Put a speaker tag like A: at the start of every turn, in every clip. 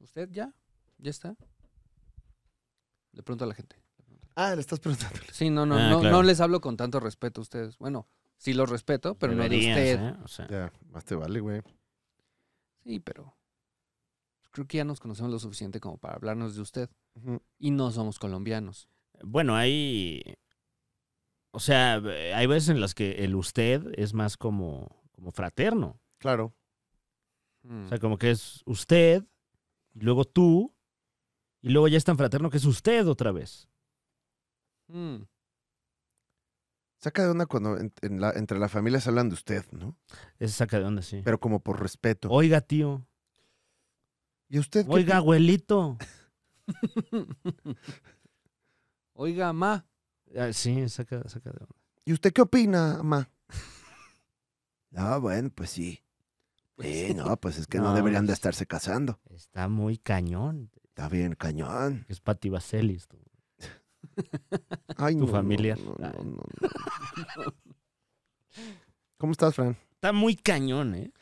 A: ¿Usted ya? ¿Ya está? Le pregunto a la gente.
B: Ah, le estás preguntando.
A: Sí, no, no,
C: Ah,
A: no,
C: claro.
A: no les hablo con tanto respeto a ustedes. Bueno, sí los respeto, pero no
C: Deberías,
A: de usted.
C: ¿eh? O sea,
B: Ya, más te vale, güey.
A: Sí, pero creo que ya nos conocemos lo suficiente como para hablarnos de usted.
B: Ujú.
A: Y no somos colombianos.
C: Bueno, hay. O sea, hay veces en las que el usted es más como, como fraterno.
B: Claro.
A: Mm.
C: O sea, como que es usted, y luego tú, y luego ya es tan fraterno que es usted otra vez.
A: Mm.
B: Saca de onda cuando en- en la- entre la familia se hablan de usted, ¿no?
C: Ese saca de onda, sí.
B: Pero como por respeto.
C: Oiga, tío.
B: ¿Y usted qué
C: Oiga, abuelito.
A: Oiga, ma.
C: Ah, sí, saca, saca de onda.
B: ¿Y usted qué opina, mamá? Ah, bueno, pues sí. Sí, no, pues es que no,
C: No,
B: deberían de
C: pues-
B: estarse casando.
C: Está muy cañón.
B: Está bien, cañón.
C: Es Pati Vaselis. tú.
B: Ay,
C: Tu
B: no, no,
C: familia.
B: no, no,
C: Ay.
B: no, no. ¿Cómo estás, Fran?
C: Está muy cañón, ¿eh?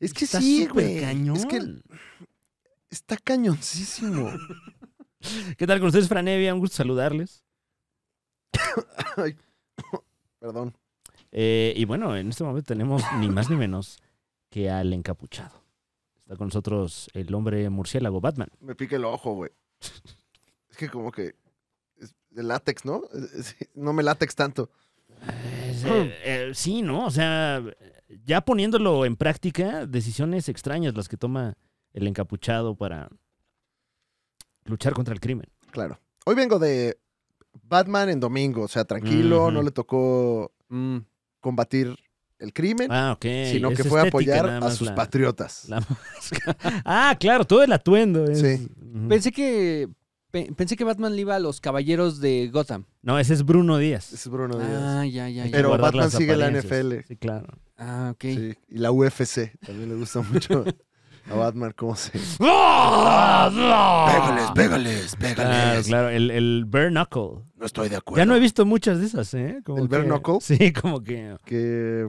B: Es que
C: Está
B: sí,
C: súper
B: güey.
C: cañón.
B: Es que está cañoncísimo.
C: ¿Qué tal con ustedes, Franevia? Un gusto saludarles.
B: Perdón.
C: Eh, y bueno, en este momento tenemos ni más ni menos que al encapuchado. Está con nosotros el hombre murciélago Batman.
B: Me pica el ojo, güey. Es que como que... Es de látex, ¿no? Es- es- No me látex tanto.
C: Es, eh, eh, sí, ¿no? O sea, ya poniéndolo en práctica, decisiones extrañas las que toma el encapuchado para luchar contra el crimen.
B: Claro. Hoy vengo de Batman en domingo. O sea, tranquilo.
C: Ujú.
B: No le tocó
A: Mm.
B: combatir el crimen.
C: Ah, ok.
B: sino
C: Es
B: que fue a
C: estética
B: apoyar
C: nada
B: a
C: más
B: sus
C: la-
B: patriotas.
C: la máscara. ah, claro, todo el atuendo. es-
B: Sí. Pues
C: Ujú.
A: Pensé que. pe- pensé que Batman le iba a los caballeros de Gotham.
C: No, ese es Bruno Díaz.
B: Es Bruno Díaz.
A: Ah, ya, ya, ya.
C: Hay que
B: Pero
C: guardar
B: Batman
C: las
B: sigue la
C: apariencias.
B: NFL.
C: Sí, claro.
A: Ah, ok.
B: Sí. Y la UFC. También le gusta mucho a Batman cómo se...
C: ¡Ah! Pégales,
B: pégales,
C: Claro, claro, el, el bare knuckle.
B: No estoy de
C: Ya no he visto muchas de esas, ¿eh? Como
B: ¿El bare
C: que-
B: knuckle?
C: Sí, como que
B: Que,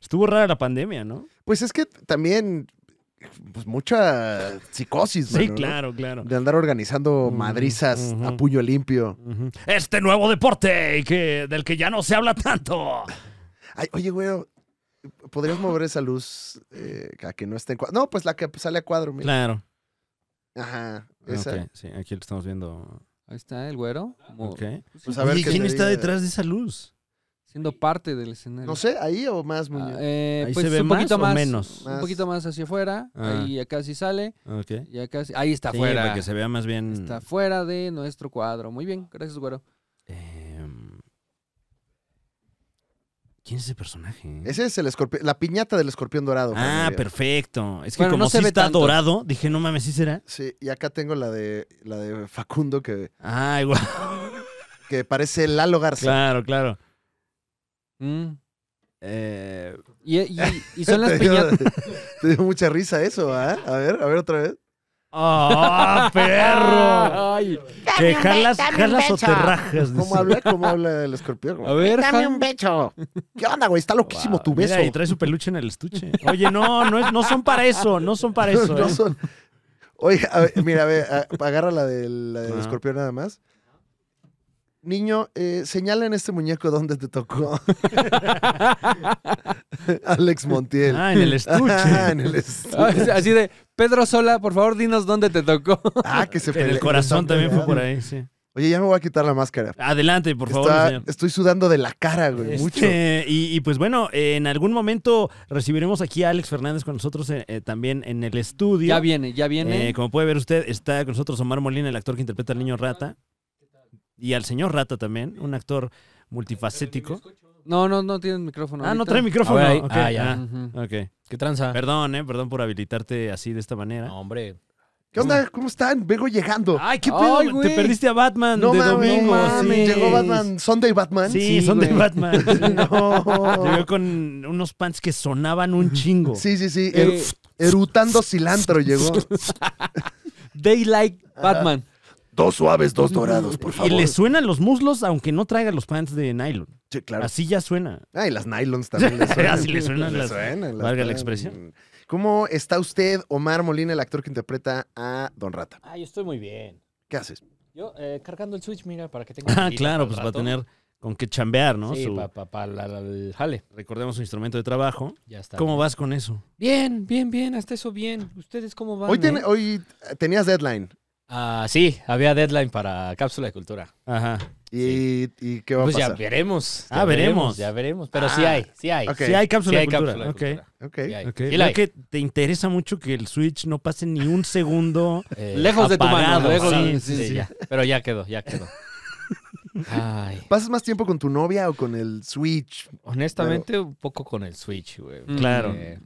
C: estuvo rara la pandemia, ¿no?
B: pues es que también, pues mucha psicosis,
C: Sí,
B: mano, ¿no?
C: claro, claro.
B: De andar organizando
C: Ujú,
B: madrizas a
C: ujú.
B: puño limpio.
C: Ujú. Este nuevo deporte y que, del que ya no se habla tanto.
B: Ay, oye, güey, ¿podrías mover esa luz eh, a que no esté en cuadro? No, pues la que sale a cuadro, mira.
C: Claro.
B: Ajá, esa.
C: Ah, Ok, sí, aquí lo estamos viendo.
A: Ahí está el güero. mo-
C: Ok.
B: Pues a ver
C: Oye,
B: qué
C: ¿quién
B: te
C: está
B: diga.
C: detrás de esa luz?
A: Siendo parte del escenario.
B: No sé, ahí o más,
A: Ah,
B: Muñoz.
A: eh,
C: Ahí
A: pues
C: se ve
A: un
C: más
A: poquito
C: o
A: más,
C: menos.
A: Un poquito más hacia afuera.
C: Ah.
A: Ahí acá sí sale.
C: Ok. Sí,
A: Y acá sí- Ahí está
C: para
A: afuera.
C: que se vea más bien.
D: Mm.
A: Está fuera de nuestro cuadro. Muy bien, gracias, güero.
C: Em, ¿Quién es ese personaje?
B: Ese es el escorpión, la piñata del escorpión dorado.
C: Ah,
B: familia.
C: perfecto. Es que
A: Bueno,
C: como
A: no se
C: sí
A: ve
C: está
A: tanto.
C: dorado, dije, no mames, sí será.
B: Sí, y acá tengo la de la de Facundo que,
A: Ah,
C: Ay, guau.
B: que parece Lalo Garza.
C: Claro, claro.
A: Mm.
C: Eh,
A: Y, y- y son las
B: Te dio-
A: piñatas.
B: Te dio mucha risa eso, ¿ah? A ver, a ver otra vez.
C: ¡Ah, perro!
A: Ay,
C: ¿Te jalas, jalas o te rajas?
B: ¿Cómo
C: dice.
B: habla? ¿Cómo habla el escorpión?
A: a ver,
B: Dame
A: Fan.
B: un becho. ¿Qué onda, güey? Está loquísimo
C: Guau,
B: tu beso.
C: Mira, y trae su peluche en el estuche. Oye, no, no, es, no son para eso, no son para eso.
B: No
C: ¿eh?
B: son- Oye, a ver, mira, a ver, a- agarra la del, la del
C: Ajá.
B: escorpión nada más. Niño, eh, señala en este muñeco dónde te tocó. Alex Montiel.
C: Ah, en el estuche.
B: Ah, en el estuche.
A: Ah, es- Así de, Pedro Sola, por favor, dinos dónde te tocó.
B: Ah, que se
C: En el
B: pele-
C: corazón
B: están
C: también fue por
B: peleando.
C: ahí, sí.
B: Oye, ya me voy a quitar la máscara.
C: Adelante, por favor,
B: Está-
C: señor.
B: estoy sudando de la cara, güey. Mucho.
C: Este, y, y pues bueno, eh, en algún momento recibiremos aquí a Alex Fernández con nosotros eh, eh, también en el estudio.
A: Ya viene, ya viene.
C: Eh, como puede ver usted, está con nosotros Omar Molina, el actor que interpreta al niño Rata. Y al señor Rata también, un actor multifacético.
A: No, no, no tienen micrófono.
C: Ah, no
A: ahorita.
C: trae micrófono.
D: A ver, ahí-
C: Ok,
D: ah, ya.
C: ah,
A: Ujú.
C: ok.
D: ¿Qué tranza?
A: Ah.
C: Perdón, eh, perdón por habilitarte así de esta manera.
D: No, hombre.
B: ¿Qué onda? ¿Cómo están? Vengo llegando.
C: Ay, qué
A: Ay,
C: pedo,
A: güey.
C: te perdiste a Batman
B: no
C: de
B: mames,
C: domingo.
B: no mames,
C: sí.
B: Llegó Batman, Sunday Batman.
C: Sí,
A: Sí,
C: son de
A: güey.
C: Batman. sí. Llegó
B: No.
C: con unos pants que sonaban un chingo.
B: Sí, sí, sí.
A: Eh,
B: er- erutando cilantro llegó.
A: Daylight Batman.
B: Dos suaves, dos dorados, por
C: Y le suenan los muslos aunque no traiga los pants de nylon.
B: Sí, claro.
C: Así ya suena.
B: Ah, y las nylons también le suenan.
C: Así le suenan las-
B: suenan,
C: valga la
B: traen.
C: expresión.
B: ¿Cómo está usted, Omar Molina, el actor que interpreta a Don Rata?
D: Ah, yo estoy muy bien.
B: ¿Qué haces?
D: Yo eh, cargando el Switch, mira, para que tenga.
C: Ah,
D: utilidad
C: claro,
D: al
C: pues va a
D: rato.
C: tener con qué chambear, ¿no?
D: Sí,
C: Su-
D: para pa, pa- la- la- el jale.
C: recordemos su instrumento de trabajo.
D: Ya está.
C: ¿Cómo vas con eso?
A: Bien, bien, bien, hasta eso bien. ¿Ustedes cómo van?
B: Hoy, tiene-
A: eh?
B: hoy tenías deadline.
D: Ah, sí, había deadline para Cápsula de Cultura.
C: Ajá.
B: ¿Y, y qué va
D: Pues
B: a
D: ya
B: pasar?
D: veremos.
C: Ah,
D: ya
C: veremos.
D: Ya veremos. Pero sí
C: Ah,
D: hay, sí hay.
B: ok.
C: Sí hay
D: Sí
C: cápsula de
D: hay
C: cultura.
D: Cápsula de
C: Ok,
D: Cultura.
B: Ok.
D: Sí hay.
C: ok.
D: Sí la
C: Veo
D: hay.
C: que te interesa mucho que el Switch no pase ni un segundo.
D: Eh,
C: Lejos de tu mano,
D: apagado,
C: lejos de-
D: sí, sí,
C: sí,
D: sí,
C: sí.
D: ya. Pero ya quedó, ya quedó. Ay,
B: ¿Pasas más tiempo con tu novia o con el Switch?
D: honestamente, un poco con el Switch, güey.
A: Mm.
C: Claro.
D: Eh,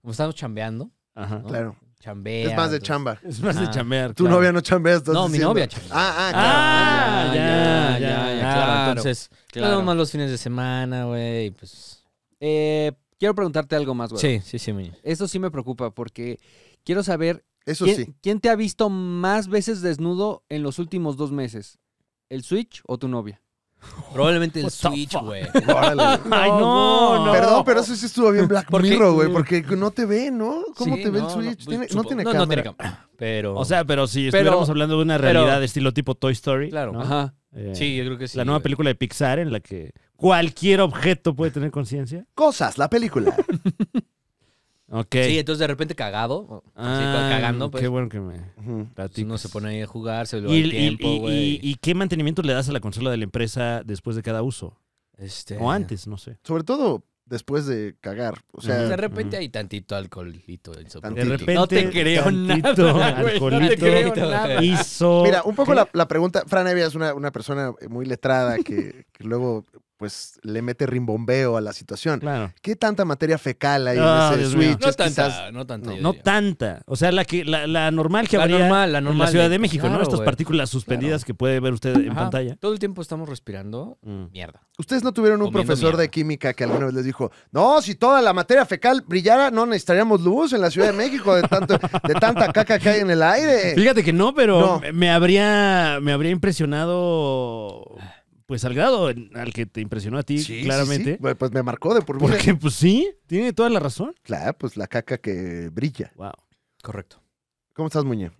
D: como estamos chambeando,
C: Ajá.
D: ¿no?
B: Claro.
D: Chambea.
B: Es más de
D: entonces-
B: chamba.
C: Es más de
D: Ah,
C: chambear.
B: Tu
C: claro.
B: novia no chambea, estás
D: No, mi
B: diciendo.
D: novia chambea.
B: Ah, ah, claro.
C: Ah, ya, ya, ya,
D: Claro,
A: claro.
D: entonces,
A: Claro.
D: nada más los fines de semana, güey, y pues...
A: Eh, quiero preguntarte algo más, güey.
D: Sí, sí, sí, Muñe.
A: Eso sí me preocupa porque quiero saber
B: Eso
A: quién,
B: sí.
A: quién te ha visto más veces desnudo en los últimos dos meses. ¿El Switch o tu novia?
D: Probablemente el
C: What the
D: Switch,
C: fuck?
D: güey.
B: Órale.
C: Ay, no, no.
B: Perdón, pero eso sí estuvo bien Black
D: Porque-
B: Mirror, güey, porque no te ve, ¿no? ¿Cómo
D: Sí,
B: te ve
D: no,
B: el Switch?
D: pues,
B: Tiene- No,
D: supongo-
B: tiene
D: no,
B: cámara.
D: no tiene cámara. Pero...
C: O sea, pero si
D: Pero-
C: estuviéramos hablando de una
D: pero-
C: realidad estilo tipo Toy Story.
D: Claro.
C: ¿no?
A: Ajá.
C: Eh,
D: sí, yo creo que sí.
C: la nueva
D: güey.
C: película de Pixar en la que cualquier objeto puede tener conciencia.
B: Cosas, la película.
C: Ok.
D: Sí, entonces de repente cagado.
C: Ah,
D: sí, cagando, pues.
C: Qué bueno que me
B: Ujú.
D: pues, uno se pone ahí a jugar, se le va
C: ¿Y,
D: el
C: y- y-
D: tiempo,
C: y-
D: güey.
C: y qué mantenimiento le das a la consola de la empresa después de cada uso?
D: Este,
C: O antes, no sé.
B: Sobre todo después de cagar. O sea,
D: De
C: Ujú.
D: repente hay tantito alcoholito. en su-
B: Tantito.
C: De repente.
D: No te creo
C: tantito
D: nada, güey, no te
C: alcoholito,
D: creo nada.
C: Hizo.
B: mira, un poco la, la pregunta. Fran Evia es una, una persona muy letrada que, que luego pues le mete rimbombeo a la situación.
C: Claro.
B: ¿Qué tanta materia fecal hay
C: Ah,
B: en ese
C: Dios mío.
B: Switch?
D: No
B: Es quizás-
D: tanta, no tanta. yo
C: No
D: diría.
C: tanta. O sea, la que la, la normal que
D: La
C: habría
D: normal, la
C: en la
D: normal
C: Ciudad de
D: de-
C: México, ¿no?
D: claro,
C: Estas
D: güey.
C: partículas suspendidas que puede ver usted en
D: Ajá.
C: pantalla.
D: Todo el tiempo estamos respirando
C: Mm.
D: mierda.
B: Ustedes no tuvieron un
D: Comiendo
B: profesor de
D: mierda.
B: química que alguna vez les dijo, no, si toda la materia fecal brillara, no necesitaríamos luz en la Ciudad de México de, tanto, de tanta caca que hay en el aire.
C: Fíjate que no, pero
B: No.
C: me- me habría me habría impresionado pues al grado en- al que te impresionó a ti,
B: Sí, sí,
C: claramente.
B: sí. Bueno, Pues me marcó de por vida.
C: Porque pues sí, tiene toda la razón.
B: Claro, pues la caca que brilla.
C: Wow.
D: Correcto.
B: ¿Cómo estás, Muñe?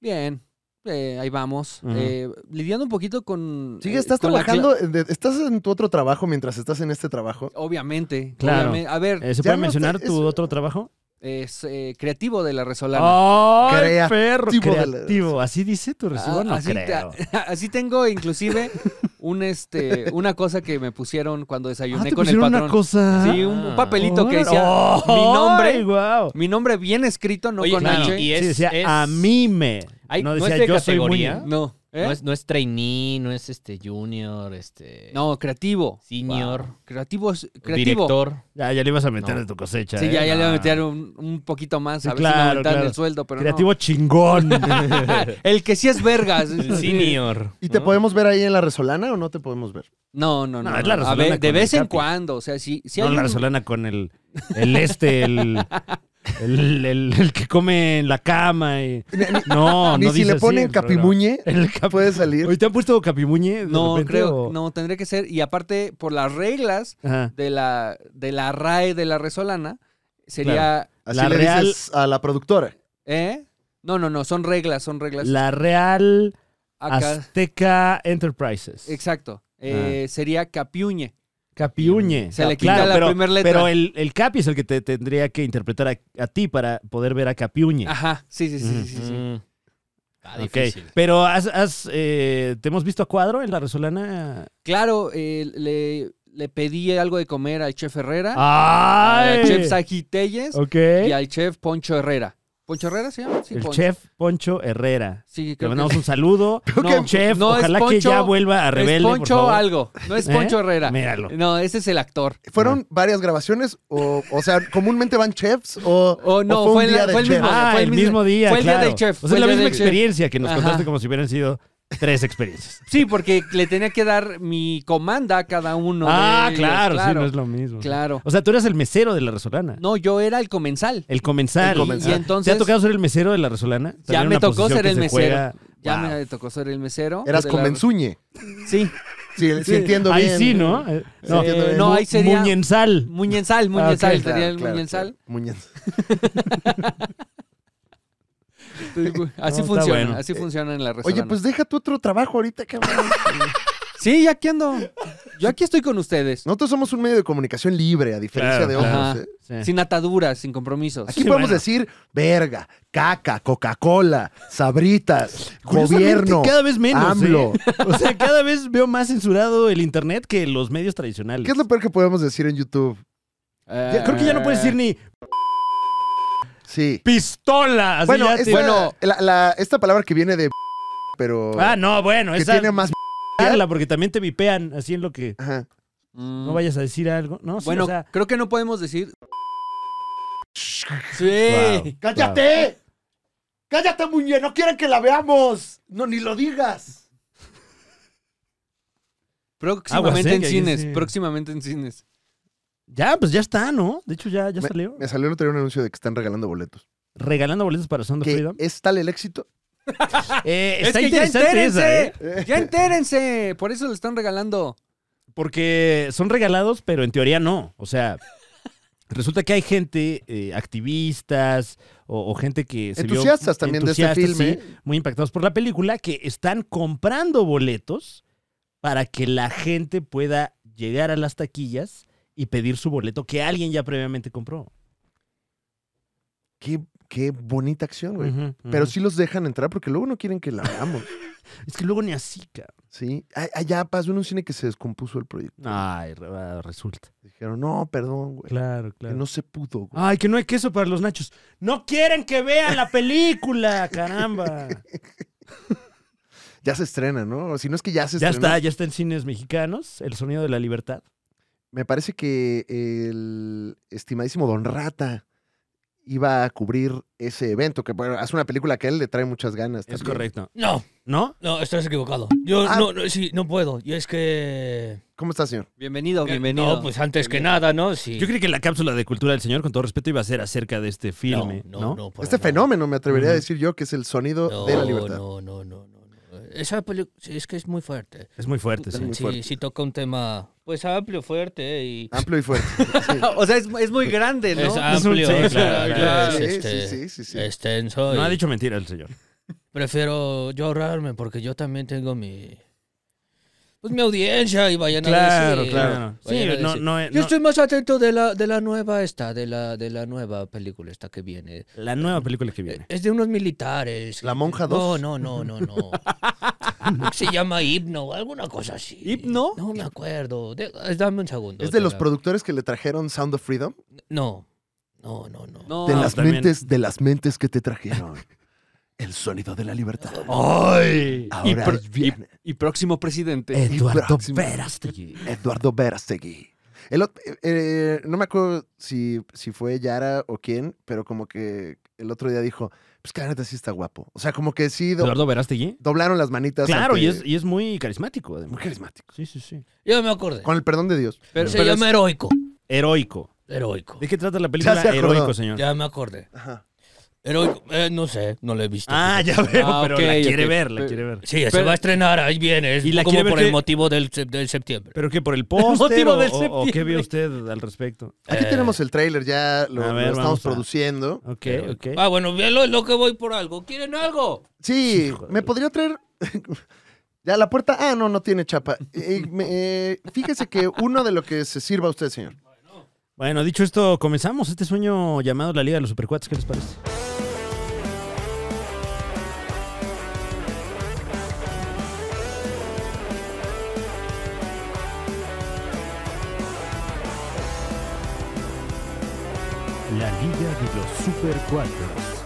A: Bien. Eh, ahí vamos.
C: Ujú.
A: Eh, lidiando un poquito con.
B: ¿Sigue?
A: eh,
B: ¿Estás
A: con la cla-
B: trabajando? de- ¿Estás en tu otro trabajo mientras estás en este trabajo?
A: Obviamente.
C: Claro.
A: obviamente. A ver,
C: Eh, ¿Se
B: Ya
C: puede
B: no
C: mencionar
B: sé,
C: tu
B: es-
C: otro trabajo?
A: es eh, creativo de la Resolana.
C: ¡Ay,
B: Creativo
C: perro!
B: de la-
C: Creativo. Así dice tu resumen.
A: Ah,
C: no
A: así,
C: Pues, creo.
A: te- así tengo inclusive un este una cosa que me pusieron cuando
C: Ah,
A: desayuné
C: te
A: con el
C: pusieron
A: patrón.
C: una cosa.
A: Sí, un, un papelito que decía
C: Ahora-
A: mi
C: ¡Ay,
A: nombre,
C: guau!
A: mi nombre bien escrito, no
D: Oye,
A: con
D: claro,
A: H.
D: y es-
C: sí, decía,
D: es-
C: a mí me.
D: Ay,
C: no
D: ¿no es
C: decía,
D: de
C: yo soy
D: categoría?
C: Muñe.
A: No, ¿eh?
D: No, es, no es trainee, no es este junior, este...
A: No, creativo.
D: Senior.
A: Creativo es creativo.
D: Director. ah.
C: Ya, ya le ibas a meter
D: No.
C: de tu cosecha.
A: Sí,
C: ¿eh?
A: ya, ya le voy a
C: No.
A: meter un, un poquito más,
C: Sí,
A: a ver si me
C: claro,
A: aumentan
C: claro.
A: el sueldo, pero no.
C: Creativo chingón.
A: El que sí es vergas.
D: senior.
B: ¿Y te
D: ¿no?
B: podemos ver ahí en la resolana o no te podemos ver?
A: No, no, no.
C: No, es la
A: a
C: Resolana
A: ver, de
C: con
A: vez
C: el
A: en
C: Capi.
A: cuando, o sea, si, si
C: no,
A: hay
C: la
A: un-
C: resolana con el, el este, el, el, el- el que come en la cama. Y... No,
B: Ni
C: no
B: si
C: dice
B: le
C: así
B: ponen
C: el programa.
B: capimuñe,
C: El cap-
B: puede salir.
C: Oye, ¿te han puesto capimuñe? de
A: No,
C: repente,
A: creo,
C: o-
A: no, tendría que ser. Y aparte, por las reglas
C: Ajá.
A: de la, de la RAE de la Resolana, sería.
B: Así
C: La
B: le
C: real-
B: dices a la productora.
A: ¿Eh? No, no, no, son reglas, son reglas.
C: La Real
A: Acá-
C: Azteca Enterprises.
A: Exacto.
C: Ah.
A: Eh, Sería Capiuñe.
C: Capiuñe.
A: Se le
C: Ah,
A: quita la
C: pero,
A: primer letra.
C: Pero el, el capi es el que te tendría que interpretar a, a ti para poder ver a capiuñe.
A: Ajá, sí, sí, sí, sí, sí, sí.
D: Mm. Está
C: Ok,
D: difícil.
C: Pero has, has, eh, ¿te hemos visto a cuadro en la resolana?
A: Claro, eh, le, le pedí algo de comer al chef Herrera,
C: Ah, ¡Ay!
A: al Ah. chef Saji Telles
C: Ok.
A: y al chef Poncho Herrera. ¿Poncho Herrera se llama? Sí,
C: el
A: Poncho.
C: chef Poncho Herrera.
A: Sí,
C: Le
A: creo que
C: mandamos un saludo.
A: No,
C: chef,
A: no es
C: ojalá que
A: Poncho,
C: ya vuelva a Rebelde,
A: es
C: por
A: Poncho
C: favor.
A: algo, no es
C: ¿Eh?
A: Poncho Herrera.
C: Míralo.
A: No, ese es el actor.
B: ¿Fueron varias grabaciones? O, o sea, ¿comúnmente van chefs? ¿O,
A: O no,
B: o
A: fue
B: un
A: en la-
B: día de
A: fue el
B: chef?
A: mismo.
C: Ah,
A: fue
C: el mismo día,
A: fue el día
C: claro.
A: del chef, fue
C: O sea, es
A: el
C: la
A: día
C: misma
A: del chef.
C: experiencia que nos
A: Ajá.
C: contaste como si hubieran sido tres experiencias.
A: Sí, porque le tenía que dar mi comanda a cada uno. de
C: ah,
A: ellos,
C: claro, sí, no es lo mismo.
A: Claro.
C: O sea, tú eras el mesero de la resolana.
A: No, yo era el comensal.
C: El comensal.
B: El
A: Y,
B: comensal.
A: y
C: ¿Te
A: entonces
C: ha tocado ser el mesero de la resolana? También
A: me
C: una
A: tocó
C: posición
A: ser
C: que
A: el
C: se
A: mesero.
C: juega.
A: ya
C: Wow.
A: me tocó ser el mesero.
B: Eras
A: de la-
B: comenzuñe.
A: Sí,
B: Si, si entiendo
C: ahí
B: bien.
C: sí, ¿no? Eh, No,
B: entiendo bien.
A: no, ahí sería-
C: Muñenzal.
A: Muñenzal, Muñenzal,
C: Ah, ok,
A: sería
B: Claro,
A: el
B: claro,
A: Muñenzal.
B: claro. Muñenz-
A: Entonces, Así
C: está
A: funciona,
C: bueno.
A: así funciona en la restaurante.
B: Oye, pues deja tu otro trabajo ahorita, cabrón.
A: Sí, ya aquí ando. Yo aquí estoy con ustedes.
B: Nosotros somos un medio de comunicación libre, a diferencia
C: Claro,
B: de otros.
A: claro.
B: ¿eh?
C: Sí.
A: Sin ataduras, sin compromisos.
B: Aquí
C: Sí,
B: podemos
C: bueno.
B: decir verga, caca, Coca-Cola, sabritas,
C: Curiosamente,
B: gobierno.
C: Cada vez menos.
B: AMLO.
C: ¿eh? O sea, cada vez veo más censurado el internet que los medios tradicionales.
B: ¿Qué es lo peor que podemos decir en YouTube?
C: Ya- Creo que ya no puedes decir ni
B: Sí.
C: pistola. así
B: bueno,
C: ya
B: esta,
C: te-
B: bueno la- la- esta palabra que viene de pero
C: Ah, no, bueno,
B: que
C: esa
B: tiene más
C: habla porque también te vipean así en lo que
B: ajá.
A: Mm.
C: no vayas a decir algo. No, sí,
A: Bueno,
C: o sea,
A: creo que no podemos decir. Sí.
C: wow,
B: ¡Cállate! ¡Cállate, Muñe! ¡No quieren que la veamos! ¡No, ni lo digas!
A: Próximamente
C: Aguas, eh,
A: en
C: que ahí
A: cines.
C: sí.
A: Próximamente en cines.
C: Ya, pues ya está, ¿no? De hecho, ya, ya
B: Me,
C: salió.
B: me salió el otro día un anuncio de que están regalando boletos.
C: Regalando boletos para Sound of
B: Que
C: Freedom.
B: es tal el éxito. Ah,
C: Eh,
A: Es
C: está
A: que ya
C: interesante esa, ¿eh?
A: entérense. Ya entérense. Por eso le están regalando.
C: Porque son regalados, pero en teoría no. O sea, resulta que hay gente, eh, activistas o, o gente que se vio-
B: Entusiastas también de este
C: entusiastas,
B: filme.
C: sí, muy impactados por la película, que están comprando boletos para que la gente pueda llegar a las taquillas y pedir su boleto que alguien ya previamente compró.
B: Qué, qué bonita acción, güey.
C: Ujú, ujú.
B: Pero sí los dejan entrar porque luego no quieren que la veamos.
C: Es que luego ni así, cabrón.
B: sí. Ah, Ay- Allá pasó en un cine que se descompuso el proyecto.
C: Ay, re- ah, resulta.
B: Dijeron, no, perdón, güey.
C: Claro,
B: Que no se pudo, güey.
C: Ay, que no hay queso para los nachos. No quieren que vean la película, caramba.
B: Ya se estrena, ¿no? Si no es que ya se
C: Ya
B: estrena.
C: está, ya está en cines mexicanos, El Sonido de la Libertad.
B: Me parece que el estimadísimo Don Rata iba a cubrir ese evento, que bueno, hace una película que a él le trae muchas ganas.
C: Es
B: también.
C: correcto.
D: No,
C: ¿No?
D: no, estás equivocado. Yo
B: Ah.
D: no, no, sí, no puedo. Yo es que.
B: ¿Cómo está, señor?
A: Bienvenido, bienvenido.
D: No, pues antes que nada, ¿no? Sí.
C: Yo creí que la cápsula de cultura del señor, con todo respeto, iba a ser acerca de este filme, ¿no?
D: para
B: Este
D: nada.
B: fenómeno, me atrevería a
C: Ujú.
B: decir yo, que es el sonido
D: Pues No,
B: de la libertad.
D: No, no, no, no. no. Esa película es que es muy fuerte.
C: Es muy fuerte, sí.
B: muy fuerte. Ah,
D: Sí, sí toca un tema pues amplio, fuerte y
B: Amplio y fuerte. Sí.
A: o sea, es, es muy grande, ¿no?
D: es
C: Es un-
D: amplio,
C: sí,
D: claro,
B: claro,
D: es,
B: sí,
D: este,
B: sí, sí, sí, sí.
D: extenso.
C: No ha
D: y
C: dicho mentira el señor.
D: Prefiero yo ahorrarme porque yo también tengo mi pues mi audiencia y vayan a
C: Claro,
D: decir.
C: claro. Sí,
D: vayan a
C: no,
D: decir.
C: no, eh,
D: Yo
C: no-
D: estoy más atento de la, de la nueva esta, de la, de la nueva película esta que viene.
C: La nueva película que viene.
D: Es de unos militares.
B: ¿La Monja
D: No,
B: dos?
D: No, no, no, no. Se llama Hipno o alguna cosa así.
A: ¿Hipno?
D: No me acuerdo. De- dame un segundo.
B: Es de
D: te
B: los
D: la-
B: productores que le trajeron Sound of Freedom.
D: No. No, no, no.
A: No,
B: De
C: Ah,
B: las
C: también.
B: mentes, de las mentes que te trajeron. El sonido de la libertad.
A: y,
C: ¡Ay!
B: Ahora
A: pro-
B: viene
A: y- y próximo presidente.
C: Eduardo
B: próximo.
C: Verástegui.
B: Eduardo Verastegui. El ot- eh, eh, no me acuerdo si, si fue Yara o quién, pero como que el otro día dijo, pues que la neta sí está guapo. O sea, como que sí do-
C: ¿Eduardo Verástegui?
B: doblaron las manitas.
C: Claro,
B: ante-
C: y es, y es muy carismático,
B: Muy
C: además.
B: carismático.
C: Sí, sí, sí.
D: Yo me acordé.
B: Con el perdón de Dios.
A: Pero-
D: Se
A: pero
D: llama Heroico.
C: Heroico.
D: Heroico.
C: ¿De qué trata la película
B: se acordó.
C: Heroico, señor?
D: Ya me acordé.
B: Ajá.
D: Heroico. eh, no sé, no lo he visto.
C: Ah, ya
D: fíjate.
C: veo,
A: Ah,
C: pero
A: ok,
C: la
A: ok.
C: quiere ver, la
A: Pero-
C: quiere ver.
D: Sí, se
A: Pero-
D: va a estrenar, ahí viene. Es
C: ¿Y la
D: como
C: quiere ver
D: por
C: que-
D: el motivo del, sep- del septiembre.
C: ¿Pero qué? ¿Por el póster
A: motivo
C: o,
A: del
C: o- o qué
A: septiembre.
C: vio usted al respecto?
B: Aquí
D: Eh,
B: tenemos el tráiler, ya lo,
C: a
B: lo
C: ver,
B: estamos
C: vamos a-
B: produciendo.
C: Ok,
D: Heroico.
C: ok.
D: Ah, bueno, véanlo, es lo que voy por algo. ¿Quieren algo?
B: Sí,
C: Híjole.
B: me podría traer... ya la puerta... Ah, no, no tiene chapa. Eh, me- eh, fíjese que uno de lo que se sirva a usted, señor.
C: Bueno, dicho esto, comenzamos este sueño llamado la Liga de los Supercuates. ¿Qué les parece? La Liga de los Supercuates.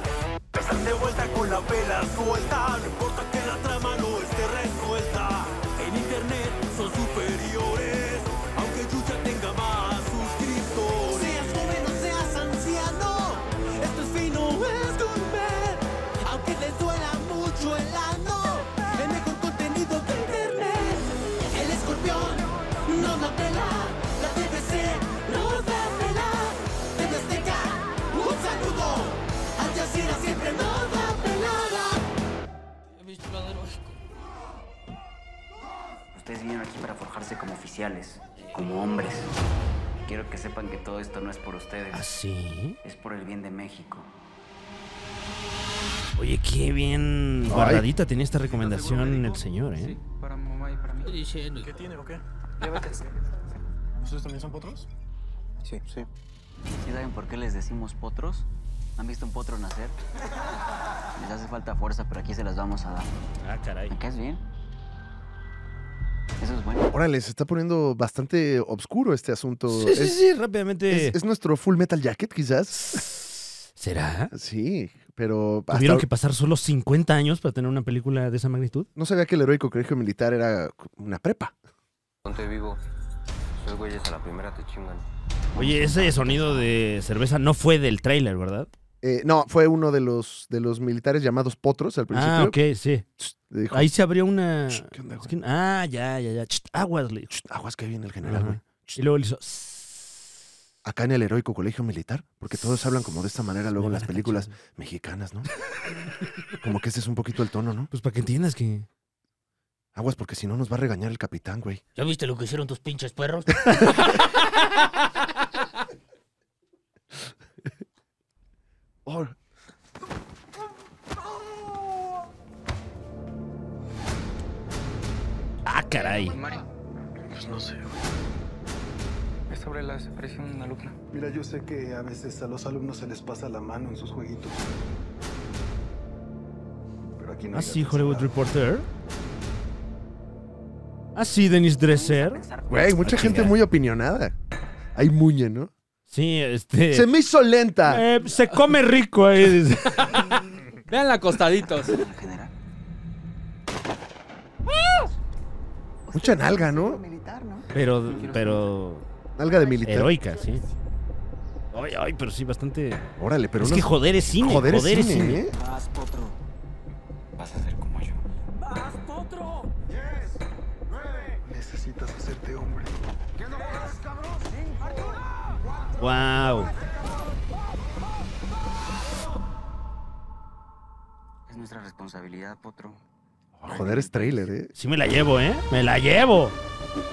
E: Están de vuelta con la vela suelta, no importa que la trama no esté resuelta. En internet son superiores, aunque Yuya tenga más suscriptores. Seas joven o seas anciano, esto es fino, es gourmet. Aunque les duela mucho el ano, el mejor contenido de internet. El escorpión no la pela, la TVC no la pela. TV Azteca, un saludo. Al Jazeera siempre no da pelada.
D: He visto la de Heroico.
F: Ustedes vinieron aquí para forjarse como oficiales, como hombres. Quiero que sepan que todo esto no es por ustedes,
C: ¿Ah, ¿Así?
F: es por el bien de México.
C: Oye, qué bien guardadita tiene esta recomendación el señor, ¿eh?
G: Para mamá y para mí.
D: Estoy diciendo, hijo.
G: tiene o qué?
F: Llévateles.
G: ¿Ustedes también son potros?
F: Sí, sí. ¿Sí saben por qué les decimos potros? ¿Han visto un potro nacer? Les hace falta fuerza, pero aquí se las vamos a dar.
C: Ah, caray.
F: ¿Me caes bien? Eso es bueno.
B: Órale, se está poniendo bastante obscuro este asunto.
C: Sí, sí,
B: es,
C: sí, rápidamente.
B: es- es nuestro Full Metal Jacket, quizás?
C: ¿Será?
B: Sí, pero hasta
C: ¿Tuvieron que pasar solo 50 años para tener una película de esa magnitud?
B: no sabía que el heroico colegio militar era una prepa.
H: Ponte vivo. Esos güeyes a la primera te chingan.
C: Oye, ese sonido de cerveza no fue del tráiler, ¿verdad?
B: Eh, no, fue uno de los, de los militares llamados potros al principio.
C: Ah, ok, sí.
B: Le dijo,
C: Ahí se abrió una...
B: "Shh, ¿qué onda,
C: Es
B: güey?
C: que- Ah, ya, ya, ya. Chst, aguas, le dijo.
B: Shh, aguas que viene el general,
C: Ajá.
B: güey.
C: Y luego le hizo...
B: Acá en el heroico colegio militar, porque todos hablan como de esta manera luego en las películas mexicanas, ¿no? Como que ese es un poquito el tono, ¿no?
C: Pues para que entiendas que...
B: Aguas, porque si no nos va a regañar el capitán, güey.
D: ¿Ya viste lo que hicieron tus pinches perros?
B: Oh,
C: Ah, caray.
G: Mario? Pues no sé,
H: Esta brela se parece a una alumna.
I: Mira, yo sé que a veces a los alumnos se les pasa la mano en sus jueguitos. Pero aquí no
C: Ah,
I: hay
C: sí,
I: gato
C: Hollywood
I: encerrado.
C: Reporter. Ah, sí, Dennis Dresser.
B: Güey, mucha
C: Ah,
B: gente
C: chinga.
B: muy opinionada. Hay muñe, ¿no?
C: Sí, este...
B: Se me hizo lenta.
C: eh, se come rico ahí. dice.
D: Vean la acostaditos.
F: En general.
B: Mucha nalga, ¿no?
C: Pero, pero...
B: Nalga de militar.
C: Heroica, sí. Ay, ay, pero sí, bastante...
B: Órale, pero
C: es
B: unos-
C: que joder es cine, joder,
B: joder,
C: es cine.
B: ¿eh?
F: Vas, potro. Vas a ser como yo.
E: ¡Vas, potro!
I: Necesitas hacerte hombre.
C: ¿eh? Wow.
F: Es nuestra responsabilidad, potro.
B: Joder, es trailer, ¿eh?
C: Sí me la llevo, ¿eh? Me la llevo.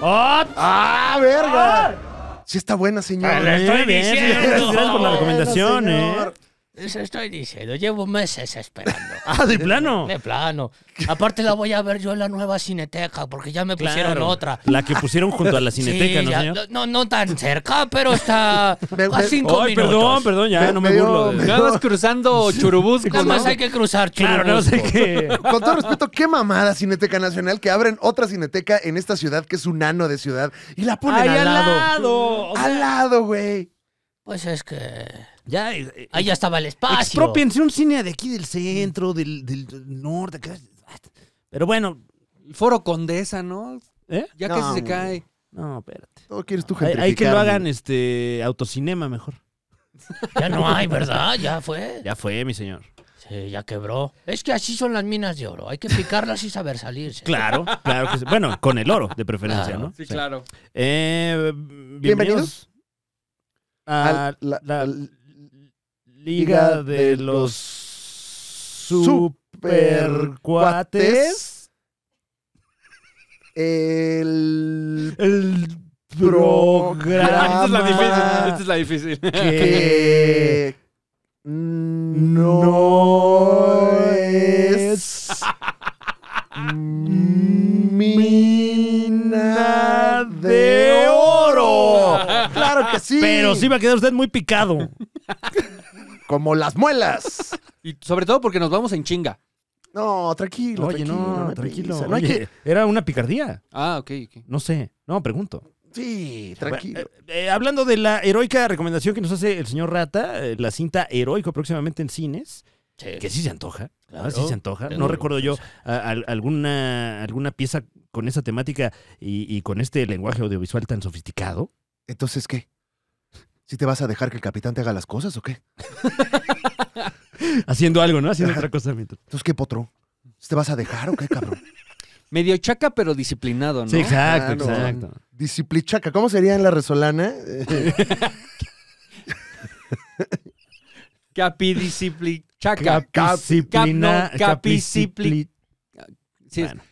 C: ¡Oh!
B: ¡Ah, verga! Sí está buena, señor.
C: ¡Le Ah, estoy
D: diciendo!
C: Gracias por la
B: Bueno,
C: recomendación,
B: señor.
C: ¿eh?
D: Eso estoy diciendo. Llevo meses esperando.
C: Ah, de plano.
D: De plano. Aparte la voy a ver yo en la nueva cineteca porque ya me pusieron
C: Claro.
D: otra.
C: La que pusieron junto a la
D: Sí,
C: cineteca, ¿no,
D: ya-
C: señor?
D: no, no tan cerca, pero está
B: Me-
D: a
B: me-
D: cinco
C: Ay,
D: minutos.
C: perdón, perdón, ya
B: Me-
C: no me
B: me dio-
C: burlo. de-
B: me-
D: Nada más cruzando Churubusco. Nada más
C: ¿no?
D: hay que cruzar
C: Claro,
D: Churubusco.
C: no sé qué.
B: Con todo respeto, qué mamada Cineteca Nacional que abren otra cineteca en esta ciudad que es un ano de ciudad y la ponen
C: ¡Ay,
B: al lado.
C: lado! O sea,
B: Al lado, güey.
D: Pues es que
C: ya, eh, eh,
D: ahí ya estaba el espacio.
C: expropiense un cine de aquí del centro, del, del norte. acá. Pero bueno,
A: El foro Condesa, ¿no?
C: ¿eh?
A: Ya casi
B: No,
A: se
B: güey.
A: cae.
C: No, espérate.
B: Todo quieres tú
C: Hay,
B: gentrificar.
C: hay que lo
B: mi-
C: hagan este autocinema mejor.
D: Ya no hay, ¿verdad? Ya fue.
C: Ya fue, mi señor.
D: Sí, ya quebró. Es que así son las minas de oro. Hay que picarlas y saber salirse.
C: Claro, claro que sí. Bueno, con el oro, de preferencia,
D: Claro.
C: ¿no? Sí.
A: claro.
C: Eh, bienvenidos
B: Bienvenidos
C: a
B: Al-
C: la,
B: la-
C: Liga, de, los Supercuates.
B: supercuates. El
C: El
B: programa
C: programa
B: Esta es la difícil, esta
A: es la difícil.
B: que
C: que
B: no es mina de oro. Claro que sí.
C: Pero sí va a quedar usted muy picado.
B: Como las muelas.
A: Y sobre todo porque nos vamos en chinga.
B: No, tranquilo.
C: Oye,
B: tranquilo,
C: no,
B: hay
C: tranquilo.
B: prisa, no hay
C: Oye,
B: que-
C: Era una picardía.
A: Ah, ok, ok.
C: No sé. No, pregunto.
B: Sí, tranquilo.
C: Bueno, eh, eh, hablando de la heroica recomendación que nos hace el señor Rata, eh, la cinta heroico próximamente en cines,
D: Sí.
C: que sí se antoja,
D: Claro.
C: ah, sí se antoja. No
D: Claro.
C: recuerdo yo a- al- alguna, alguna pieza con esa temática y, y con este lenguaje audiovisual tan sofisticado.
B: Entonces, ¿qué? ¿Si te vas a dejar que el capitán te haga las cosas o qué?
C: Haciendo algo, ¿no? Haciendo otra cosa mientras.
B: Entonces, ¿qué, potro? ¿Si te vas a dejar o qué, cabrón?
A: Medio chaca, pero disciplinado, ¿no?
C: Sí, exacto,
B: Claro.
C: exacto.
B: Disciplichaca. ¿Cómo sería en la resolana? Eh,
A: Capidiscipli... Chaca.
C: Capisciplina-
A: Cap- no, capiscipli-
C: capiscipli-
A: Sí,
C: Bueno.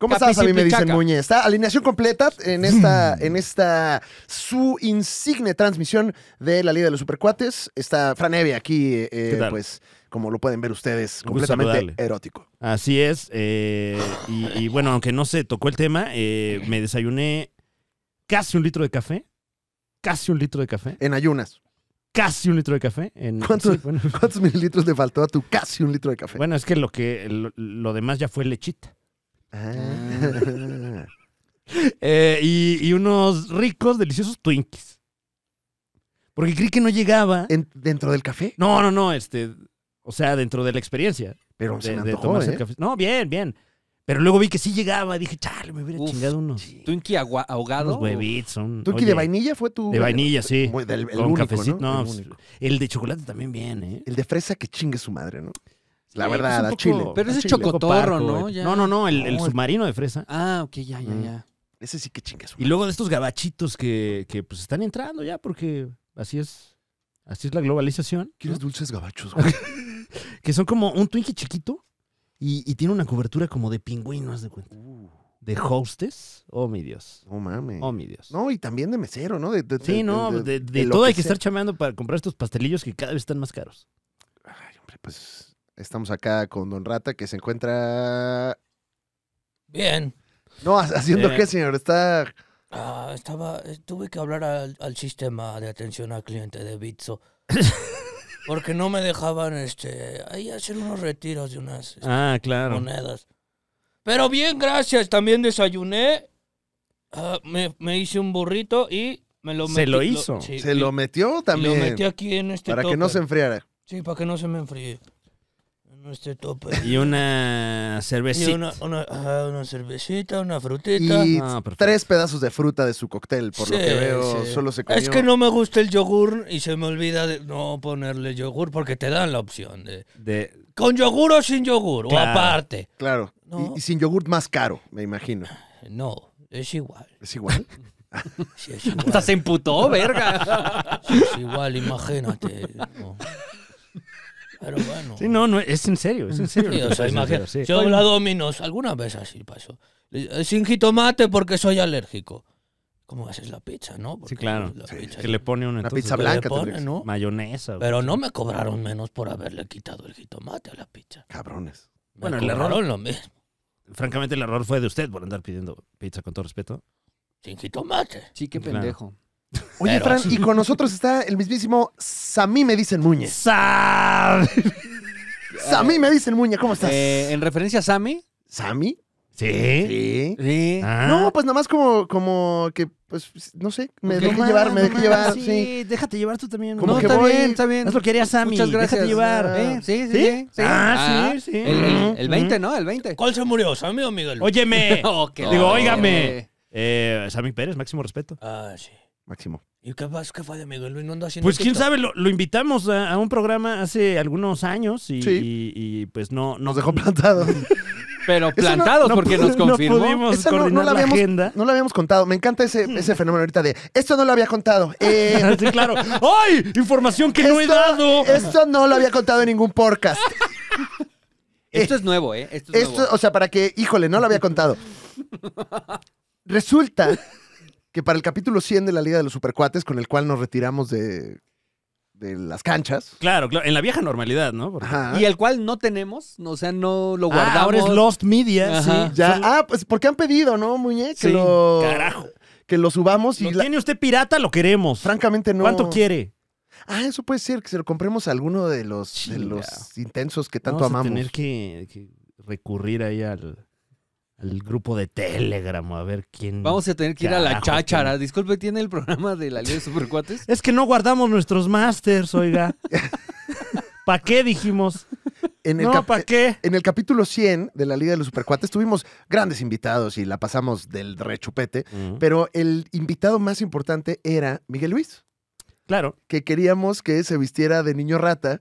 B: ¿Cómo estás? A mí me dicen
A: Capiciplichaca.
B: Muñe. Está alineación completa en esta, en esta su insigne transmisión de la Liga de los Supercuates. Está Fran Evia aquí, eh,
C: tal?
B: pues, como lo pueden ver ustedes,
C: Un gusto
B: completamente
C: saludarle.
B: erótico.
C: Así es. eh, y, y bueno, aunque no se tocó el tema, eh, me desayuné casi un litro de café. Casi un litro de café.
B: En ayunas.
C: Casi un litro de café. En,
B: ¿Cuánto?
C: sí, bueno,
B: ¿Cuántos mililitros le faltó a tu casi un litro de café?
C: bueno, es que lo que lo, lo demás ya fue lechita.
B: Ah.
C: Eh, y, y unos ricos, deliciosos Twinkies. Porque creí que no llegaba.
B: En- ¿Dentro del café?
C: No, no, no, este. O sea, dentro de la experiencia.
B: Pero se
C: de-
B: me
C: de
B: antojó,
C: tomarse el
B: ¿eh?
C: café. No, bien, bien. Pero luego vi que sí llegaba. Dije, chale, me hubiera
A: Uf,
C: chingado unos,
A: Twinkie agua- ahogado.
C: unos huevitos. un-
B: ¿Tú aquí
C: oye,
B: de vainilla fue tu...?
C: De vainilla, sí.
B: Muy del- el
C: Con
B: único,
C: cafecito.
B: ¿no?
C: No,
B: El
C: pues,
B: único.
C: el de chocolate también bien, ¿eh?
B: El de fresa que chingue su madre, ¿no? La
C: Sí,
B: verdad,
C: pues,
B: a
C: un
B: Chile.
C: poco-
A: Pero
B: a
A: ese es
B: Chile.
A: choco- Cotorro, ¿no? Ya.
C: eh. No, no, no, el, el
A: No, el-
C: submarino de fresa.
A: Ah, ok, ya, ya,
B: Mm.
A: ya.
B: Ese sí que chingue su
C: Y luego de estos gabachitos que, que pues están entrando ya porque así es. Así es la globalización. ¿no?
B: ¿Quieres dulces gabachos, güey?
C: Que son como un Twinkie chiquito y, y tiene una cobertura como de pingüino, haz de cuenta.
B: Uh.
C: De hostes. Oh, mi Dios.
B: No mames.
C: Oh, mi Dios.
B: No, y también de mesero, ¿no? De, de-
C: sí,
B: de-
C: no, de, de
B: lo
C: todo hay que
B: sea.
C: estar chameando para comprar estos pastelillos que cada vez están más caros.
B: Ay, hombre, pues estamos acá con Don Rata que se encuentra...
D: Bien.
B: No, ha- ¿haciendo
C: Eh.
B: qué, señor? Está...
D: Ah, estaba, eh, tuve que hablar al, al sistema de atención al cliente de Bitso. porque no me dejaban este, ahí hacer unos retiros de unas este,
C: Ah, claro.
D: monedas. Pero bien, gracias. También desayuné. Ah, me, me hice un burrito y me lo
C: Se
D: metí-
C: lo hizo.
D: sí,
B: Se
D: y-
B: lo metió también.
D: Y lo metí aquí en este
B: para que no se
D: topper.
B: enfriara.
D: Sí, para que no se me enfríe. En este tope.
C: Y una cervecita.
D: Y una, una, ajá, una cervecita, una frutita.
B: Y
C: Ah, perfecto.
B: tres pedazos de fruta de su cóctel, por lo
D: Sí,
B: que veo.
D: sí. Ah,
B: Solo se comió.
D: Es que no me gusta el yogur y se me olvida de no ponerle yogur porque te dan la opción de
C: de,
D: con yogur o sin yogur
C: Claro.
D: o aparte.
B: Claro. Y-
D: No.
B: Y, sin yogurt más caro, me imagino.
D: No, es igual.
B: Es igual.
D: Sí, es igual.
A: Hasta se emputó, verga.
D: Sí, es igual, imagínate. no. Pero bueno.
C: Sí, no, no, es en serio, es en serio.
D: Sí,
C: lo
D: o
C: que
D: sea,
C: estás
D: imagínate.
C: diciendo, sí.
D: Yo la dominos, alguna vez así pasó. Eh, Sin jitomate porque soy alérgico. ¿Cómo haces la pizza, no?
C: Sí,
D: Porque
C: claro.
D: la
C: Sí,
D: pizza-
C: que le pone una,
B: Una
C: entonces,
B: pizza
D: que le
B: blanca
D: ponen,
B: tendría que ser.
D: ¿no?
C: Mayonesa. güey.
D: Pero no me cobraron menos por haberle quitado el jitomate a la pizza.
B: Cabrones.
D: Me
C: Bueno, el error-
D: cobraron lo mismo.
C: Francamente, el error fue de usted por andar pidiendo pizza con todo respeto.
D: Sin jitomate.
A: Sí, qué
C: Claro.
A: pendejo.
B: Oye,
D: Pero-
B: Fran, y con nosotros está el mismísimo Samí me dicen Muñe.
C: ¡Sab!
B: Samí me dicen Muñe, ¿cómo estás?
A: Eh, en referencia a Sammy.
B: ¿Sammy?
C: ¿Sí?
B: Sí.
A: Sí.
C: Ah.
B: No, pues nada más como, como que, pues, no sé, me
A: Ok.
B: dejé
A: No
B: llevar, me
A: mames,
B: dejé
A: no
B: llevar,
A: mames,
B: sí.
C: déjate llevar tú también.
B: Como
A: no,
B: que
A: está
B: voy-
A: bien, está bien.
C: Haz lo que haría Sammy.
A: Muchas gracias.
C: Déjate llevar.
A: Eh, sí, sí, sí,
C: Ah. ¿Sí?
A: sí.
C: Ah, sí, sí.
A: El, el- el
C: Ujú.
A: 20, ¿no? El 20.
D: ¿Cuál se murió? ¿Sammy o Miguel?
C: Óyeme.
A: Oh, qué
C: Digo,
A: la-
C: óigame. Eh, Sammy Pérez, máximo respeto.
D: Ah, sí.
B: Máximo.
D: ¿Y qué, pasó? ¿Qué fue de Miguel Luis? ¿No anda haciendo
C: Pues quién
D: TikTok?
C: sabe, lo, lo invitamos a, a un programa hace algunos años y,
B: Sí.
C: y- y, pues no, no-
B: Nos dejó plantados.
A: Pero
B: no-
A: plantados
C: no
A: porque
C: pu-
A: nos confirmó.
C: No pudimos
B: Esa no- no
C: coordinar
B: la Hmm.
C: la
B: habíamos-
C: agenda.
B: No lo habíamos contado. Me encanta ese, ese fenómeno ahorita de, esto no lo había contado. Eh,
C: Sí, claro. ¡Ay! Información que no he
B: Esto-
C: dado.
B: esto no lo había contado en ningún podcast.
A: Esto es nuevo, ¿eh? Esto es
B: Esto,
A: nuevo.
B: o sea, para que, híjole, no lo había contado. Resulta que para el capítulo 100 de la Liga de los Supercuates, con el cual nos retiramos de, de las canchas.
C: Claro, claro. En la vieja normalidad, ¿no? Porque-
B: Ajá.
A: Y el cual no tenemos, o sea, no lo guardamos.
C: Ah, ahora es Lost Media.
A: Ajá.
C: Sí.
B: ya,
C: Son-
B: ah, pues porque han pedido, ¿no, Muñe? Que
C: Sí,
B: lo.
C: carajo.
B: Que lo subamos y
C: Si
B: la-
C: tiene usted pirata, lo queremos.
B: francamente no.
C: ¿Cuánto quiere?
B: Ah, eso puede ser, que se lo compremos a alguno de los, de
C: Chinga.
B: los intensos que tanto
C: Vamos
B: amamos.
C: a tener que, que recurrir ahí al, al grupo de Telegram a ver quién.
A: Vamos a tener que ir a la
C: Carajo,
A: cháchara. Disculpe, ¿tiene el programa de la Liga de Supercuates?
C: Es que no guardamos nuestros masters, oiga. ¿Para qué dijimos?
B: En el
C: No,
B: cap-
C: ¿para qué?
B: en el capítulo 100 de la Liga de los Supercuates tuvimos grandes invitados y la pasamos del rechupete. Pero el invitado más importante era Miguel Luis,
C: Claro.
B: que queríamos que se vistiera de niño rata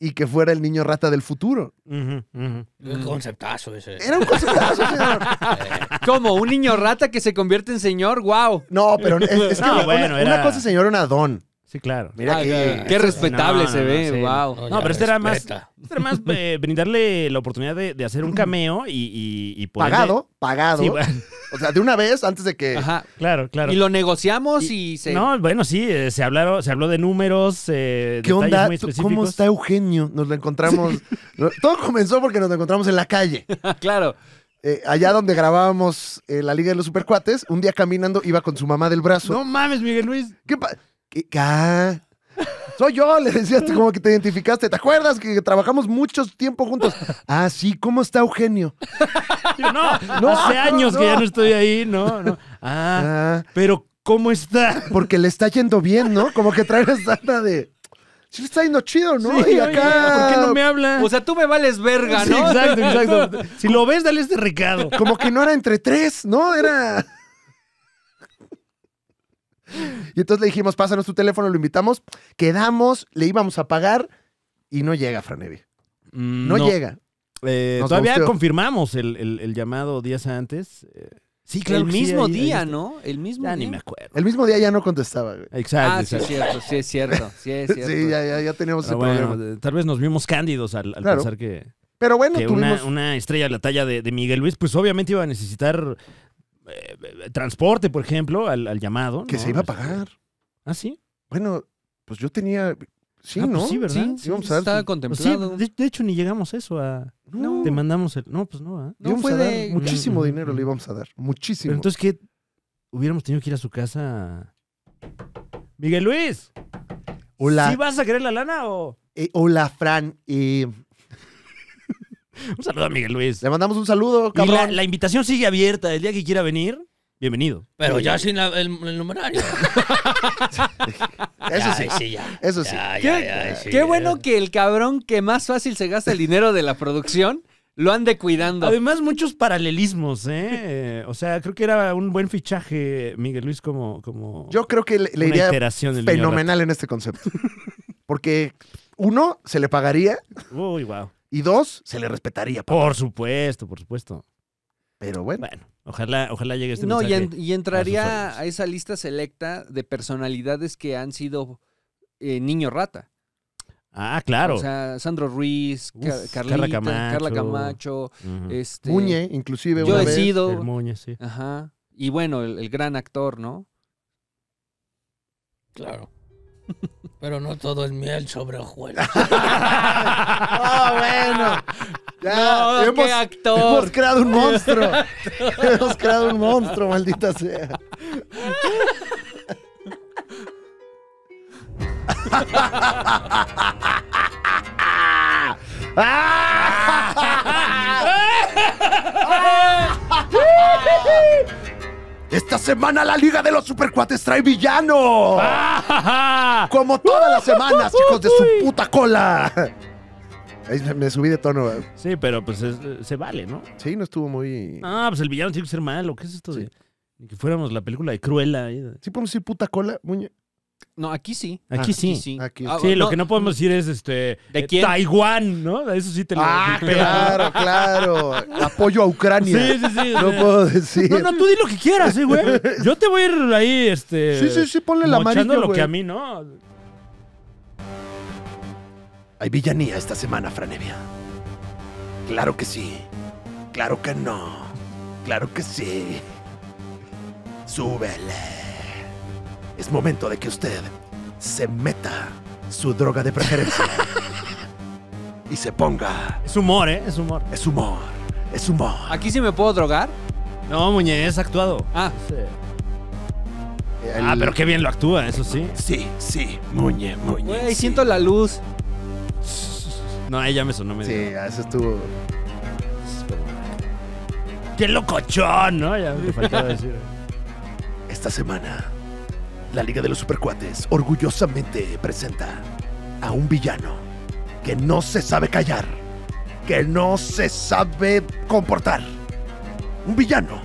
B: y que fuera el niño rata del futuro.
C: Ujú, ujú.
D: Qué conceptazo ese. Eh,
B: Era un conceptazo, señor.
A: ¿Cómo? ¿Un niño rata que se convierte en señor? ¡Wow!
B: No, pero es, es que
C: No,
B: una,
C: bueno,
B: una-
C: era-
B: una cosa, señor, era una don.
C: Sí, Ah, claro.
B: Mira
A: Ay,
B: que...
A: Qué respetable
C: No, no,
A: se
C: no,
A: ve,
C: sí.
A: wow.
C: No,
D: ya
C: pero este era más-
D: respeta.
C: Este era más eh, brindarle la oportunidad de, de hacer un cameo y, y, y poderle-
B: Pagado, pagado.
C: Sí, bueno,
B: O sea, de una vez antes de que...
A: Ajá.
C: claro, claro.
A: Y lo negociamos y, se.
C: No, bueno, sí, eh, se, hablaron, se habló de números, eh,
B: ¿Qué
C: detalles
B: onda?
C: muy
B: ¿Tú-
C: específicos.
B: ¿Cómo está Eugenio? Nos lo encontramos... No, Todo comenzó porque nos lo encontramos en la calle.
A: claro.
B: Eh, allá donde grabábamos eh, la Liga de los Supercuates, un día caminando iba con su mamá del brazo.
C: No mames, Miguel Luis.
B: ¿Qué pa- qué- ah, Soy yo, le decías, tú como que te identificaste. ¿Te acuerdas que trabajamos mucho tiempo juntos? Ah, sí, ¿cómo está Eugenio?
C: Yo, no,
B: No,
C: hace
B: no,
C: años
B: no.
C: que ya no estoy ahí, no, no. Ah,
B: Ah,
C: pero ¿cómo está?
B: porque le está yendo bien, ¿no? Como que trae esa onda de. Sí, le está yendo chido, ¿no?
C: Sí,
B: y
C: oye,
B: acá.
C: ¿Por qué no me habla?
A: O sea, tú me vales verga,
C: Sí,
A: ¿no?
C: exacto, exacto. Si lo ves, dale este recado.
B: Como que no era entre tres, ¿no? Era. Y entonces le dijimos, pásanos tu teléfono, lo invitamos, quedamos, le íbamos a pagar y no llega, Franevi.
C: Mm,
B: No, llega.
C: Eh,
B: Nos
C: todavía
B: gusteó.
C: confirmamos el, el- el llamado días antes. eh, Sí, claro.
A: el
C: que sí,
A: mismo
C: ahí- ahí
A: día,
C: está.
A: ¿no? El mismo
C: Ya
A: día.
C: ni me acuerdo.
B: El mismo día ya no contestaba, güey.
C: Exacto,
A: Ah, sí, es
C: exacto.
A: cierto, sí, es cierto. Sí, es cierto.
B: Sí, ya, ya, ya teníamos
C: Pero
B: ese
C: bueno,
B: problema.
C: eh, tal vez nos vimos cándidos al, al
B: Claro.
C: pensar que,
B: Pero bueno,
C: que
B: tuvimos.
C: una, una estrella de la talla de, de Miguel Luis, pues obviamente iba a necesitar eh, eh, transporte, por ejemplo, al, al llamado.
B: Que
C: ¿no?
B: se iba a
C: Este,
B: pagar.
C: Ah, sí.
B: Bueno, pues yo tenía. Sí,
C: Ah, pues
B: ¿no?
C: sí, ¿verdad?
A: Sí,
B: íbamos a
A: sí,
B: dar
A: estaba
B: su-
C: Pues
A: contemplado.
C: sí, de, de hecho ni llegamos a eso a...
B: No.
C: Te mandamos el... No, pues no. ¿ah?
A: no
B: íbamos
A: fue
B: a dar
A: de-
B: Muchísimo
C: Mm,
B: dinero
C: mm,
B: le íbamos a dar. Muchísimo.
C: Pero entonces, ¿qué? Hubiéramos tenido que ir a su casa... Miguel Luis,
B: hola,
C: ¿sí vas a querer la lana o...?
B: eh, hola, Fran. eh,
C: Un saludo a Miguel Luis.
B: le mandamos un saludo,
C: Y la,
B: cabrón.
C: la invitación sigue abierta. El día que quiera venir, bienvenido.
D: Pero ya sin la- el, el numerario.
B: Eso
D: Ya,
B: sí,
D: sí, ya.
B: eso sí.
D: Ya,
A: Qué,
D: ya, ya, sí,
A: qué
D: ya.
A: bueno que el cabrón que más fácil se gasta el dinero de la producción lo ande cuidando.
C: Además, muchos paralelismos, ¿eh? Eh, O sea, creo que era un buen fichaje, Miguel Luis, como. como
B: Yo creo que le, le
C: una
B: iría
C: iteración del niño
B: fenomenal en este concepto. Porque, uno, se le pagaría
C: rata. Uy, wow.
B: y dos, se le respetaría. papá.
C: Por supuesto, por supuesto.
B: Pero bueno,
C: Bueno, ojalá, ojalá llegue este
A: no, y,
C: mensaje.
A: en- y entraría
C: usuarios.
A: a esa lista selecta de personalidades que han sido eh, niño rata.
C: Ah, claro.
A: O sea, Sandro Ruiz,
C: Uf,
A: Ca-
C: Carla
A: Carlita, Carla Camacho,
C: Camacho. Mm. Ujú.
A: Ujú. este,
B: Muñe, inclusive,
A: Yo
B: una vez.
A: decido.
C: El Muñe, sí.
A: Ajá. Y bueno, el, el gran actor, ¿no?
D: Claro. Pero no todo es miel sobre hojuelas.
B: ¡Ah, bueno! Ya,
A: No,
B: hemos-
A: qué
B: Hemos
A: actor!
B: creado un monstruo. Hemos creado un monstruo, maldita sea. Esta semana la Liga de los Supercuates trae villano. Como todas las semanas, hijos de su puta cola. Ahí me- me subí de tono. ¿eh?
C: Sí, pero pues es- se vale, ¿no?
B: Sí, no estuvo muy.
C: Ah, pues el villano tiene que ser malo. ¿Qué es esto de de que fuéramos la película de Cruella? ahí?
B: ¿Sí podemos decir puta cola, Muñe?
A: No, aquí sí.
C: Aquí sí.
B: aquí
A: Ah,
C: Sí, lo que no podemos decir es este.
A: ¿De
C: eh,
A: quién?
C: Taiwán, ¿no? Eso sí te lo.
B: Ah, claro, claro. Apoyo a
C: Sí,
B: Ucrania.
C: sí, sí.
B: No puedo decir.
C: No, no, tú di lo que quieras, ¿eh, güey. Yo te voy a ir ahí, este.
B: sí, sí, sí, ponle la
C: mochando
B: amarilla,
C: lo
B: güey.
C: que a mí, ¿no?
B: Hay villanía esta semana, Franevia. Claro que sí. Claro que no. Claro que sí. Súbele. Es momento de que usted se meta su droga de preferencia. y se ponga.
C: Es humor, ¿eh? Es humor.
B: Es humor. Es humor.
A: Aquí sí me puedo drogar.
C: No, Muñe, es actuado.
A: Ah,
C: Sí. Ah, pero qué bien lo actúa, eso sí.
B: Sí, sí. Muñe, muñe.
A: güey, siento la luz.
C: No, ella me sonó medio.
B: Sí, eso estuvo.
C: ¡Qué locochón! ¿No? Ya me faltaba decir.
B: Esta semana, la Liga de los Supercuates orgullosamente presenta a un villano que no se sabe callar, que no se sabe comportar. Un villano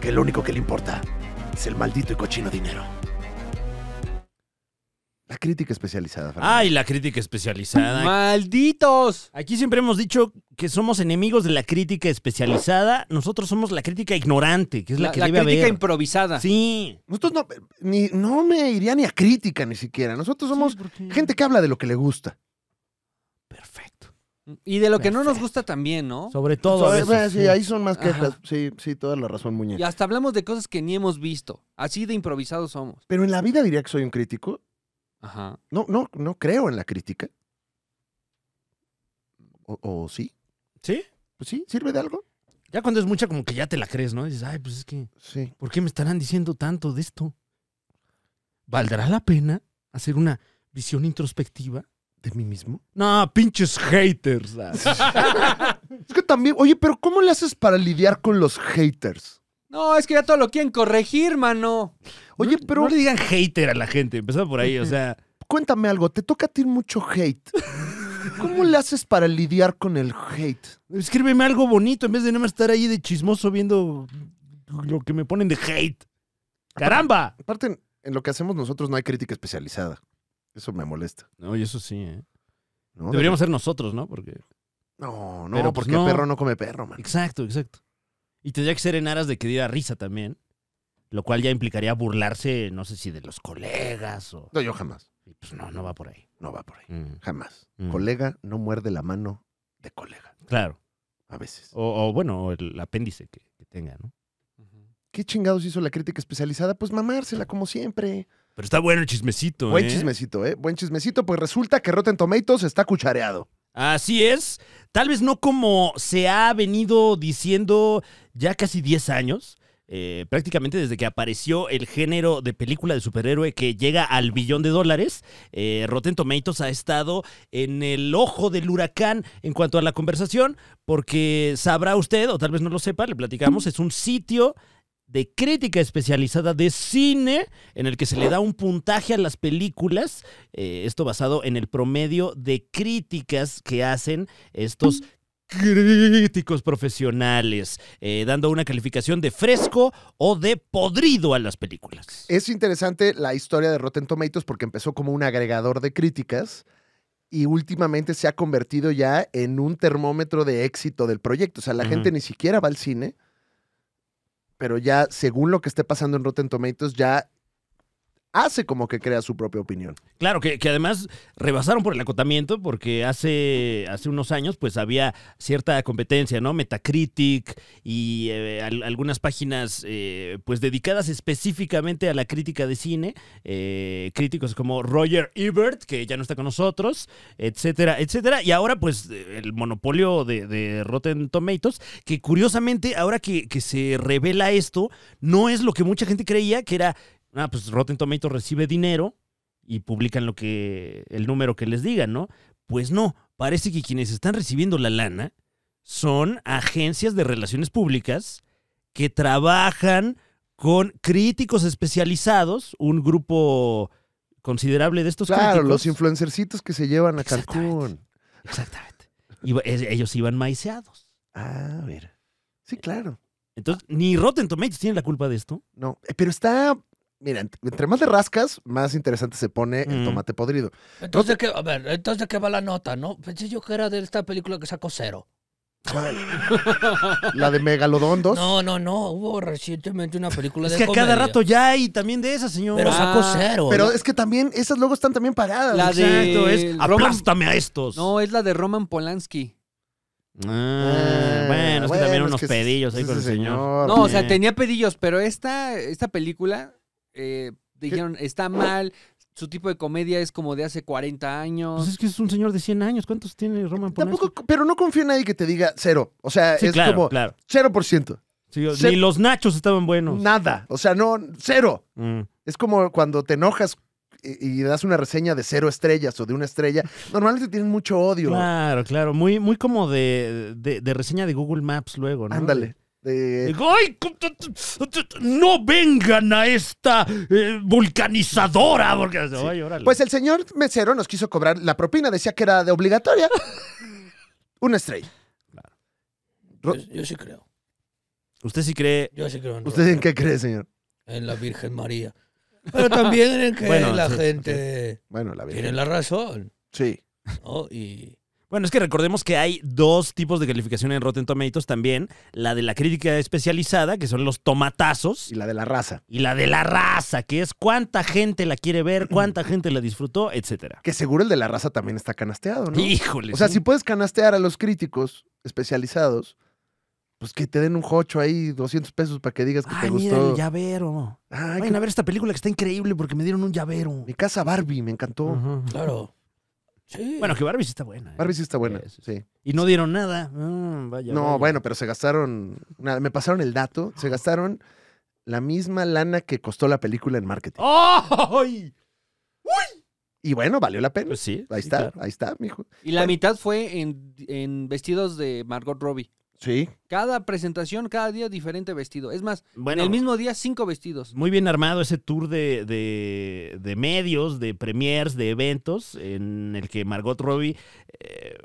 B: que lo único que le importa es el maldito y cochino dinero. La crítica especializada, Fernando.
C: Ay, la crítica especializada.
A: ¡Malditos!
C: Aquí siempre hemos dicho que somos enemigos de la crítica especializada. Nosotros somos la crítica ignorante, que es la,
A: La,
C: que
A: la
C: debe
A: crítica
C: haber.
A: improvisada.
C: Sí.
B: Nosotros no, ni, no me iría ni a crítica ni siquiera. Nosotros somos gente que habla de lo que le gusta.
C: Perfecto.
A: Y de lo que no nos gusta también, ¿no?
C: Sobre todo. a
B: Sobre-
C: veces,
B: Eh, sí,
C: sí.
B: ahí son más quejas.
A: Ajá.
B: Sí, sí, toda la razón, muñeca.
A: Y hasta hablamos de cosas que ni hemos visto. Así de improvisados somos.
B: Pero en la vida diría que soy un crítico.
A: Ajá.
B: No, no, no creo en la crítica. ¿O, o sí?
C: ¿Sí?
B: Pues sí, ¿sirve de algo?
C: Ya cuando es mucha, como que ya te la crees, ¿no? Dices, ay, pues es que,
B: Sí.
C: ¿por qué me estarán diciendo tanto de esto? ¿Valdrá la pena hacer una visión introspectiva?
B: ¿De mí mismo?
C: No, pinches haters. ah.
B: Es que también, oye, pero ¿cómo le haces para lidiar con los haters?
A: No, es que ya todo lo quieren corregir, mano.
B: Oye,
C: No-
B: pero
C: No le digan hater a la gente. Empezaba por ahí, o sea.
B: cuéntame algo, te toca a ti mucho hate. ¿Cómo le haces para lidiar con el hate?
C: Escríbeme algo bonito en vez de nada más estar ahí de chismoso viendo lo que me ponen de hate. ¡Caramba!
B: Aparte, en, en lo que hacemos nosotros no hay crítica especializada. Eso me molesta.
C: No, y eso sí, ¿eh?
B: ¿no?
C: Deberíamos ser nosotros, ¿no? Porque.
B: No, no,
C: Pero, pues,
B: porque
C: no.
B: perro no come perro, man.
C: Exacto, exacto. Y tendría que ser en aras de que diera risa también. Lo cual ya implicaría burlarse, no sé si de los colegas o.
B: No, yo jamás.
C: y Pues no, no va por ahí.
B: No va por ahí.
C: Mm,
B: Jamás.
C: Mm.
B: Colega no muerde la mano de colega.
C: Claro.
B: A veces.
C: O, o, bueno, o el apéndice que, que tenga, ¿no?
B: ¿Qué chingados hizo la crítica especializada? Pues mamársela, como siempre.
C: Pero está bueno el chismecito,
B: Buen
C: ¿eh?
B: chismecito, ¿eh? Buen chismecito. Pues resulta que Rotten Tomatoes está cuchareado.
C: Así es. Tal vez no como se ha venido diciendo ya casi 10 años. eh, prácticamente desde que apareció el género de película de superhéroe que llega al billón de dólares, eh, Rotten Tomatoes ha estado en el ojo del huracán en cuanto a la conversación, porque sabrá usted, o tal vez no lo sepa, le platicamos, es un sitio de crítica especializada de cine en el que se le da un puntaje a las películas eh, esto basado en el promedio de críticas que hacen estos críticos profesionales, eh, dando una calificación de fresco o de podrido a las películas.
B: Es interesante la historia de Rotten Tomatoes porque empezó como un agregador de críticas y últimamente se ha convertido ya en un termómetro de éxito del proyecto. O sea, la
C: Ujú.
B: gente ni siquiera va al cine, pero ya según lo que esté pasando en Rotten Tomatoes, ya hace como que crea su propia opinión.
C: Claro, que, que además rebasaron por el acotamiento porque hace, hace unos años pues había cierta competencia, ¿no? Metacritic y eh, al- algunas páginas eh, pues dedicadas específicamente a la crítica de cine, eh, críticos como Roger Ebert, que ya no está con nosotros, etcétera, etcétera. Y ahora pues eh, el monopolio de, de Rotten Tomatoes, que curiosamente ahora que, que se revela esto, no es lo que mucha gente creía, que era, ah, pues Rotten Tomatoes recibe dinero y publican lo que el número que les digan, ¿no? Pues no, parece que quienes están recibiendo la lana son agencias de relaciones públicas que trabajan con críticos especializados, un grupo considerable de estos
B: Claro,
C: críticos.
B: los influencercitos que se llevan a
C: Exactamente.
B: Cancún.
C: Exactamente. Iba- es- ellos iban maiceados.
B: Ah, mira. Sí, claro.
C: Entonces, ni Rotten Tomatoes tiene la culpa de esto.
B: No, eh, pero está... Mira, ent- entre más le rascas, más interesante se pone el
C: Mm.
B: tomate podrido.
D: Entonces, ¿qué, a ver, entonces, ¿qué va la nota, no? Pensé yo que era de esta película que sacó cero.
C: Pues.
B: La de Megalodón 2.
D: No, no, no. Hubo recientemente una película
C: Es
D: de
C: que a cada
D: comedia,
C: rato ya hay también de esas, señor.
D: Pero
A: Ah,
D: sacó cero.
B: Pero
D: ¿no?
B: es que también, esas luego están también pagadas.
A: La de-
C: Exacto, es
A: el Roman-
C: aplástame a estos.
A: No, es la de Roman Polanski.
C: Ah, bueno, es que también unos pedillos ahí con el señor.
A: No, o
C: Eh.
A: sea, tenía pedillos, pero esta, esta película, eh, dijeron, está mal, su tipo de comedia es como de hace 40
C: Pues
A: años.
C: es que es un señor de 100 años. ¿Cuántos tiene Roman Polanski?
B: Tampoco, pero no confío en nadie que te diga cero. O sea,
C: Sí,
B: es
C: claro,
B: como
C: claro.
B: cero por ciento.
C: Sí,
B: Se-
C: Ni los nachos estaban buenos.
B: Nada. O sea, no, cero.
C: Mm.
B: Es como cuando te enojas y, y das una reseña de cero estrellas o de una estrella. Normalmente tienen mucho odio.
C: Claro, claro. Muy, muy como de, de, de reseña de Google Maps luego, ¿no?
B: Ándale. De-
C: Digo, ¡Ay! cu- tu- tu- tu- tu- ¡No vengan a esta eh, vulcanizadora! Porque, ay, órale.
B: Pues el señor mesero nos quiso cobrar la propina, decía que era de obligatoria. una estrella.
D: Yo, yo sí creo.
C: Usted sí cree.
D: Yo sí creo en,
B: ¿Usted en qué cree, señor?
D: en la Virgen María. Pero también en que
C: Bueno,
D: la
C: sí,
D: gente
B: Bueno, la
D: tiene
B: Virgen.
D: la razón.
B: Sí.
D: ¿no? Y
C: Bueno, es que recordemos que hay dos tipos de calificación en Rotten Tomatoes también. La de la crítica especializada, que son los tomatazos,
B: Y la de la raza.
C: y la de la raza, que es cuánta gente la quiere ver, cuánta gente la disfrutó, etcétera.
B: Que seguro el de la raza también está canasteado, ¿no?
C: Híjole.
B: O sea,
C: sí.
B: si puedes canastear a los críticos especializados, pues que te den un jocho ahí, 200 pesos para que digas que te
C: Ay, mira
B: gustó.
C: el llavero.
B: Ay,
C: Vayan
B: que-
C: a ver esta película que está increíble porque me dieron un llavero.
B: Mi casa Barbie, me encantó.
C: Ujú.
D: claro. Sí.
C: Bueno, que Barbie sí está buena. ¿eh?
B: Barbie sí está buena.
C: Sí, sí,
B: Sí.
C: Y no dieron nada. Mm, vaya,
B: No,
C: vaya.
B: bueno, pero se gastaron, nada, me pasaron el dato, se gastaron la misma lana que costó la película en
C: Oh.
B: marketing.
C: ¡Ay!
B: Y bueno, valió la pena.
C: Pues sí.
B: ahí
C: sí,
B: está,
C: claro.
B: ahí está, mijo.
A: Y la mitad fue en, en vestidos de Margot Robbie.
B: Sí.
A: Cada presentación, cada día diferente vestido. Es más,
C: Bueno,
A: en el mismo día cinco vestidos.
C: muy bien armado ese tour de, de- de medios, de premiers, de eventos, en el que Margot Robbie eh,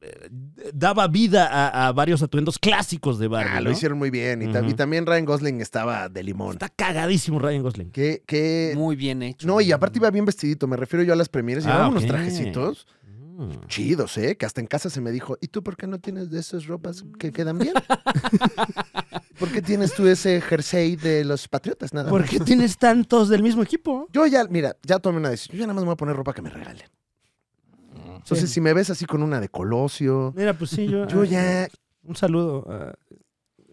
C: eh, daba vida a, a varios atuendos clásicos de Barbie.
B: Ah, lo
C: ¿no?
B: hicieron muy bien. Y, ta-
C: Ujú.
B: y también Ryan Gosling estaba de limón.
C: Está cagadísimo Ryan Gosling.
B: Que,
C: Eh,
B: que...
A: Muy bien hecho.
B: No, y aparte iba bien vestidito, me refiero yo a las premieres.
C: Ah,
B: Llevaba unos
C: ok.
B: trajecitos
C: Mm.
B: chidos, ¿eh? Que hasta en casa se me dijo, ¿y tú por qué no tienes de esas ropas que quedan bien? ¿Por qué tienes tú ese jersey de los patriotas? Nada
C: ¿Por
B: más?".
C: qué tienes tantos del mismo equipo?
B: Yo ya, mira, ya tomé una decisión. Yo ya nada más me voy a poner ropa que me regalen. Entonces, si me ves así con una de Colosio,
C: Mira, pues sí, yo.
B: yo ya.
C: Un saludo. a-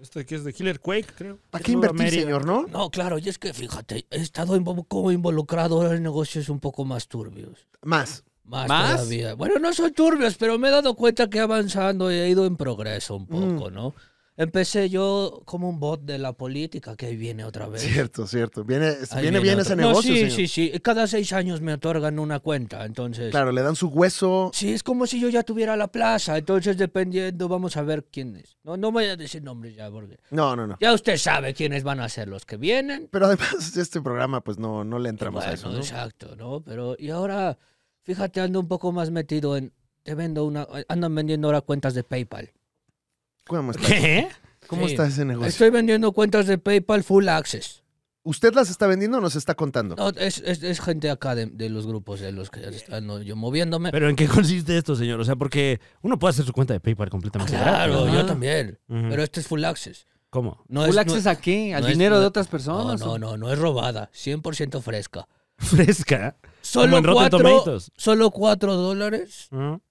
C: Este que es de Killer Quake, creo.
B: ¿Para qué
C: Saludo a
B: invertir,
C: Mérida.
B: señor, no?
D: No, claro, y es que fíjate, he estado invo- como involucrado ahora en negocios un poco más turbios.
B: Más.
D: Más,
A: ¿Más?
D: todavía. Bueno, no son turbios, pero me he dado cuenta que avanzando y he ido en progreso un
B: Mm.
D: poco, ¿no? Empecé yo como un bot de la política, que ahí viene otra vez.
B: Cierto, cierto. Viene,
D: Ahí
B: viene bien
D: otra-
B: ese
D: No,
B: negocio,
D: sí,
B: señor.
D: sí, sí. Cada seis años me otorgan una cuenta, entonces...
B: Claro, le dan su hueso.
D: Sí, es como si yo ya tuviera la plaza, entonces dependiendo, vamos a ver quién es. No, no voy a decir nombres ya, porque
B: No, no, no.
D: ya usted sabe quiénes van a ser los que vienen.
B: Pero además, este programa, pues no, no le entramos a
D: Bueno,
B: eso, ¿no?
D: Exacto, ¿no? Pero, y ahora, fíjate, ando un poco más metido en. Te vendo una. Andan vendiendo ahora cuentas de PayPal.
B: ¿Cómo está,
C: ¿Qué?
B: ¿Cómo
D: Sí.
B: está ese negocio?
D: Estoy vendiendo cuentas de PayPal full access.
B: ¿Usted las está vendiendo o nos está contando?
D: No, es, es- es gente acá de, de los grupos de los que ando yo moviéndome.
C: ¿Pero en qué consiste esto, señor? O sea, porque uno puede hacer su cuenta de PayPal completamente
D: claro,
C: gratis, ¿no?
B: Ah.
D: yo también.
C: Ujú.
D: Pero este es full access.
C: ¿Cómo?
D: No
A: ¿Full
D: es,
A: access
D: no-
A: a qué? ¿Al
D: no es-
A: dinero
D: no-
A: de otras personas?
D: No, no, no, no es robada. 100% fresca.
C: Fresca.
D: Solo
C: en Rotten
D: cuatro,
C: Tomatoes.
D: solo cuatro dólares.
C: ¿no?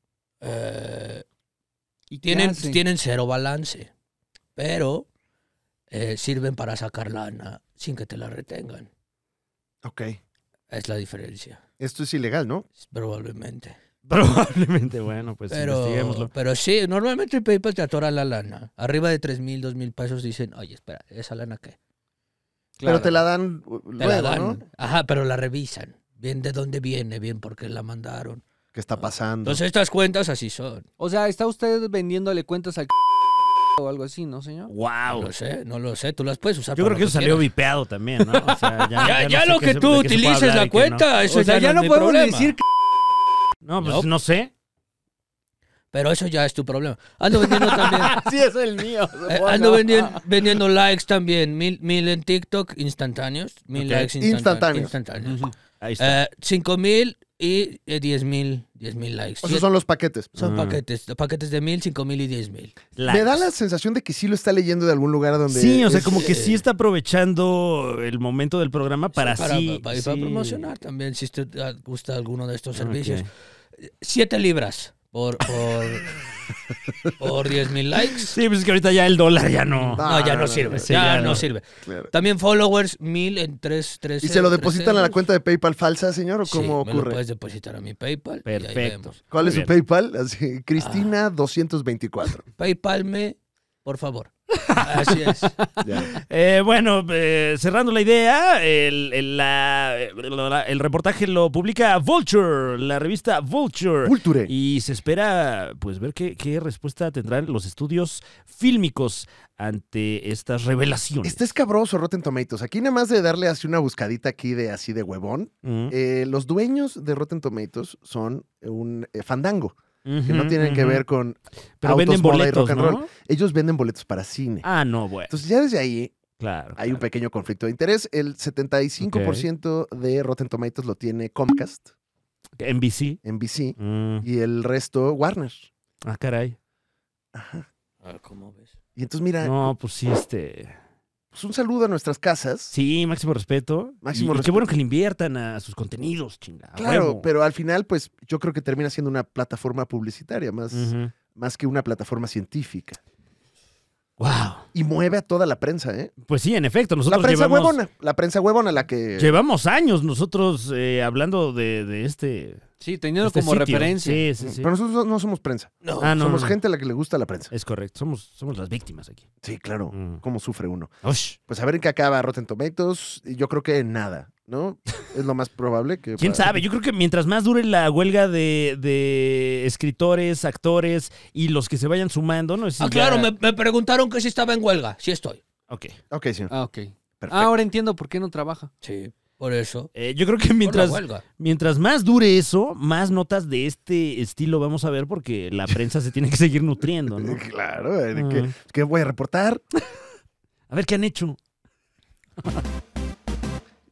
D: eh,
A: ¿Y qué
D: tienen,
A: hace?
D: tienen cero balance, pero eh, sirven para sacar lana sin que te la retengan.
B: Ok.
D: Es la diferencia,
B: Esto es ilegal, ¿no?
D: probablemente.
C: Probablemente, bueno, pues
D: Pero,
C: investiguémoslo.
D: pero sí, normalmente en PayPal te atora la lana. Arriba de 3 mil, 2 mil pesos dicen, oye, espera, ¿esa lana qué?
B: Pero te la dan uh,
D: Te
B: luego,
D: la dan.
B: ¿no?
D: Ajá, pero la revisan. Bien de dónde viene, bien por qué la mandaron.
B: ¿Qué está pasando?
D: Ah. Entonces estas cuentas así son.
A: O sea, ¿está usted vendiéndole cuentas al o algo así, no, señor?
D: No
C: ¡Wow!
D: lo sé, no lo sé. Tú las puedes usar.
C: Ah, Yo
D: para
C: creo que
D: lo
C: eso salió
D: quieras.
C: vipeado también, ¿no? O sea, ya,
D: Ya,
C: ya no
D: ya
C: sé
D: lo
C: qué
D: que
C: se-
D: tú
C: de qué se puede
D: utilices
C: hablar
D: la
C: y qué no.
D: cuenta, eso
A: o sea,
D: ya,
A: ya no
D: es mi
A: podemos
D: problema.
A: decir que
C: No, pues
D: Nope.
C: no sé.
D: Pero eso ya es tu problema. Ando vendiendo también.
A: sí es el mío.
D: eh, ando vendien- vendiendo likes también. Mil, mil en TikTok instantáneos. Mil
C: Ok.
D: likes instantáneos.
B: Instantáneos.
D: instantáneos.
C: Ahí está.
D: Eh, cinco mil y eh, diez mil. Diez mil likes.
B: O sea, son los paquetes.
D: Son
C: Ah.
D: paquetes. Paquetes de mil, cinco mil y diez mil.
B: Me da
C: Likes.
B: la sensación de que sí lo está leyendo de algún lugar donde.
C: Sí, o sea,
B: es-
C: como que sí
D: eh,
C: está aprovechando el momento del programa para
D: para,
C: sí.
D: para- para
C: sí.
D: promocionar también si usted ah, gusta alguno de estos
C: Ok.
D: servicios. Siete libras por, por, por diez mil likes.
C: Sí, pues es que ahorita ya el dólar ya no.
D: No, ya no, sirve.
C: Sí, ya
D: ya, no,
C: no.
D: sirve.
B: Claro.
D: También followers, mil en tres, tres. eh,
B: ¿Y se lo depositan a la cuenta de PayPal falsa, señor? ¿O cómo
D: Me lo
B: ocurre?
D: puedes depositar a mi PayPal. y ahí
C: Perfecto.
D: vemos.
B: ¿Cuál
C: Muy
B: es su
C: bien.
B: PayPal? Así,
D: Ah.
B: Cristina 224.
D: PayPalme, por favor. Así es.
B: Ya.
C: Eh, bueno, eh, cerrando la idea, el, el- la- el reportaje lo publica Vulture, la revista Vulture.
B: Culture.
C: Y se espera, pues, ver qué, qué respuesta tendrán los estudios fílmicos ante estas revelaciones.
B: Está escabroso Rotten Tomatoes. Aquí nada más de darle así una buscadita aquí de así de huevón.
C: Mm.
B: eh, los dueños de Rotten Tomatoes son un eh, fandango, que no
C: Ujú,
B: tienen que
C: ujú.
B: ver con
C: Pero
B: autos,
C: venden
B: moda y
C: boletos,
B: rock and
C: ¿no?
B: roll. ellos venden boletos para cine.
C: Ah, no, bueno.
B: Entonces ya desde ahí
C: Claro.
B: Hay un pequeño conflicto de interés. El 75% de Rotten Tomatoes lo tiene Comcast,
C: NBC.
B: NBC,
C: Mm.
B: y el resto Warner.
C: Ah, caray.
B: Ajá.
D: Ah, ¿Cómo ves?
B: Y entonces, mira,
C: No, pues sí, este.
B: pues un saludo a nuestras casas.
C: Sí, máximo respeto.
B: Máximo
C: Y- y
B: respeto.
C: Qué bueno que le inviertan a sus contenidos, chingada.
B: Claro, pero al final, pues yo creo que termina siendo una plataforma publicitaria más, más que una plataforma científica.
C: Wow.
B: Y mueve a toda la prensa, ¿eh?
C: Pues sí, en efecto,
B: La
C: nosotros
B: prensa
C: llevamos,
B: huevona. La prensa huevona, la que.
C: llevamos años nosotros eh, hablando de, de este,
A: Sí, teniendo
C: este
A: como
C: sitio.
A: referencia.
C: Sí, sí, sí.
B: Pero nosotros no somos prensa.
D: No.
C: Ah, no,
B: somos
C: no.
B: gente a la que le gusta la prensa.
C: Es correcto, somos, somos las víctimas aquí.
B: Sí, claro.
C: Mm.
B: ¿Cómo sufre uno?
C: Ush.
B: Pues a ver en qué acaba Rotten Tomatoes. Yo creo que en nada, ¿no? Es lo más probable que.
C: ¿Quién sabe? Yo creo que mientras más dure la huelga de, de escritores, actores y los que se vayan sumando, ¿no? Si
D: Ah,
C: ya-
D: claro, me, me preguntaron que si estaba en huelga. Sí estoy.
C: Ok.
B: Ok, señor.
A: Ah, ok.
B: Perfecto.
A: Ahora entiendo por qué no trabaja.
D: Sí. Por eso.
C: Eh, yo creo que mientras,
D: Por la huelga.
C: mientras más dure eso, más notas de este estilo vamos a ver porque la prensa se tiene que seguir nutriendo, ¿no?
B: Claro, eh, ¿de
C: Ah.
B: ¿qué, qué voy a reportar?
C: A ver qué han hecho.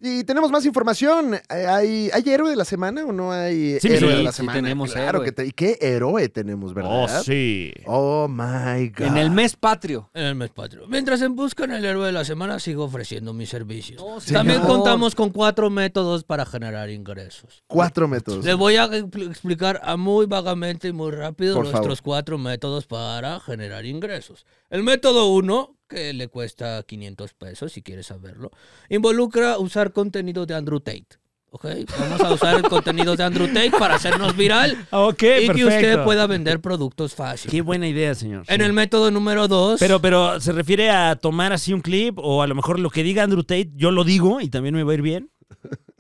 B: Y tenemos más información. Eh, ¿Hay, hay héroe de la semana o no hay
C: Sí,
B: héroe
C: sí,
B: de la
A: sí
B: semana?
A: tenemos
B: claro
A: héroe.
B: que te- ¿Y qué héroe tenemos, verdad?
C: Oh, sí.
B: Oh, my God.
A: En el mes patrio.
D: En el mes patrio. Mientras en busca en el héroe de la semana sigo ofreciendo mis servicios.
C: Oh,
B: señor.
D: También contamos con cuatro métodos para generar ingresos.
B: Cuatro métodos.
D: Le voy a expl- explicar a muy vagamente y muy rápido
B: Por
D: nuestros cuatro métodos para generar ingresos. El método uno, que le cuesta 500 pesos si quieres saberlo, involucra usar contenido de Andrew Tate. ¿ok? Vamos a usar el contenido de Andrew Tate para hacernos viral
C: Ok,
D: y que usted
C: perfecto.
D: pueda vender productos fácil.
C: Qué buena idea, señor.
D: Este, En
C: Sí.
D: el método número dos...
C: Pero, pero, ¿se refiere a tomar así un clip? O a lo mejor lo que diga Andrew Tate, yo lo digo y también me va a ir bien.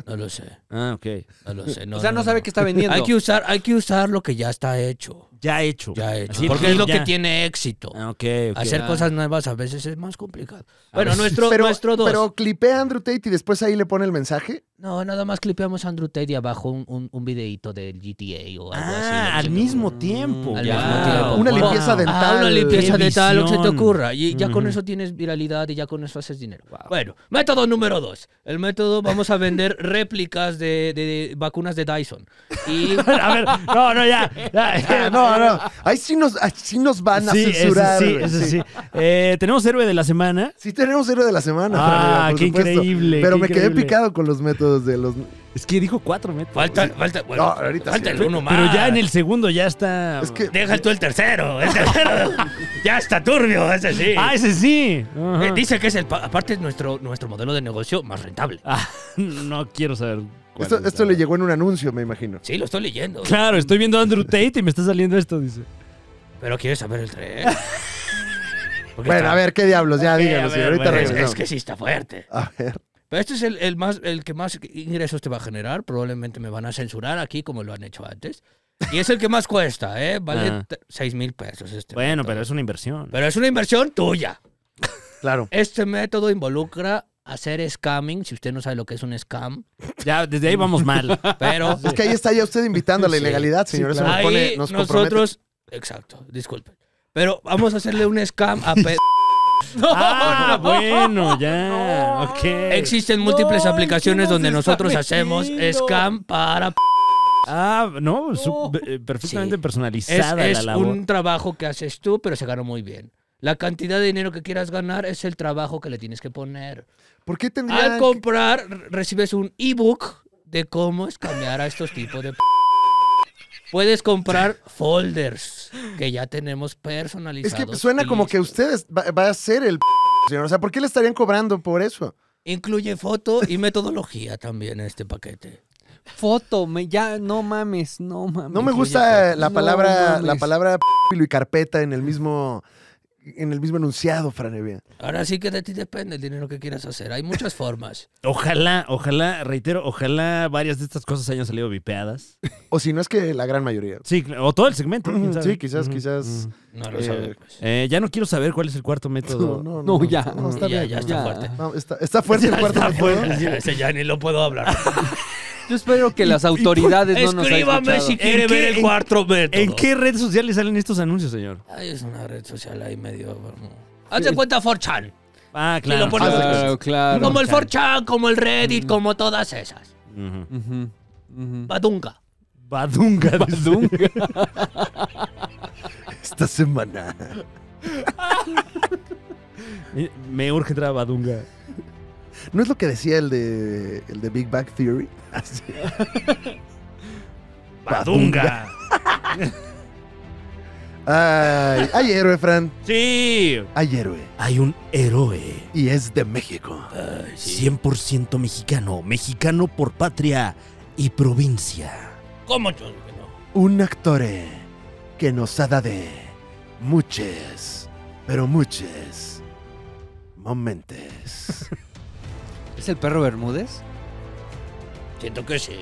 D: No lo sé,
C: Ah, ok.
D: no lo sé.
A: o sea, no, sabe qué está vendiendo.
D: Hay que, usar, hay que usar lo que ya está hecho.
C: Ya hecho.
D: Ya hecho.
C: Ah, Sí,
D: porque es lo
C: ya.
D: que tiene éxito.
C: Ah, ok, ok.
D: Hacer
A: Ah.
D: cosas nuevas a veces es más complicado. Bueno,
C: veces.
D: nuestro,
B: Este, pero,
D: nuestro dos.
B: pero clipea a Andrew Tate y después ahí le pone el mensaje.
D: No, nada más clipeamos a Andrew Tate y abajo un, un, un videíto del GTA o algo así.
C: Ah, al
D: Sí,
C: mismo tiempo.
D: al
C: Wow.
D: mismo tiempo.
B: Una
D: Wow.
B: limpieza dental.
D: Ah, una limpieza
C: Qué
D: de tal, lo que se te
C: visión.
D: ocurra. Y ya con
C: Ujú.
D: eso tienes viralidad y ya con eso haces dinero. Bueno, método número dos. El método, vamos a vender réplicas de, de vacunas de Dyson. Y
C: A ver, no, no, ya. ya.
B: No, no. Ahí sí nos, ahí sí nos van a
C: Sí, eso
B: censurar.
C: sí,
B: güey,
C: eso sí. Eh, Tenemos héroe de la semana.
B: Sí tenemos héroe de la semana.
C: Ah,
B: Fran, por
C: qué
B: supuesto.
C: increíble,
B: Pero
C: qué
B: me quedé
C: increíble.
B: picado con los métodos de los...
C: Es que dijo cuatro metros.
D: falta, falta, bueno,
B: No, ahorita
D: falta
B: sí.
D: el uno más.
C: Pero ya en el segundo ya está.
B: Es que...
D: Deja tú el tercero. El tercero ya está turbio, ese sí.
C: Ah, ese sí. Ajá.
D: Eh, dice que es el, pa- aparte es nuestro, nuestro modelo de negocio más rentable.
C: Ah, no quiero saber. cuál
B: Esto,
C: es,
B: esto le
C: la verdad.
B: llegó en un anuncio, me imagino.
D: Sí, lo estoy leyendo.
C: Claro, estoy viendo a Andrew Tate y me está saliendo esto, dice.
D: Pero quieres saber el tren. Porque
B: Bueno,
D: está-
B: a ver, ¿qué diablos? Ya, díganos.
C: a ver,
B: ahorita
C: bueno,
D: Es,
B: regresamos.
D: es que sí está fuerte.
B: A ver.
D: Pero este es el, el más, el que más ingresos te va a generar. Probablemente me van a censurar aquí como lo han hecho antes. Y es el que más cuesta, ¿eh? Vale
C: Ah.
D: 6 mil pesos este.
C: Bueno,
D: método.
C: pero es una inversión.
D: Pero es una inversión tuya.
B: Claro.
D: Este método involucra hacer scamming, si usted no sabe lo que es un scam,
C: Ya, desde ahí vamos mal.
D: pero
B: Es que ahí está ya usted invitando a la ilegalidad, señor. Eso nos
D: Ahí
B: pone, nos compromete.
D: nosotros, exacto, disculpen. Pero vamos a hacerle un scam a pe-
C: ah, bueno, ya. Ok.
D: Existen múltiples
C: No,
D: aplicaciones
C: ¿en qué
D: donde
C: nos está
D: nosotros hacemos
C: metiendo?
D: scam para p-
C: Ah, no, su- eh, perfectamente
D: Sí. es,
C: personalizada la
D: es
C: labor.
D: un trabajo que haces tú, pero se gana muy bien. La cantidad de dinero que quieras ganar es el trabajo que le tienes que poner.
B: ¿Por qué
D: Al
B: tendría
D: comprar re- recibes un ebook de cómo escanear a estos tipos de p- Puedes comprar folders que ya tenemos
B: Es
D: personalizados.
B: que suena
D: y
B: como que
D: listos.
B: ustedes va, va a ser el señor. O sea, ¿por qué le estarían cobrando por eso?
D: Incluye foto y metodología también en este paquete.
A: Foto, me- ya no mames, no mames.
B: No me gusta
A: Incluye
B: la
A: foto.
B: palabra,
A: No
B: la
A: mames.
B: palabra pilo y carpeta en el mismo, en el mismo enunciado, Franevia.
D: Ahora sí que de ti depende el dinero que quieras hacer. Hay muchas formas.
C: Ojalá, ojalá, reitero, ojalá varias de estas cosas hayan salido vipeadas.
B: O si no es que la gran mayoría.
C: Sí, cl- o todo el segmento. quién sabe.
B: Sí, quizás,
C: Ujú,
B: quizás.
C: ujú.
D: No lo
B: Eh,
D: sabemos.
C: Eh, ya no quiero saber cuál es el cuarto método.
A: No, ya.
B: está
D: Ya,
B: bien.
D: ya está fuerte.
B: No, está, está fuerte el cuarto método.
D: Ya, ese ya ni lo puedo hablar.
A: Yo espero que las autoridades no nos hayan
D: Escríbame si
A: escuchado.
D: quiere
C: ¿En qué-
D: ver el
C: en-
D: cuarto método.
C: ¿En qué redes sociales salen estos anuncios, señor?
D: Ay, es una red social ahí medio... Hazte cuenta 4chan.
C: Ah, claro.
D: Y lo pones-
B: pues,
C: Ah,
A: Claro, claro.
D: como el 4chan, como el Reddit, como todas esas.
C: ujú.
A: Ujú, ujú.
D: Badunga.
C: Badunga. dice.
B: Esta semana.
C: Me- Me urge entrar a Badunga.
B: ¿No es lo que decía el de, el de Big Bang Theory? Así.
C: Badunga.
B: Ay, hay héroe, Fran.
C: Sí.
B: Hay héroe.
C: Hay un héroe.
B: Y es de México.
C: 100% mexicano. Mexicano por patria y provincia.
D: ¿Cómo yo? que no?
B: Un actore que nos ha dado muchos, pero muchos momentos.
A: ¿Es el perro Bermúdez?
D: Siento que sí.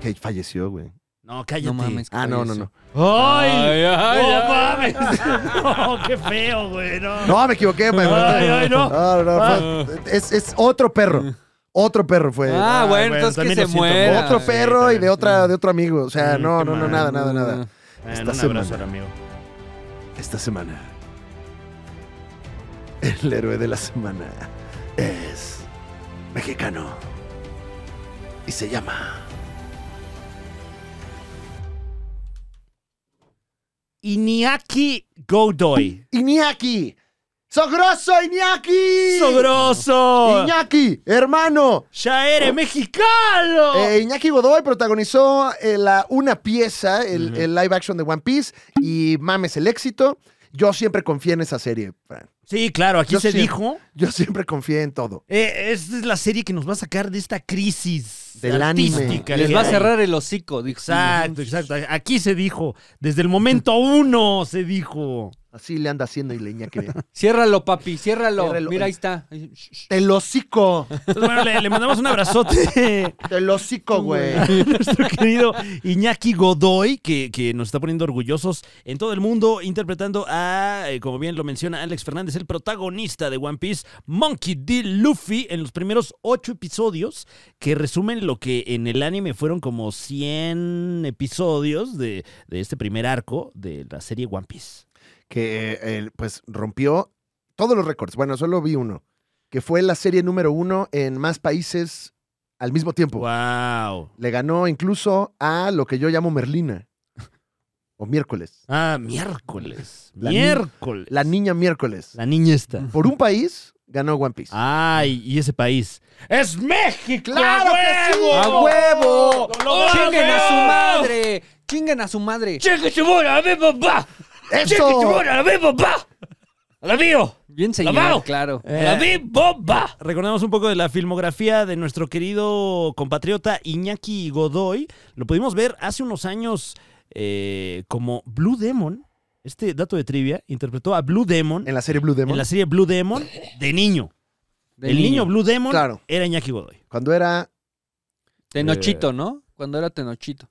B: que falleció, güey.
C: No, cállate.
A: No mames.
B: Ah, no, no, no.
C: ¡Ay!
A: Ay, ay,
C: ¡No
A: ay.
C: mames! ¡No, qué feo, güey! No.
B: No, me equivoqué. me-
C: Ay, ay, no.
B: No, no,
C: Ah.
B: fue- es, es otro perro. Otro perro fue.
A: Ah,
C: Ah,
A: bueno,
C: bueno,
A: entonces que
C: también
A: se
C: lo siento.
A: muera.
B: otro
C: sí,
B: perro
C: está
B: y de
C: bien.
B: otra, de otro amigo. O sea,
C: Mm,
B: no, no,
C: qué
B: no,
C: mal.
B: nada, nada, nada.
A: Eh,
C: Bueno,
B: Esta
C: un
B: semana.
C: abrazo al amigo.
B: Esta semana, el héroe de la semana es mexicano y se llama
C: Iñaki Godoy.
B: Iñaki. ¡Sogroso Iñaki!
C: ¡Sogroso!
B: Iñaki, hermano.
C: ¡Ya eres mexicano!
B: Eh, Iñaki Godoy protagonizó eh, la- una pieza, el, el live action de One Piece, y mames el éxito. Yo siempre confié en esa serie, Fran.
C: sí, claro, aquí
B: yo
C: se
B: siempre-
C: dijo.
B: Yo siempre confié en todo.
C: eh, esta es la serie que nos va a sacar de esta crisis
B: Del anime.
C: artística.
A: Les
C: que
A: va a
C: hay.
A: cerrar el hocico, dijo.
C: Exacto, exacto. Aquí se dijo. Desde el momento uno se dijo.
B: Así le anda haciendo y le Iñaki. mira.
A: Ciérralo, papi, ciérralo.
B: Ciérralo.
A: Mira, ahí está.
B: ¡Te lo hocico!
C: Entonces, bueno, le, le mandamos un abrazote
B: ¡Te lo hocico, güey!
C: a nuestro querido Iñaki Godoy, que, que nos está poniendo orgullosos en todo el mundo, interpretando a, eh, como bien lo menciona Alex Fernández, el protagonista de One Piece, Monkey D. Luffy, en los primeros ocho episodios, que resumen lo que en el anime fueron como 100 episodios de, de este primer arco de la serie One Piece.
B: que eh, él, pues rompió todos los récords. Bueno, solo vi uno, que fue la serie número uno en más países al mismo tiempo.
C: ¡Wow!
B: Le ganó incluso a lo que yo llamo Merlina, o miércoles,
C: Ah, miércoles.
B: La ni-
C: miércoles.
B: la niña miércoles.
C: La niña Ah. está.
B: Por un país ganó One Piece.
C: Ay, y ese país. ¡Es México!
B: ¡Claro que sí!
A: ¡A huevo!
C: ¡Lo ¿eh? logramos!
A: ¡Chinguen a su madre! ¡Chinguen a su madre!
D: ¡Cheque chibora, a mi papá! ¡Cheque
B: ¡Eso!
D: chibora, a mi papá! ¡A la mío!
A: Bien señor,
D: ¡Lavado!
A: claro.
D: ¡A la mi bomba!
C: Recordamos un poco de la filmografía de nuestro querido compatriota Iñaki Godoy. Lo pudimos ver hace unos años eh, como Blue Demon. Este dato de trivia interpretó a Blue Demon
B: En la serie Blue Demon.
C: en la serie Blue Demon de niño.
A: De
C: El niño, Blue Demon
B: Claro.
C: era Iñaki Godoy.
B: Cuando era... Eh.
A: Tenochito, ¿no? Cuando era Tenochito.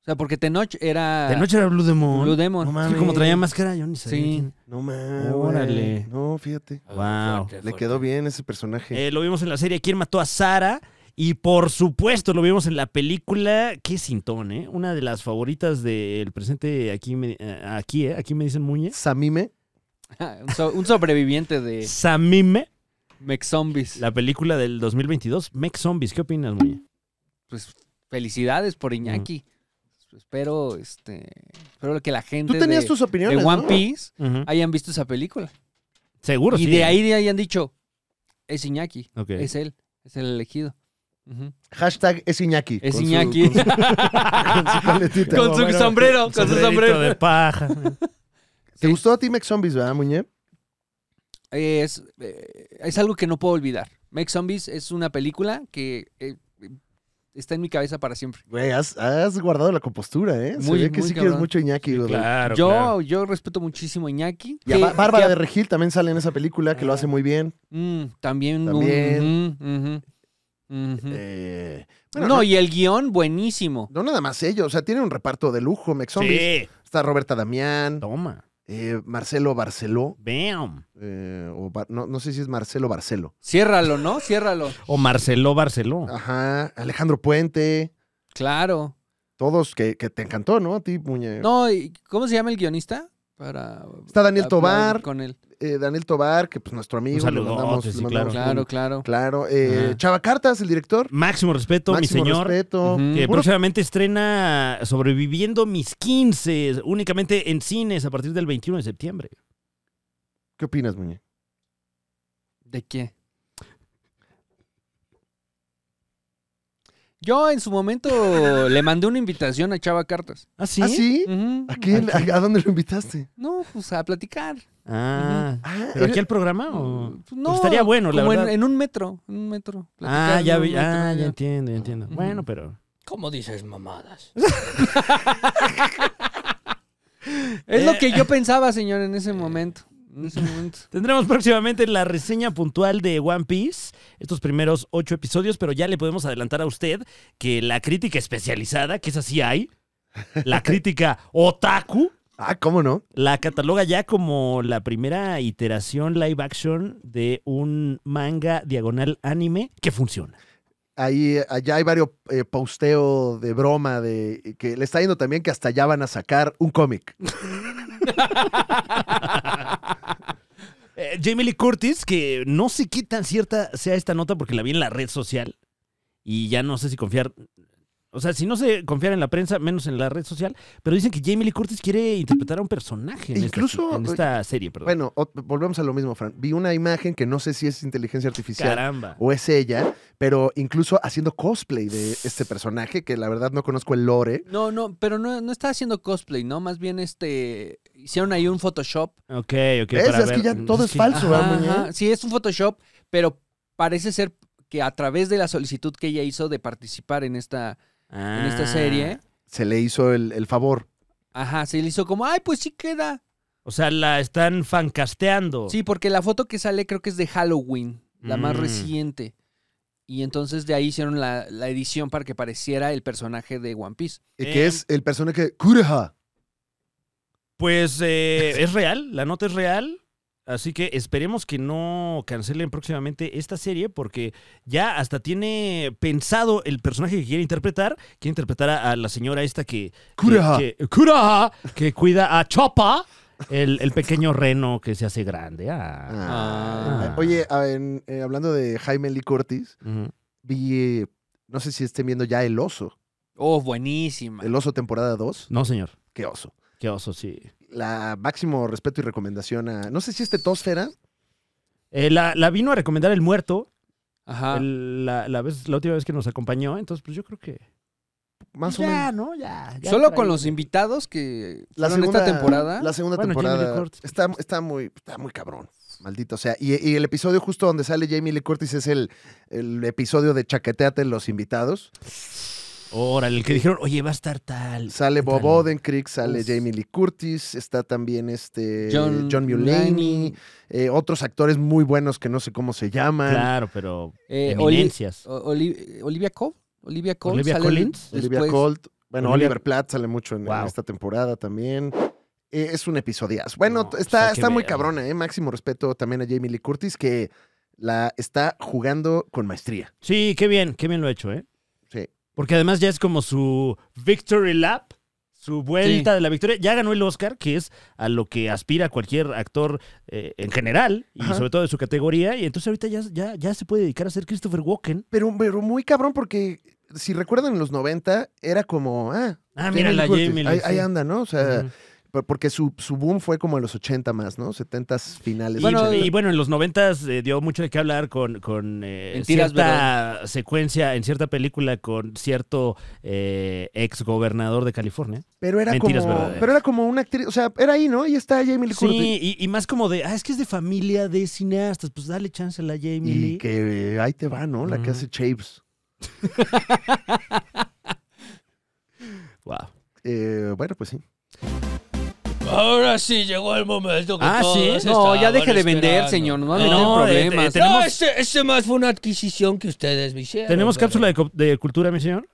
A: O sea, porque Tenoch era...
C: De noche era Blue Demon.
A: Ah. Blue Demon.
B: No
C: Es que
B: mames.
C: como traía máscara, yo ni sabía.
A: Sí.
C: quién-
B: No mames.
C: Órale.
B: güey. No, fíjate.
C: Wow.
B: Le quedó bien ese personaje.
C: Eh, lo vimos en la serie ¿Quién mató a Sara? Y por supuesto lo vimos en la película Qué Sintón, ¿eh? Una de las favoritas del presente aquí, me, eh, aquí, ¿eh? Aquí me dicen Muñez.
B: Samime.
A: un, so- un sobreviviente de
C: Samime,
A: Mexzombies.
C: la película del 2022, Mech Zombies. ¿Qué opinas, Muñe?
A: Pues felicidades por Iñaki. Espero, este... Espero que la gente
B: Tú tenías
A: de,
B: tus
A: de
B: opiniones,
A: One
B: ¿no?
A: Piece
C: Ujú.
A: hayan visto esa película.
C: Seguro,
A: y
C: sí. ¿eh?
A: de ahí de hayan dicho, es Iñaki,
C: Ok.
A: es él, es el elegido. Ujú.
B: Hashtag es Iñaki.
A: Es
B: Con su-
A: Iñaki.
B: con su- con su paletita.
A: Con su sombrero, con su
C: Sombrerito
A: sombrero.
C: de paja.
B: ¿Te gustó a ti Mex Zombies, verdad, Muñe?
A: es, eh, es algo que no puedo olvidar. Make Zombies es una película que eh, está en mi cabeza para siempre.
B: Güey, has, has guardado la compostura, ¿eh? Se
A: Muy,
B: ve que
A: muy
B: sí
A: cabrón.
B: quieres mucho Iñaki, güey.
C: claro,
A: yo,
C: claro.
A: yo respeto muchísimo a Iñaki.
B: Y a
A: que-
B: Bá- Bárbara
A: que-
B: de Regil también sale en esa película, que lo hace muy bien.
A: Mm, también. un-
B: También.
A: ujú, ujú.
B: Eh,
A: Mm. no,
B: bueno, no,
A: y el guión, buenísimo.
B: no nada más ellos, o sea, tiene un reparto de lujo, Mex Zombies.
C: Sí,
B: Está Roberta Damián,
C: toma.
B: eh, Marcelo Barceló,
C: Bam.
B: eh, o Bar- no, no sé si es Marcelo Barceló.
A: Ciérralo, ¿no? Ciérralo.
C: O Marcelo Barceló.
B: Ah. Ajá, Alejandro Puente,
A: Claro.
B: todos que, que te encantó, ¿no? A ti, Muñe.
A: No, ¿y ¿cómo se llama el guionista? para.
B: Está Daniel
A: hablar
B: Tobar,
A: Con él.
B: eh, Daniel Tobar, que pues nuestro amigo. le
C: saludote,
B: le
C: sí,
B: mandamos
A: Claro,
B: un-
A: claro.
B: claro. Eh,
C: Ajá.
B: Chava Cartas, el director.
C: Máximo respeto,
B: Máximo
C: mi señor.
B: respeto.
A: Ujú.
C: Que
B: Puro-
C: próximamente estrena Sobreviviendo mis 15, únicamente en cines a partir del 21 de septiembre.
B: ¿Qué opinas, Muñe?
A: ¿De qué? Yo en su momento le mandé una invitación a Chava Cartas.
C: ¿Ah, sí?
B: ¿Ah, sí?
A: Ujú.
B: ¿A, quién? ¿A, a dónde lo invitaste?
A: No, pues a platicar.
C: Ah.
B: Ah,
C: ¿Pero
B: él-
C: aquí al programa o...?
A: Pues, no,
C: Pues estaría bueno, la
A: como en-
C: verdad.
A: En, un metro, en un metro.
C: Ah,
A: platicar
C: ya,
A: en un
C: vi-
A: metro,
C: ah, ya entiendo, ya entiendo.
A: Ujú.
C: Bueno, pero...
D: ¿Cómo dices mamadas?
A: Es
C: Eh.
A: lo que yo pensaba, señor, en ese momento. En ese momento.
C: Tendremos próximamente la reseña puntual de One Piece, estos primeros ocho episodios, pero ya le podemos adelantar a usted que la crítica especializada, que esa sí hay, la crítica otaku,
B: ah, ¿cómo no?
C: la cataloga ya como la primera iteración live action de un manga diagonal anime que funciona.
B: Ahí, allá hay varios eh, posteo de broma de que le está yendo también que hasta allá van a sacar un cómic.
C: Eh, Jamie Lee Curtis, que no sé qué tan cierta sea esta nota porque la vi en la red social y ya no sé si confiar. O sea, si no sé confiar en la prensa, menos en la red social, pero dicen que Jamie Lee Curtis quiere interpretar a un personaje en,
B: Incluso- eh,
C: esta, en esta serie, perdón.
B: Bueno, ot- volvemos a lo mismo, Fran. Vi una imagen que no sé si es inteligencia artificial
C: Caramba.
B: o es ella, pero incluso haciendo cosplay de este personaje, que la verdad no conozco el lore.
A: No, no, pero no, no está haciendo cosplay, ¿no? Más bien este hicieron ahí un Photoshop.
C: Ok, ok.
B: ¿Ves?
C: para
B: Es que
C: ver.
B: ya todo es
C: Ah,
B: falso.
A: Ajá,
B: ¿verdad, Muñe?
A: ajá. Sí, es un Photoshop, pero parece ser que a través de la solicitud que ella hizo de participar en esta, en esta
C: Ah.
A: serie,
B: Se le hizo el, el favor.
A: ajá, se le hizo como, ay, pues sí queda.
C: O sea, la están fancasteando.
A: Sí, porque la foto que sale creo que es de Halloween, la más
C: Oh. Mm.
A: reciente. Y entonces de ahí hicieron la, la edición para que pareciera el personaje de One Piece.
B: Y que
C: Eh.
B: es el personaje Kureha.
C: Pues eh, es real, la nota es real. Así que esperemos que no cancelen próximamente esta serie porque ya hasta tiene pensado el personaje que quiere interpretar. Quiere interpretar a, a la señora esta que...
B: Kureha.
C: Que, que- Kureha, que cuida a Chopa, el, el pequeño reno que se hace grande. Ah.
B: Ah.
C: Ah.
B: Oye, a- en- eh, hablando de Jaime Lee Curtis,
C: Ujú.
B: vi, eh, no sé si estén viendo ya El Oso,
A: Oh, buenísima.
B: El Oso temporada 2.
C: No, señor.
B: Qué oso.
C: Qué oso, sí.
B: La máximo respeto y recomendación a, no sé si es Tetósfera,
C: Eh, la, la vino a recomendar el muerto Ah.
A: Ajá.
C: el- la, la vez, la última vez que nos acompañó. Entonces, pues yo creo que...
B: más o menos.
C: ya, ¿no? Ya. ya
A: Solo
C: por
A: con
C: ahí.
A: los invitados que
B: La
A: fueron
B: segunda
A: esta temporada.
B: La segunda
C: Bueno, Jamie Lee
B: temporada
C: Curtis.
B: está, está, muy, está muy cabrón. Maldito sea. Y, y el episodio justo donde sale Jamie Lee Curtis es el, el episodio de Chaqueteate los invitados.
C: Órale, el que dijeron, oye, va a estar tal.
B: Sale Bob
C: tal".
B: Odenkirk, sale
C: Uf.
B: Jamie Lee Curtis, está también este John,
A: John
B: Mulaney,
A: Mulaney.
B: eh, otros actores muy buenos que no sé cómo se llaman.
C: Claro, pero
A: Eh, Oli-
C: eminencias.
A: O- Oli- eh, Olivia Cole. Olivia Cole.
C: Olivia
A: sale
C: Collins.
A: después.
B: Olivia Colt. Bueno,
C: Olivia-
B: Oliver Platt sale mucho en, en
C: Wow.
B: esta temporada también. Eh, es un episodiazo. Bueno,
C: No,
B: t-
C: pues
B: está,
C: hay que
B: está muy
C: verlo.
B: cabrona, ¿eh? Máximo respeto también a Jamie Lee Curtis, que la está jugando con maestría.
C: Sí, qué bien, qué bien lo ha hecho, ¿eh?
B: Sí.
C: Porque además ya es como su victory lap, su vuelta de la victoria. Ya ganó el Oscar, que es a lo que aspira cualquier actor eh, en general y
B: Ajá.
C: sobre todo de su categoría. Y entonces ahorita ya, ya, ya se puede dedicar a ser Christopher Walken.
B: Pero, pero muy cabrón, porque si recuerdan en los 90, era como, ah,
C: Ah,
B: Jamie
C: mira
B: Lee
C: la
B: Curtis,
C: Jamie. Lee,
B: ahí,
C: sí.
B: ahí anda, ¿no? O sea,
C: Ujú.
B: por- porque su, su boom fue como en los 80 más, ¿no? 70 finales.
C: Y
A: Bueno,
C: y bueno, en los noventas eh, dio mucho de qué hablar con, con eh,
A: Mentiras,
C: cierta secuencia en cierta película con cierto ex gobernador de California.
B: pero era
C: mentiras
B: como,
C: verdaderas.
B: pero era como una actriz, o sea, era ahí, ¿no? Y está Jamie Lee Curtis.
C: Sí, y, y más como de, ah, es que es de familia de cineastas, pues dale chance a la Jamie
B: Y
C: Lee.
B: que eh, ahí te va, ¿no? La que
C: Ujú.
B: hace Chaves.
C: Wow.
B: Eh, bueno, pues sí.
D: Ahora sí llegó el momento que
C: Ah,
D: todos
C: ¿sí?
A: No, ya
D: estaban
A: deje de vender,
D: esperando.
A: señor. No va a
D: No,
A: meter
C: Ah, no, eh,
A: problemas.
C: eh, tenemos-
D: No, este, este más fue una adquisición que ustedes me hicieron.
C: ¿Tenemos
D: pero
C: cápsula de, co- de cultura, mi señor?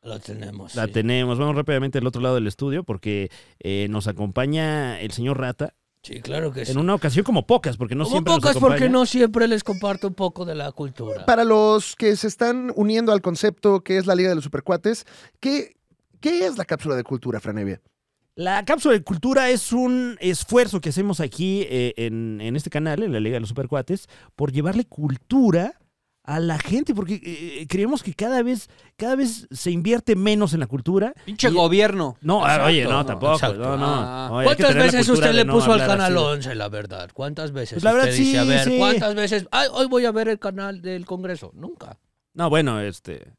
D: La tenemos.
C: La
D: sí.
C: tenemos. Vamos rápidamente al otro lado del estudio porque eh, nos acompaña el señor Rata
D: Sí, claro que sí.
C: en una ocasión como pocas, porque no
D: Como
C: siempre nos
D: pocas, porque
C: acompaña.
D: no siempre les comparto un poco de la cultura.
B: Para los que se están uniendo al concepto que es la Liga de los Supercuates, ¿qué, qué es la cápsula de cultura, Franevia?
C: La cápsula de cultura es un esfuerzo que hacemos aquí eh, en, en este canal, en la Liga de los Supercuates, por llevarle cultura a la gente, porque eh, creemos que cada vez, cada vez se invierte menos en la cultura.
A: Pinche
C: eh, Y-
A: gobierno.
C: No, ah, oye,
D: Exacto,
C: no,
D: no,
C: tampoco.
D: exacto.
C: No, no.
A: Ah.
C: Oye, hay que
D: ¿Cuántas
C: tener la
D: veces
C: cultura
D: usted
C: de
D: le
C: no
D: puso al
C: hablar así.
D: canal 11, la verdad? ¿Cuántas veces
C: Pues la verdad,
D: usted dice,
C: sí,
D: a ver,
C: sí.
D: cuántas veces, "Ay, hoy voy a ver el canal del Congreso? Nunca.
C: No, bueno, este.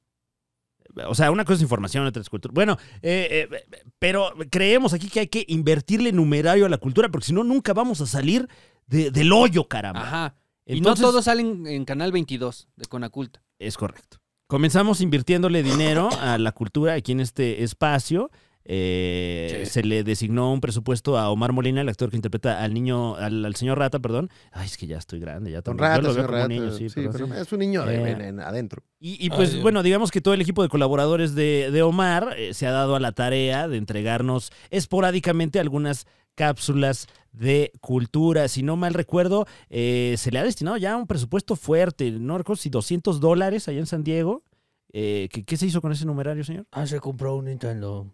C: O sea, una cosa es información, otra es cultura. Bueno, eh, eh, pero creemos aquí que hay que invertirle numerario a la cultura, porque si no, nunca vamos a salir de- del hoyo, caramba.
A: Ajá. y
C: Entonces,
A: no todos salen en Canal 22 de Conaculta.
C: Es correcto. Comenzamos invirtiéndole dinero a la cultura aquí en este espacio. Eh, Se le designó un presupuesto a Omar Molina, el actor que interpreta al niño, al, al señor Rata, perdón. Ay, es que ya estoy grande, ya
B: Con
C: también.
B: ratas,
C: Yo lo veo
B: con
C: como un
B: ratas.
C: niño, sí,
B: sí,
C: pero-
B: pero es un niño en-
C: Eh.
B: en- en- adentro.
C: Y, y, pues
D: Ay, Dios.
C: bueno, digamos que todo el equipo de colaboradores de, de Omar eh, se ha dado a la tarea de entregarnos esporádicamente algunas cápsulas de cultura. Si no mal recuerdo, eh, se le ha destinado ya un presupuesto fuerte, no recuerdo si 200 dólares allá en San Diego. Eh, ¿qué, qué se hizo con ese numerario, señor?
D: Ah, se compró un Nintendo.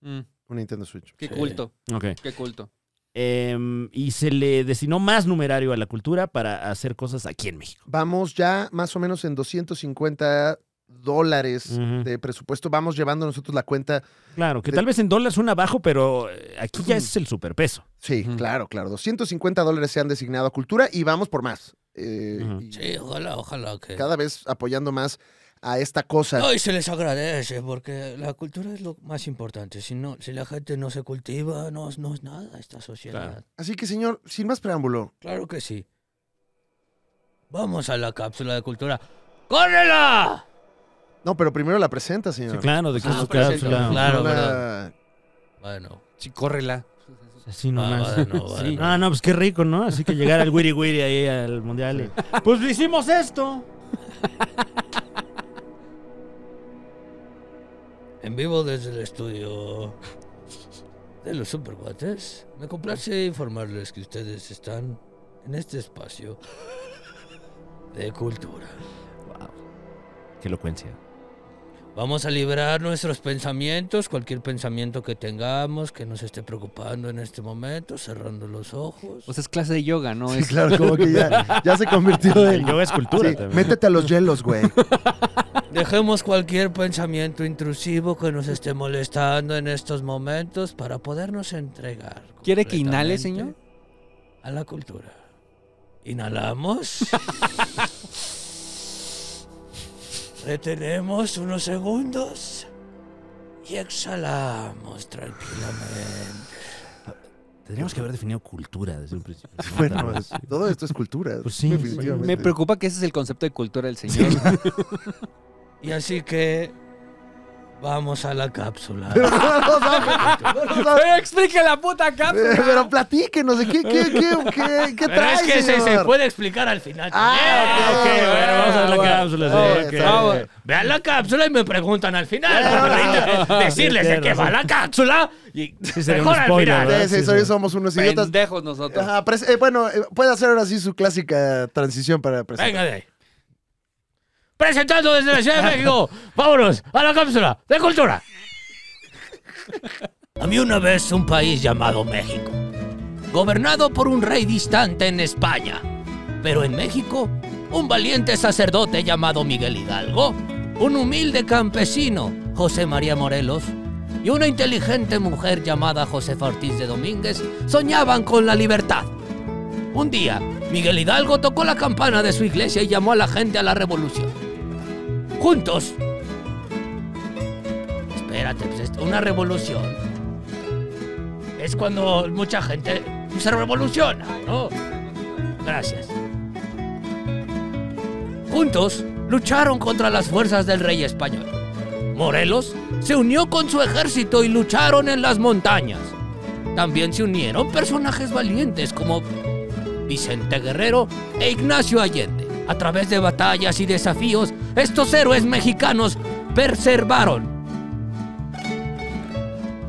A: Mm,
B: Un Nintendo Switch.
A: qué
D: Sí.
A: culto,
C: Ok.
A: qué culto.
C: Em, y se le destinó más numerario a la cultura para hacer cosas aquí en México.
B: Vamos ya más o menos en 250 dólares
C: Ujú.
B: de presupuesto. Vamos llevando nosotros la cuenta.
C: Claro, que
B: De-
C: tal vez en dólares suena bajo, pero eh, aquí ya es el superpeso.
B: Sí,
A: Ujú.
B: claro, claro. 250 dólares se han designado a cultura y vamos por más. Eh,
C: Ujú.
B: y
D: Sí, ojalá, ojalá que...
B: Cada vez apoyando más a esta cosa.
D: No, y se les agradece, porque la cultura es lo más importante. Si, no, si la gente no se cultiva, no, es- no es nada esta sociedad.
C: Claro.
D: Claro.
B: Así que, señor, sin más preámbulo,
D: que sí. Vamos a la cápsula de cultura. ¡Córrela!
B: No, pero primero la presenta, señor.
C: Sí, claro, de que
A: Ah,
C: es su
A: pero sí,
C: cápsula.
D: claro.
B: No la-
D: Bueno,
A: Sí, córrela.
C: Así
D: nomás. Ah, bueno, bueno.
C: Ah, no, pues qué rico, ¿no? Así que llegar al wiri wiri ahí al mundial. y, Pues hicimos esto.
D: en vivo desde el estudio de los Supercuates, me complace informarles que ustedes están en este espacio de cultura.
C: Qué elocuencia.
D: Vamos a liberar nuestros pensamientos, cualquier pensamiento que tengamos que nos esté preocupando en este momento, cerrando los ojos.
A: O sea, es clase de yoga, ¿no?
B: Sí,
A: es...
B: claro, como que ya, ya se convirtió
C: El
B: en.
C: yoga es cultura
B: Sí,
C: también.
B: métete a los hielos, güey.
D: Dejemos cualquier pensamiento intrusivo que nos esté molestando en estos momentos para podernos entregar.
A: ¿Quiere que inhale,
D: completamente A la cultura. Inhalamos. Retenemos unos segundos y exhalamos tranquilamente.
C: Tendríamos que haber definido cultura desde un principio.
B: Bueno, todo esto es cultura.
C: Pues sí,
B: definitivamente.
A: Me preocupa que ese es el concepto de cultura del señor.
D: Y así que vamos a la cápsula.
B: Pero no nos da- no nos da-
A: ¡Pero explique la puta cápsula!
B: Pero platíquenos de qué, qué, qué, qué, qué
D: Pero
B: trae,
D: es que se,
B: señor?
D: se puede explicar al final.
B: Ah,
D: también.
C: ok, bueno, vamos a ver la
B: bueno.
C: cápsula. sí,
B: Ah,
C: ok.
B: está bien.
D: Vean la cápsula y me preguntan al final. Ahorita, eh, Decirles de qué va la cápsula y
C: Sí, sería un
D: mejor al
C: spoiler,
D: final.
C: ¿verdad?
B: Sí, sí,
C: Ah, Sí,
B: soy-
C: sí.
B: somos unos idiotas.
A: Pendejos nosotros.
B: Ajá, pres- eh, bueno, eh, puede hacer ahora sí su clásica transición para presentar.
D: Venga de ahí. Presentando desde la Ciudad de México, vámonos a la cápsula de cultura. Había una vez un país llamado México, gobernado por un rey distante en España. Pero en México, un valiente sacerdote llamado Miguel Hidalgo, un humilde campesino, José María Morelos, y una inteligente mujer llamada Josefa Ortiz de Domínguez soñaban con la libertad. Un día, Miguel Hidalgo tocó la campana de su iglesia y llamó a la gente a la revolución. Juntos. Espérate, pues, es una revolución es cuando mucha gente se revoluciona, ¿no? Gracias. Juntos lucharon contra las fuerzas del rey español. Morelos se unió con su ejército y lucharon en las montañas. También se unieron personajes valientes como Vicente Guerrero e Ignacio Allende. A través de batallas y desafíos, estos héroes mexicanos preservaron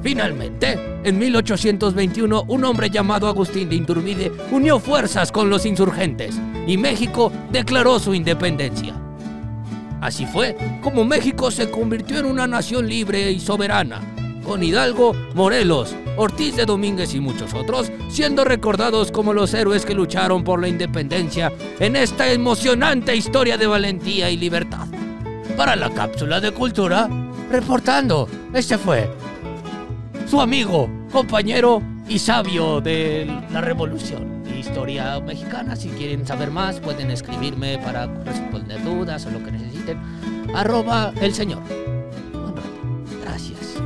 D: Finalmente, en 1821, un hombre llamado Agustín de Iturbide unió fuerzas con los insurgentes y México declaró su independencia. Así fue como México se convirtió en una nación libre y soberana, con Hidalgo, Morelos, Ortiz de Domínguez y muchos otros, siendo recordados como los héroes que lucharon por la independencia en esta emocionante historia de valentía y libertad. Para la cápsula de cultura, reportando, este fue su amigo, compañero y sabio de la revolución. de Historia mexicana, si quieren saber más pueden escribirme para responder dudas o lo que necesiten. Arroba el señor. Buen rato. Gracias.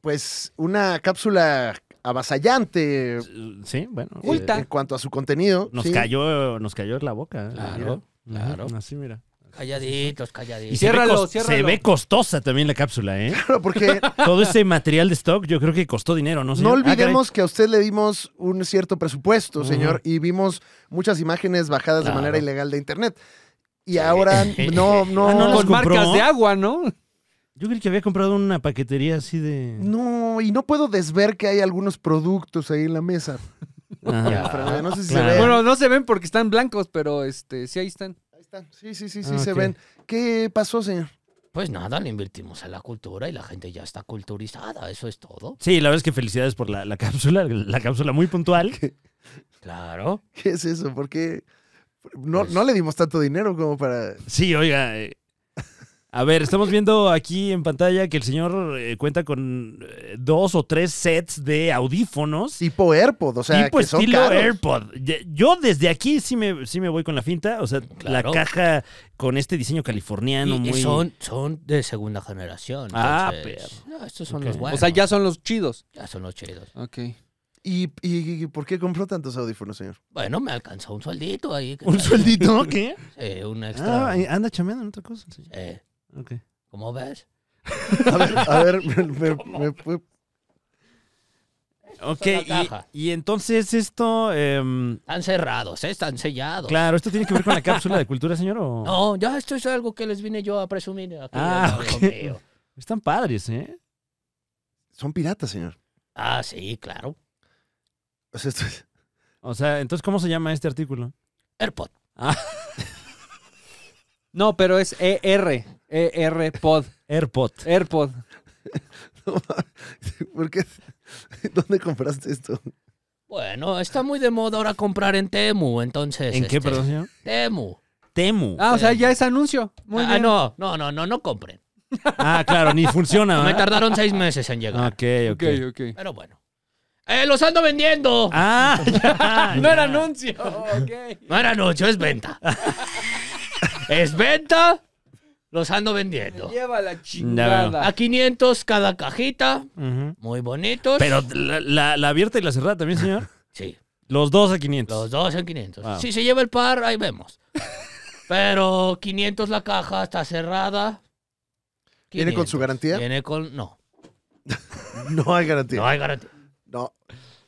B: Pues una cápsula avasallante
C: Sí, bueno. eh,
A: Ulta.
B: en cuanto a su contenido.
C: Nos
B: sí.
C: cayó, nos cayó en la boca. ¿eh?
D: Claro,
C: Mira.
D: claro.
C: Ujú, Así, mira.
D: Calladitos,
C: Y
D: calladitos.
C: se ve
A: Ciérralo,
C: cos- Se
A: ciérralo.
C: ve costosa también la cápsula, ¿eh?
B: Claro, porque
C: Todo ese material de stock yo creo que costó dinero, ¿no?
B: no
C: señor? Ah, caray.
B: olvidemos que a usted le dimos un cierto presupuesto,
C: Ujú.
B: señor, y vimos muchas imágenes bajadas
C: Claro.
B: de manera ilegal de internet. Y ahora no, no,
C: Ah, no las
A: Con
C: compró.
A: marcas de agua, ¿no?
C: Yo creí que había comprado una paquetería así de...
B: no, y no puedo desver que hay algunos productos ahí en la mesa.
C: Ajá.
B: Fran, no sé si
C: claro.
B: se ven.
A: Bueno, no se ven porque están blancos, pero este, sí ahí están.
B: Ahí están. Sí, sí, sí, sí,
C: Ah,
B: se
C: ok.
B: ven. ¿Qué pasó, señor?
D: Pues nada, le invertimos a la cultura y la gente ya está culturizada, eso es todo.
C: Sí, la verdad es que felicidades por la, la cápsula, la cápsula muy puntual.
D: Claro.
B: ¿Qué es eso? ¿Por qué? No,
D: Pues-
B: no le dimos tanto dinero como para...
C: Sí, oiga. eh. A ver, estamos viendo aquí en pantalla que el señor eh, cuenta con eh, dos o tres sets de audífonos.
B: Tipo AirPod, o sea,
C: tipo
B: que son
C: estilo
B: caros.
C: AirPod. Ye- Yo desde aquí sí me, sí me voy con la finta. O sea,
D: Claro.
C: la caja con este diseño californiano
D: Y, y
C: muy.
D: son, son de segunda generación.
C: Ah,
D: entonces, no, estos son
C: Ok.
D: los
A: O
D: buenos.
A: sea, ya son los chidos.
D: ya son los chidos.
A: Ok.
B: ¿Y, y, y por qué compró tantos audífonos, señor?
D: Bueno, me alcanzó un sueldito ahí. que
C: ¿Un
D: tal-
C: sueldito? ¿Qué?
D: Eh, un extra.
C: Ah, anda chameando en otra cosa. el señor.
D: eh,
C: Ok.
D: ¿Cómo ves?
B: A ver, a ver, me- me- me- me-
C: Ok,
D: la caja.
C: y, y entonces esto. em,
D: Están cerrados, eh, están sellados.
C: claro, esto tiene que ver con la cápsula de cultura, señor. ¿o?
D: No, ya esto es algo que les vine yo a presumir. Aquí,
C: Ah,
D: amigo
C: ok.
D: mío.
C: Están padres, ¿eh?
B: son piratas, señor.
D: Ah, sí, claro.
B: O sea, esto es-
C: O sea, entonces, ¿cómo se llama este artículo?
D: AirPod.
A: No, pero es ER. ER Pod.
C: AirPod.
A: AirPod.
B: no mames, ¿Por qué? ¿Dónde compraste esto?
D: Bueno, está muy de moda ahora comprar en Temu, entonces.
C: ¿En qué,
D: este,
C: perdón, señor?
D: Temu.
C: Temu. Ah,
A: Ah, o sea, ya es anuncio. Muy
D: ah,
A: bien.
D: no, no, no, no, no compren.
C: ah, claro, ni funciona.
D: Me
C: ¿verdad?
D: tardaron seis meses en llegar.
C: ¿eh? Ok, ok.
A: Ok, ok.
D: Pero bueno. ¡Eh, los ando vendiendo!
C: Ah, ya,
A: No era
C: ya.
A: anuncio. Ok.
D: No era noche, es venta. es venta, los ando vendiendo.
A: Lleva la
C: veo.
A: chingada.
D: A 500 cada cajita,
C: Ujú.
D: muy bonitos.
C: Pero la, la- la abierta y la cerrada también, señor.
D: Sí,
C: Los dos a 500.
D: los dos en 500.
C: Wow.
D: Si se lleva el par, ahí vemos. Pero 500 la caja, está cerrada.
B: ¿Viene con
D: 500.
B: su garantía?
D: Viene con... No,
B: No hay garantía.
D: no hay garantía.
B: No.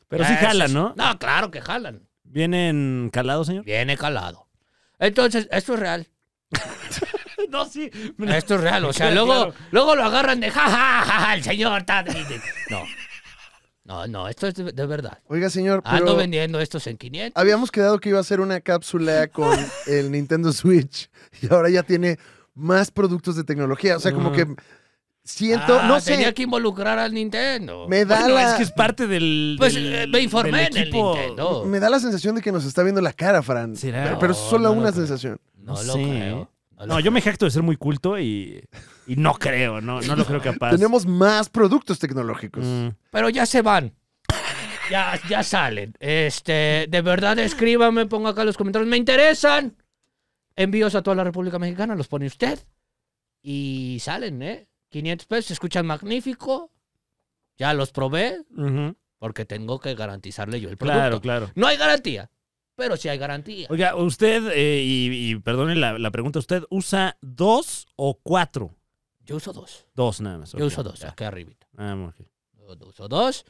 C: Pero sí
D: Eso
C: jalan,
D: Ah, sí.
C: ¿no?
D: No, claro que jalan.
C: Vienen calados, señor.
D: Viene calado. Entonces, esto es real.
C: No, sí.
D: Esto es real. O sea,
C: Claro.
D: luego, luego lo agarran de ja, ja, ja, ja, el señor tal. y de- No. No, no, esto es de, de verdad.
B: Oiga, señor,
D: Ando
B: pero
D: vendiendo estos en 500.
B: habíamos quedado que iba a ser una cápsula con el Nintendo Switch y ahora ya tiene más productos de tecnología. O sea, como que siento,
D: Mm. Ah,
B: no sé,
D: Tenía que involucrar al Nintendo.
B: me da
C: Bueno,
B: la...
C: es que es parte del.
D: Pues
C: del-
D: eh, me informé
C: del
D: en el
C: equipo.
D: Nintendo.
B: Me da la sensación de que nos está viendo la cara, Fran.
C: ¿Será?
B: Pero, pero es
D: No,
B: solo
D: no lo
B: una
D: creo.
B: sensación.
D: No,
C: No
D: lo
C: sé.
D: creo. lo
C: No, yo me jacto de ser muy culto y, y no creo, no, no lo creo capaz.
B: Tenemos más productos tecnológicos.
C: Mm.
D: Pero ya se van. Ya, ya salen. Este, de verdad, escríbame, ponga acá los comentarios. Me interesan. Envíos a toda la República Mexicana, los pone usted. Y salen, ¿eh? 500 pesos, se escuchan magnífico. Ya los probé,
C: Ujú.
D: porque tengo que garantizarle yo el producto.
C: Claro, claro.
D: No hay garantía, pero sí hay garantía.
C: Oiga, usted, eh, y, y perdone la, la pregunta, ¿usted usa dos o cuatro?
D: Yo uso dos.
C: Dos nada más.
D: Yo
C: ok.
D: uso dos, aquí arribita.
C: Ah, ok.
D: Yo uso dos.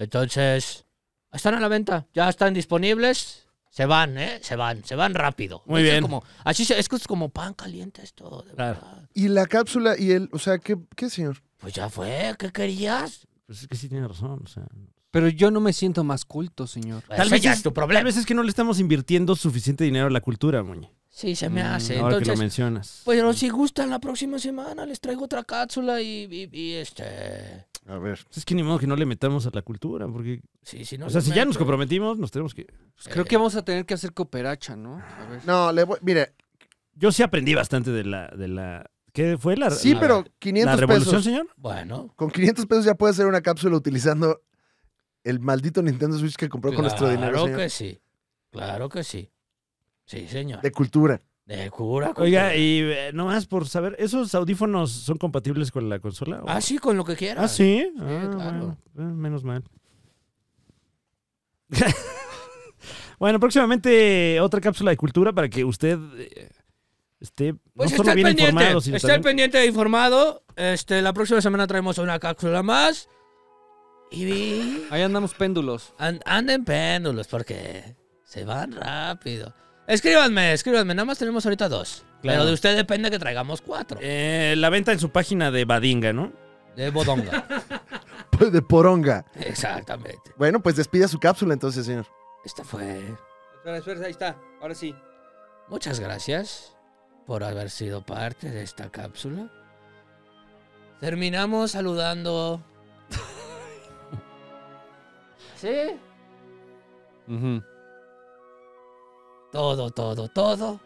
D: Entonces, están a la venta, ya están disponibles. Se van, ¿eh? Se van, se van rápido.
C: Muy
D: Esto es
C: bien.
D: como- así se- es que es como pan caliente esto, de
C: Claro.
D: verdad.
B: Y la cápsula y el... O sea, ¿qué, qué señor?
D: Pues ya fue, ¿qué querías?
C: Pues es que sí tiene razón. O sea,
A: Pero yo no me siento más culto, señor.
D: Tal vez Pues ya es tu
C: tal
D: problema.
C: vez es que no le estamos invirtiendo suficiente dinero a la cultura, Muñe.
D: Sí, se me hace.
C: Mm, Ahora que lo
D: Entonces, pues
C: mencionas.
D: pero si gustan, la próxima semana les traigo otra cápsula y, y- y, este.
C: A ver. Es que ni modo que no le metamos a la cultura, porque.
D: Sí, sí, no Eh,
C: o sea,
D: se
C: si ya nos
D: meten.
C: comprometimos, nos tenemos que.
A: Pues creo que vamos a tener que hacer cooperacha, ¿no? A ver.
B: No, le voy, mire,
C: Yo sí aprendí bastante de la. De la ¿Qué fue la.
B: sí,
C: la-
B: pero
C: ¿La
B: 500
C: revolución,
B: pesos.
C: señor?
D: Bueno.
B: Con 500 pesos ya puede hacer una cápsula utilizando el maldito Nintendo Switch que compró con nuestro dinero,
D: Claro
B: señor.
D: que sí. Claro que sí. Sí, señor.
B: De cultura.
D: De cura. con
C: Oiga,
D: cura.
C: y eh, nomás por saber, ¿esos audífonos son compatibles con la consola? o-
D: Ah, sí, con lo que quieras.
C: ¿Ah, sí? Ah,
D: claro.
C: bueno, eh, menos mal. bueno, próximamente otra cápsula de cultura para que usted eh, esté
D: Pues
C: no
D: está
C: solo bien
D: pendiente,
C: informado, sino
D: está
C: también...
D: pendiente e informado. Este, la próxima semana traemos una cápsula más. Y vi-
A: Ahí andamos péndulos.
D: and- anden péndulos porque se van rápido. Escríbanme, escríbanme. Nada más tenemos ahorita dos.
C: Claro.
D: Pero de usted depende que traigamos cuatro.
C: Eh, la venta en su página de Badinga, ¿no?
D: De bodonga.
B: De poronga.
D: Exactamente.
B: Bueno, pues despida su cápsula entonces, señor.
D: Esta fue.
A: Espera, espera, ahí está. Ahora sí.
D: Muchas gracias por haber sido parte de esta cápsula. Terminamos saludando. ¿Sí? Todo, todo, todo.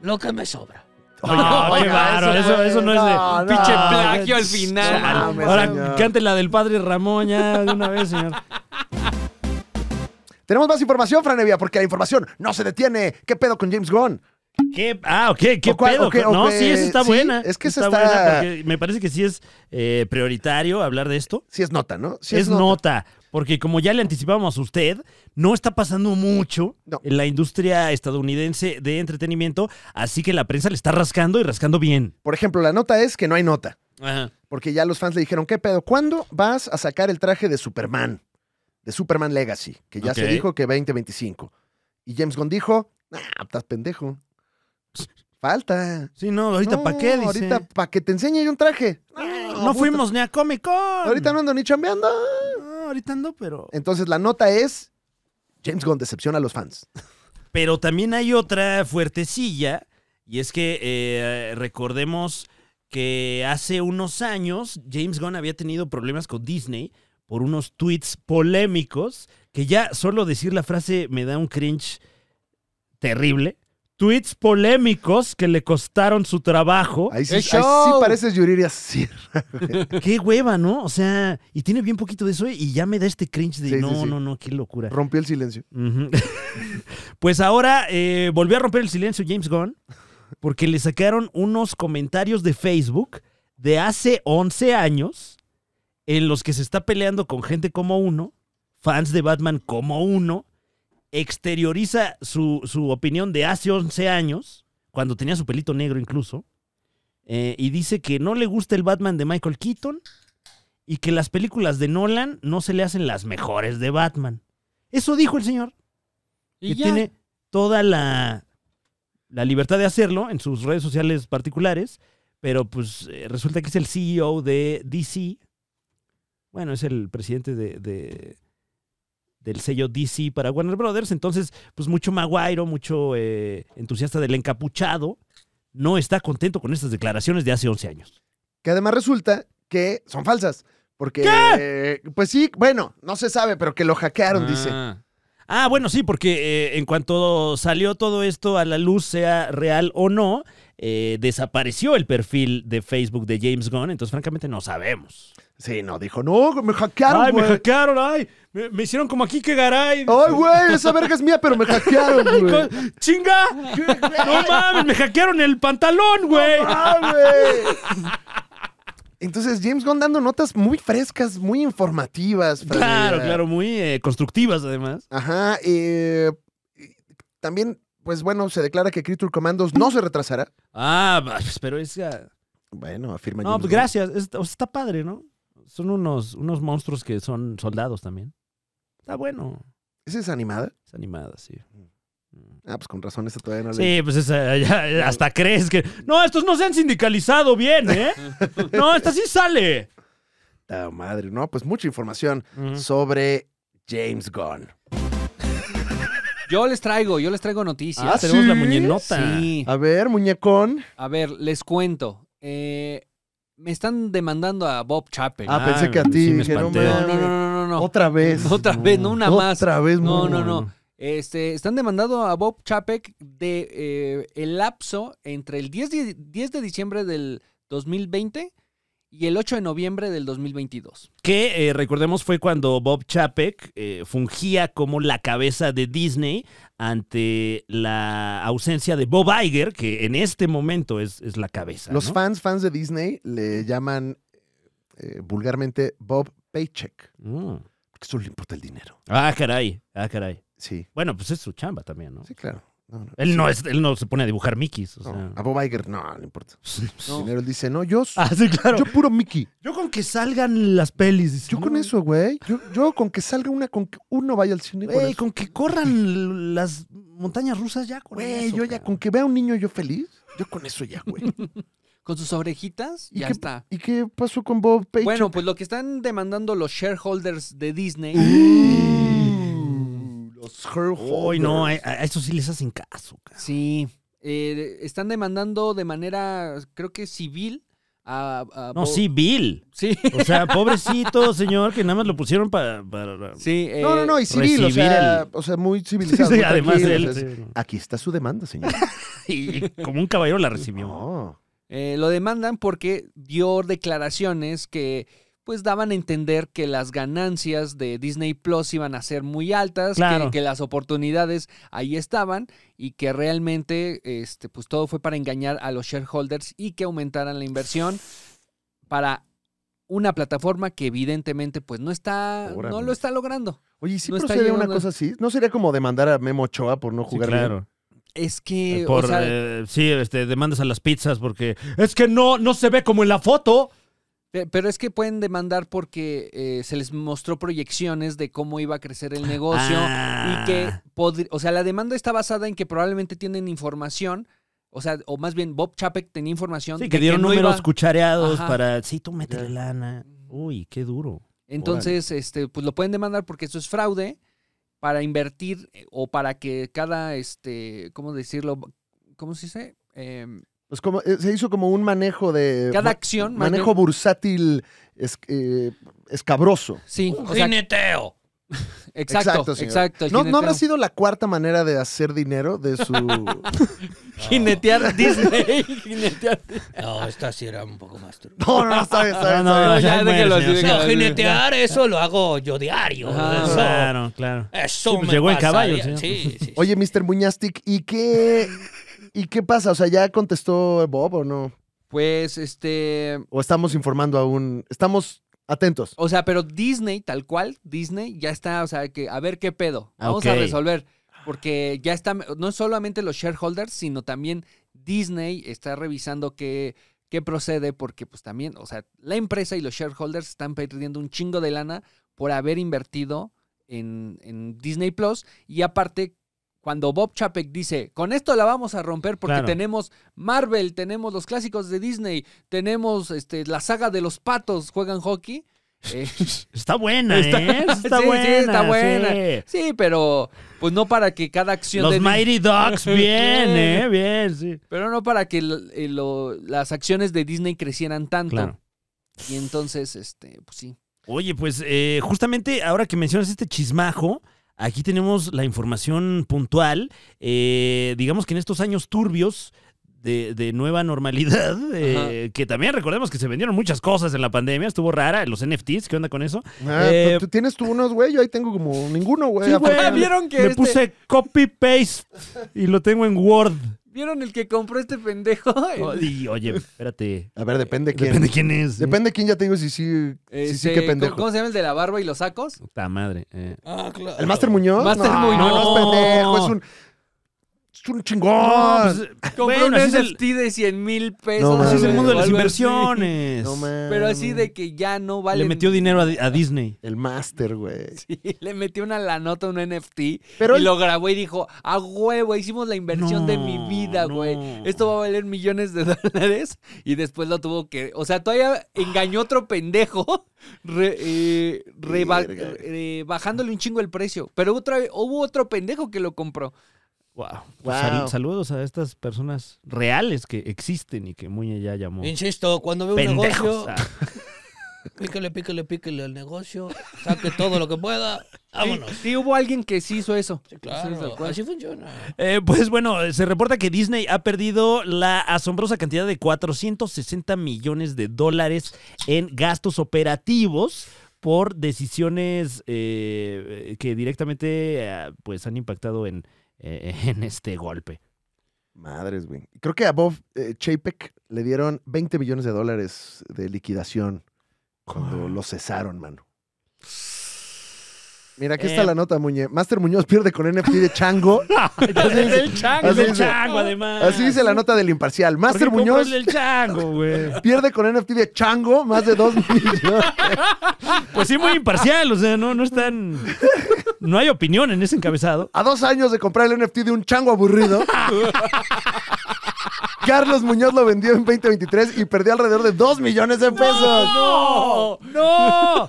D: Lo que me sobra.
C: No, Ah, qué bárbaro, eso, eso no es de
B: No, no,
C: pinche
A: plagio
C: plagio
A: al final.
B: Mames,
C: Ahora
B: señor.
C: cante la del padre Ramón ya de una vez, señor.
B: Tenemos más información, Franevia, porque la información no se detiene. ¿Qué pedo con James Gunn?
C: ¿Qué? Ah, ok, qué
B: ¿O cuál-
C: pedo.
B: o qué- o
C: no,
B: qué-
C: sí, esa está
B: sí,
C: buena.
B: es que esa
C: está,
B: está-
C: buena porque me parece que sí es eh, prioritario hablar de esto.
B: Sí es nota, ¿no? Sí
C: es nota. porque como ya le anticipábamos a usted, no está pasando mucho
B: No.
C: en la industria estadounidense de entretenimiento, así que la prensa le está rascando y rascando bien.
B: Por ejemplo, la nota es que no hay nota.
C: Ajá.
B: Porque ya los fans le dijeron, ¿qué pedo? ¿Cuándo vas a sacar el traje de Superman? De Superman Legacy, que ya
C: Ok.
B: se dijo que 2025. Y James Gunn dijo, ah, estás pendejo. Falta.
C: Sí, no, ahorita
B: No,
C: para qué, dice.
B: Ahorita para que te enseñe yo un traje.
C: no
B: puta.
C: fuimos ni a Comic Con.
B: Ahorita no ando ni chambeando.
C: No, ahorita ando, pero...
B: Entonces la nota es, James Gunn decepciona a los fans.
C: Pero también hay otra fuertecilla, y es que eh, recordemos que hace unos años James Gunn había tenido problemas con Disney por unos tweets polémicos, que ya solo decir la frase me da un cringe terrible. Tweets polémicos que le costaron su trabajo.
B: Ahí sí,
A: ¡Es
B: ahí sí
A: show!
B: pareces Yuriria Sir.
C: Qué hueva, ¿no? O sea, y tiene bien poquito de eso y ya me da este cringe de
B: Sí, sí,
C: no,
B: sí.
C: no, no, qué locura.
B: Rompió el silencio.
C: Ujú. pues ahora eh, volvió a romper el silencio James Gunn porque le sacaron unos comentarios de Facebook de hace 11 años en los que se está peleando con gente como uno, fans de Batman como uno, exterioriza su, su opinión de hace 11 años, cuando tenía su pelito negro incluso, eh, y dice que no le gusta el Batman de Michael Keaton y que las películas de Nolan no se le hacen las mejores de Batman. Eso dijo el señor.
A: Y
C: que
A: ya.
C: tiene toda la, la libertad de hacerlo en sus redes sociales particulares, pero pues eh, resulta que es el CEO de DC. Bueno, es el presidente de, de- del sello DC para Warner Brothers. Entonces, pues mucho maguairo, mucho eh, entusiasta del encapuchado, no está contento con estas declaraciones de hace 11 años.
B: Que además resulta que son falsas. Porque, eh, pues sí, bueno, no se sabe, pero que lo hackearon, dice.
C: Ah. Ah, bueno, sí, porque eh, en cuanto salió todo esto a la luz, sea real o no, eh, desapareció el perfil de Facebook de James Gunn, entonces francamente no sabemos.
B: Sí, no, dijo, no, me hackearon, güey.
C: hackearon, ay, me, me hicieron como aquí que garay.
B: Ay, güey, esa verga es mía, pero me hackearon, güey.
C: ¡Chinga! ¡No mames! ¡Me hackearon el pantalón, güey!
B: Ah, güey. Entonces, James Gunn dando notas muy frescas, muy informativas. Fran
C: Claro,
B: Evia.
C: claro, muy eh, constructivas además.
B: Ajá. eh, y también, pues bueno, se declara que Creature Commandos no se retrasará.
C: Ah, pues, pero es... ah,
B: Bueno, afirma
C: No,
B: James
C: pues
B: Gunn.
C: gracias. Es- o sea, está padre, ¿no? Son unos, unos monstruos que son soldados también. Está bueno.
B: ¿Esa es animada?
C: Es animada, sí. Mm.
B: Ah, pues con razón, esta todavía no la
C: Sí, pues esa, ya- ya hasta crees que. No, estos no se han sindicalizado bien, ¿eh? No, esta sí sale.
B: Ta madre, no, pues mucha información
C: Ujú.
B: sobre James Gunn.
A: Yo les traigo, yo les traigo noticias.
C: Ah, tenemos la
B: ¿sí?
C: muñenota.
A: Sí.
B: A ver, muñecón.
A: A ver, les cuento. Eh, me están demandando a Bob Chappell.
B: Ah,
C: Ah,
B: pensé que a ti.
C: sí me
B: dije, no,
C: espanté.
A: Ah, no, no, no,
B: mames.
A: no, no, no.
B: Otra vez.
A: Otra vez, no una más.
B: Otra vez,
A: No,
B: mu-
A: no, no. Este, están demandando a Bob Chapek de eh, el lapso entre el 10 de, 10 de diciembre del 2020 y el 8 de noviembre del 2022.
C: Que eh, recordemos fue cuando Bob Chapek eh, fungía como la cabeza de Disney ante la ausencia de Bob Iger, que en este momento es, es la cabeza.
B: Los
C: ¿no?
B: fans, fans de Disney le llaman eh, vulgarmente Bob Paycheck.
C: Mm.
B: Porque solo le importa el dinero.
C: Ah, caray. Ah, caray.
B: Sí,
C: Bueno, pues es su chamba también, ¿no?
B: sí, claro. No, no,
C: Él no, es, él no se pone a dibujar mickeys. O
B: no. ah,
C: sea.
B: A Bob Iger no le importa.
A: No.
B: Dinero él dice, no, yo,
C: Ah, sí, claro.
B: yo puro Mickey.
C: Yo con que salgan las pelis. dice,
B: Yo con
C: no,
B: eso, güey. Yo, yo con que salga una, con que uno vaya al cine. con
C: Güey,
B: eso.
C: con que corran las montañas rusas ya con
B: Güey,
C: eso,
B: yo ya
C: cabrón.
B: con que vea un niño yo feliz, yo con eso ya, güey.
A: Con sus orejitas,
B: ¿Y
A: ya
B: qué-
A: está.
B: ¿Y qué pasó con Bob Paycheck?
A: Bueno, pues lo que están demandando los shareholders de Disney.
B: los Her
C: Uy, no, a, a eso sí les hacen caso, cabrón.
A: Sí. eh, están demandando de manera, creo que civil, a, a
C: No,
A: Bob-
C: sí, Bill.
A: Sí.
C: O sea, pobrecito señor, que nada más lo pusieron para. para
A: Sí, eh,
B: No, no, no, y civil, o
C: recibir
B: sea,
C: el-
B: o sea, muy
C: Sí,
B: civilizado.
C: sí,
B: muy
C: además
B: tranquilo,
C: él.
B: o sea, es-
C: sí,
B: Aquí está su demanda, señor.
C: y, y como un caballero la recibió.
B: No.
A: Eh, lo demandan porque dio declaraciones que pues daban a entender que las ganancias de Disney Plus iban a ser muy altas, que-
C: Claro.
A: que, las oportunidades ahí estaban y que realmente este, pues todo fue para engañar a los shareholders y que aumentaran la inversión para una plataforma que evidentemente pues no está, no
B: Órale.
A: lo está logrando.
B: Oye, ¿y si
A: No está
B: procede una
A: llegando-
B: cosa así? ¿No sería como demandar a Memo Ochoa por no
C: Sí,
B: jugar bien?
C: claro.
A: Es que, o
C: Por,
A: sea,
C: eh, sí, este, demandas a las pizzas porque es que no, no se ve como en la foto.
A: Pe- Pero es que pueden demandar porque eh, se les mostró proyecciones de cómo iba a crecer el negocio
C: Ah.
A: y que, podri- o sea, la demanda está basada en que probablemente tienen información, o sea, o más bien Bob Chapek tenía información
C: Sí,
A: de
C: que dieron
A: no
C: números
A: iba-
C: cuchareados
A: Ajá.
C: para. Sí, tú métele lana. Uy, qué duro.
A: Entonces, este, pues lo pueden demandar porque eso es fraude para invertir eh, o para que cada, este, ¿cómo decirlo? ¿Cómo se dice? Em,
B: Pues como, eh, se hizo como un manejo de...
A: cada
B: Eh, ma-
A: acción. más
B: Manejo
A: bien-
B: bursátil es- eh, escabroso.
A: Sí,
D: Oh,
A: o sea,
D: Jineteo.
A: exacto, exacto. el
B: señor. ¿No, ¿No habrá
A: jineteo.
B: sido la cuarta manera de hacer dinero de su... no,
A: Jinetear Disney, jinetear
D: No, esta sí era un poco más truco.
B: no, no, está bien, está bien,
C: No,
B: está bien.
C: no, ya
A: ya,
C: muere,
A: déjelo así,
C: señor.
A: déjelo
D: No,
A: así.
D: jinetear, eso lo hago yo diario.
A: Ajá.
D: eso
C: Claro, claro.
D: eso
C: Ah, Sí, pues
D: me
C: llegó en
D: pasaría.
C: caballo el señor.
D: Sí, sí, sí.
B: Oye, Mr. Muñastic, ¿y qué, ¿y qué pasa? O sea, ¿ya contestó Bob o no?
A: Pues este,
B: ¿O estamos informando aún? Estamos atentos.
A: o sea, pero Disney, tal cual, Disney ya está, o sea, que a ver qué pedo.
C: Ah,
A: Vamos
C: ok.
A: a resolver. Porque ya está, no solamente los shareholders, sino también Disney está revisando qué, qué procede, porque pues también, o sea, la empresa y los shareholders están perdiendo un chingo de lana por haber invertido en, en Disney Plus. Y aparte, cuando Bob Chapek dice, con esto la vamos a romper porque
C: Claro.
A: tenemos Marvel, tenemos los clásicos de Disney, tenemos este, la saga de los patos, juegan hockey. Eh,
C: Está buena,
A: Está-
C: ¿eh? Está
A: Sí, sí,
C: buena.
A: está buena.
C: sí.
A: sí, pero pues no para que cada acción
C: Los
A: de Disney-
C: Mighty Ducks, bien, ¿eh? Bien, sí.
A: Pero no para que el- eh, lo- las acciones de Disney crecieran tanto.
C: Claro.
A: Y entonces, este, pues sí.
C: Oye, pues eh, justamente ahora que mencionas este chismajo, aquí tenemos la información puntual. Eh, digamos que en estos años turbios de, de nueva normalidad, eh, que también recordemos que se vendieron muchas cosas en la pandemia, estuvo rara, los NFTs, ¿qué onda con eso?
B: Ah,
C: Eh,
B: ¿tú, tú tienes tú unos, güey? Yo ahí tengo como ninguno, güey.
C: Sí, güey.
B: afortunadamente.
A: ¿Vieron que
C: Me
A: este-
C: puse copy-paste y lo tengo en Word.
A: ¿Vieron el que compró este pendejo?
C: Y, oye, espérate.
B: A ver, depende quién.
C: Depende
B: Depende,
C: quién es.
B: quién ya te digo si sí, si sí,
A: Este,
B: qué
A: ¿cómo-
B: pendejo.
A: ¿Cómo se llama el de la barba y los sacos?
C: Puta madre. eh.
D: Ah, claro.
B: ¿El Master Muñoz?
A: Master
B: no,
A: Muñoz.
B: No, es pendejo, es un... es un chingón.
C: No, pues,
A: Compró
C: bueno,
A: un
C: así es, el,
A: NFT de 100 mil pesos.
B: No
C: así es el
B: mames.
C: mundo de
A: o
C: las
A: algo así.
C: inversiones.
A: Pero así de que ya no vale.
C: Le metió dinero a, Di- a Disney.
B: El máster, güey.
A: le metió una la nota, un NFT.
B: Pero
A: y
B: él-
A: lo grabó y dijo: A huevo, hicimos la inversión de mi
C: No,
A: vida, güey.
C: no.
A: Esto va a valer millones de dólares. Y después lo tuvo que. O sea, todavía engañó a otro pendejo. re- eh, reba-
B: Verga.
A: eh, bajándole un chingo el precio. Pero otra, hubo otro pendejo que lo compró.
C: Wow.
B: Wow.
C: Pues, Sal- saludos a estas personas reales que existen y que Muñe ya llamó.
D: Insisto, cuando ve un
C: Pendejos. Ah.
D: negocio, píquele, píquele, píquele al negocio, saque todo lo que pueda, vámonos.
A: Sí, sí hubo alguien que sí hizo eso.
D: Sí,
A: Sí, tal
D: claro,
A: cual.
D: así funciona.
C: Eh, pues bueno, se reporta que Disney ha perdido la asombrosa cantidad de 460 millones de dólares en gastos operativos por decisiones eh, que directamente eh, pues han impactado en, eh, en este golpe.
B: Madres, güey. Creo que a Bob eh, Chapek le dieron 20 millones de dólares de liquidación cuando lo cesaron, mano. Mira, aquí está
C: Eh.
B: la nota, Muñe. Master Muñoz pierde con NFT de Chango.
C: el del chango,
B: así
C: el del
B: dice.
C: chango además.
B: Así dice la nota del imparcial. Master
C: Porque compró
B: Muñoz
C: el del chango, güey.
B: pierde con NFT de Chango más de 2 millones.
C: Pues sí, muy imparcial, o sea, no, no están... No hay opinión en ese encabezado.
B: A dos años de comprar el NFT de un chango aburrido. Carlos Muñoz lo vendió en 2023 y perdió alrededor de 2 millones de pesos.
C: ¡No! ¡No!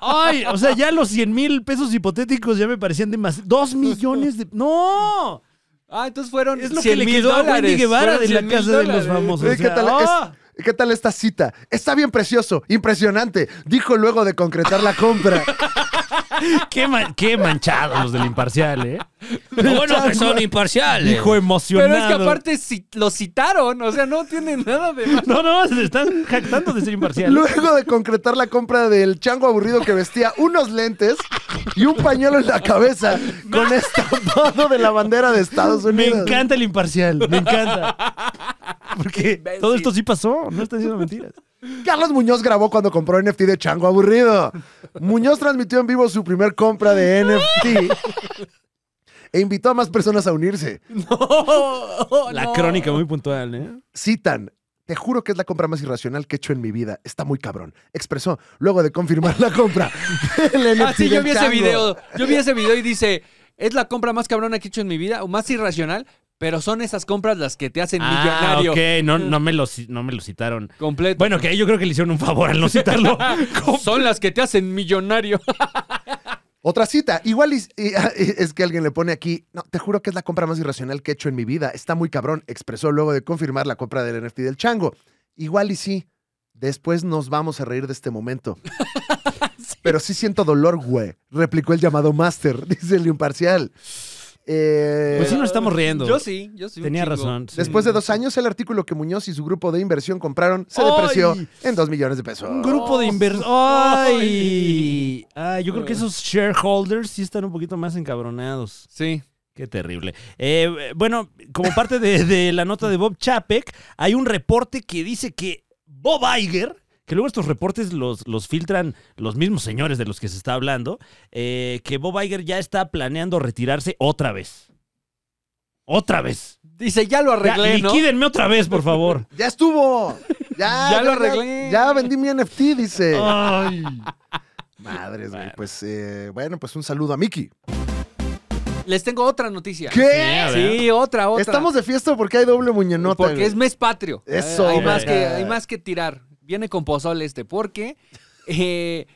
C: ¡Ay! O sea, ya los 100 mil pesos hipotéticos ya me parecían de más. ¡Dos millones de.! ¡No!
A: Ah, entonces fueron.
C: Es lo que le quedó a Wendy
A: dólares.
C: Guevara de la
A: Fueron 100 mil
C: casa de los
A: dólares.
C: famosos.
B: Oye,
C: O
B: ¿qué,
C: sea,
B: tal,
C: ¡ah!
B: es- qué tal esta cita? Está bien precioso, impresionante, dijo luego de concretar la compra.
C: qué, ma- qué manchados los del imparcial, ¿eh?
D: Lo bueno que son imparciales.
C: Hijo
A: Pero
C: emocionado.
A: es que aparte ci- lo citaron, o sea, no tiene nada de malo.
C: No, no, se están jactando de ser imparcial.
B: luego de concretar la compra del chango aburrido que vestía unos lentes y un pañuelo en la cabeza con estampado de la bandera de Estados
C: Me
B: Unidos.
C: encanta el imparcial, me encanta. Porque todo
A: Imbécil.
C: esto sí pasó, no está diciendo mentiras.
B: Carlos Muñoz grabó cuando compró NFT de Chango Aburrido. Muñoz transmitió en vivo su primer compra de NFT e invitó a más personas a unirse.
C: La crónica muy puntual, ¿eh?
B: Citan. Te juro que es la compra más irracional que he hecho en mi vida. Está muy cabrón. Expresó luego de confirmar la compra. del NFT
A: Ah, sí, yo
B: del
A: vi ese
B: chango.
A: video. Yo vi ese video y dice, es la compra más cabrona que he hecho en mi vida, o más irracional, pero son esas compras las que te hacen
C: Ah,
A: millonario.
C: ok, no, no, me lo, ci- no me lo citaron.
A: Completo.
C: Bueno, que ahí yo creo que le hicieron un favor al no citarlo.
A: son las que te hacen millonario.
B: Otra cita. Igual es, y- es que alguien le pone aquí. No, te juro que es la compra más irracional que he hecho en mi vida. Está muy cabrón. Expresó luego de confirmar la compra del NFT del chango. Igual y sí. Después nos vamos a reír de este momento. Pero sí siento dolor, güey. Replicó el llamado Master, dice el imparcial. Eh,
C: Pues sí nos estamos riendo.
A: Yo sí, yo sí. un
C: Tenía
A: chingo.
C: razón. sí.
B: Después de dos años, el artículo que Muñoz y su grupo de inversión compraron se
C: ¡Ay!
B: depreció en dos millones de pesos.
C: Un grupo
A: Oh,
C: de inversores. ¡Ay! Ay, yo creo que esos shareholders sí están un poquito más encabronados.
A: Sí.
C: Qué terrible. Eh, bueno, como parte de, de la nota de Bob Chapek, hay un reporte que dice que Bob Iger, que luego estos reportes los, los filtran los mismos señores de los que se está hablando, eh, que Bob Iger ya está planeando retirarse otra vez. Otra vez.
A: Dice, ya lo
C: Ya,
A: arreglé, ¿no?
C: liquídenme otra vez, por favor.
B: ¡Ya estuvo! ¡Ya,
A: Ya lo
B: ya-
A: arreglé. Ah.
B: Ya vendí mi NFT, dice.
C: Ay.
B: Madres, güey. Pues eh, bueno, pues un saludo a Miki.
A: Les tengo otra noticia.
B: ¿Qué?
C: a ver.
A: Sí, otra, otra.
B: Estamos de fiesta porque hay doble muñenota.
A: Porque
B: güey.
A: es mes patrio.
B: Eso,
A: Hay más, que,
B: verga.
A: hay más que tirar. Viene con pozole este, porque eh,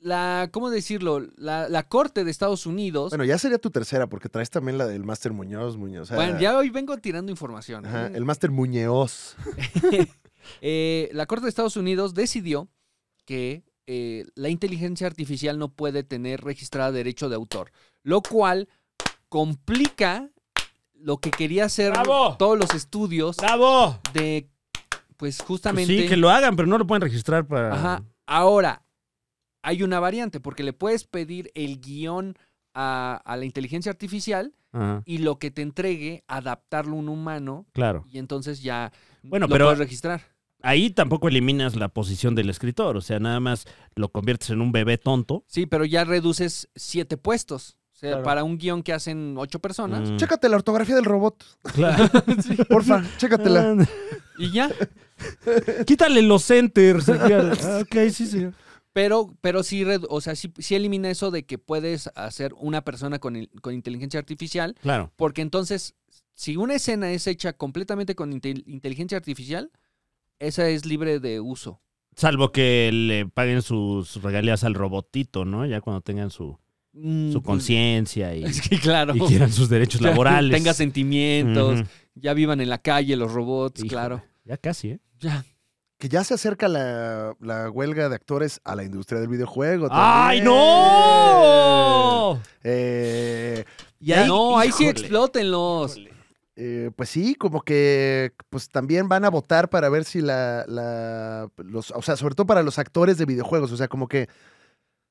A: la, ¿cómo decirlo? La, la corte de Estados Unidos. Bueno,
B: Bueno, ya sería tu tercera porque traes también la del Master Muñoz, Muñoz. o sea,
A: ya Mm. hoy vengo tirando información.
B: ajá, el Master Muñeoz.
A: Eh, la corte de Estados Unidos decidió que eh, la inteligencia artificial no puede tener registrada derecho de autor, lo cual complica lo que quería hacer
C: ¡Bravo!
A: todos los estudios
C: ¡Bravo!
A: de, pues
C: Pues
A: justamente.
C: sí, que lo hagan, pero no lo pueden registrar para.
A: Ajá. Ahora, hay una variante, porque le puedes pedir el guión a, a la inteligencia artificial
C: Ajá,
A: y lo que te entregue, adaptarlo a un humano
C: claro.
A: y entonces ya
C: Bueno,
A: lo
C: pero-
A: puedes registrar.
C: Ahí tampoco eliminas la posición del escritor, o sea, nada más lo conviertes en un bebé tonto.
A: Sí, pero ya reduces siete puestos. sea,
J: Claro.
A: para un guión que hacen ocho personas.
C: Mm.
B: Chécate la ortografía del robot.
C: Claro.
B: Porfa, chécatela.
A: Y ya.
C: Quítale los centers. aquí a- Ah, ok, sí, señor.
A: Pero, pero sí, redu- o sea, sí, sí elimina eso de que puedes hacer una persona con, il- con inteligencia artificial,
C: Claro.
A: porque entonces, si una escena es hecha completamente con intel- inteligencia artificial, esa es libre de uso.
C: Salvo que le paguen sus regalías al robotito, ¿no? Ya cuando tengan su,
A: Mm,
C: su conciencia y,
A: Es que claro.
C: y quieran sus derechos
A: Ya
C: laborales.
A: Tenga sentimientos,
C: Ujú.
A: ya vivan en la calle los robots,
C: Híjole.
A: claro.
C: Ya casi, ¿eh?
A: Ya.
B: Que ya se acerca la, la huelga de actores a la industria del videojuego.
C: ¡Ay,
B: también.
C: no!
B: Eh,
C: Y ahí-
A: no, ahí sí
C: híjole.
A: explótenlos.
B: eh, pues sí, como que pues también van a votar para ver si la, la- los, o sea, sobre todo para los actores de videojuegos, o sea, como que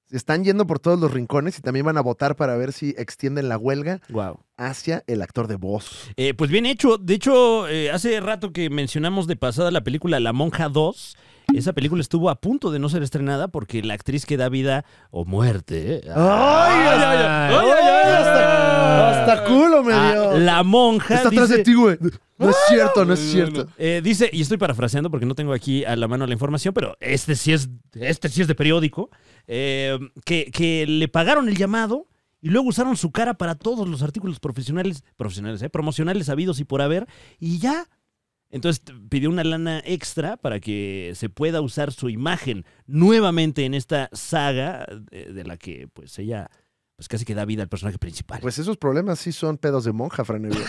B: se están yendo por todos los rincones y también van a votar para ver si extienden la huelga
C: Wow.
B: hacia el actor de voz.
C: Eh, pues bien hecho. De hecho, eh, hace rato que mencionamos de pasada la película La Monja 2. Esa película estuvo a punto de no ser estrenada porque la actriz que da vida o muerte.
B: ay, ay, Ah, hasta, hasta culo me
C: a
B: dio.
C: la monja
B: Está atrás de
C: dice-
B: ti, güey. No es cierto, no es cierto.
C: Eh, dice, y estoy parafraseando porque no tengo aquí a la mano la información, pero este sí es, este sí es de periódico, eh, que, que le pagaron el llamado y luego usaron su cara para todos los artículos profesionales, profesionales, eh, promocionales habidos y por haber, y ya. Entonces t- pidió una lana extra para que se pueda usar su imagen nuevamente en esta saga eh, de, la que pues ella pues casi que da vida al personaje principal.
B: Pues esos problemas sí son pedos de monja, Franevia.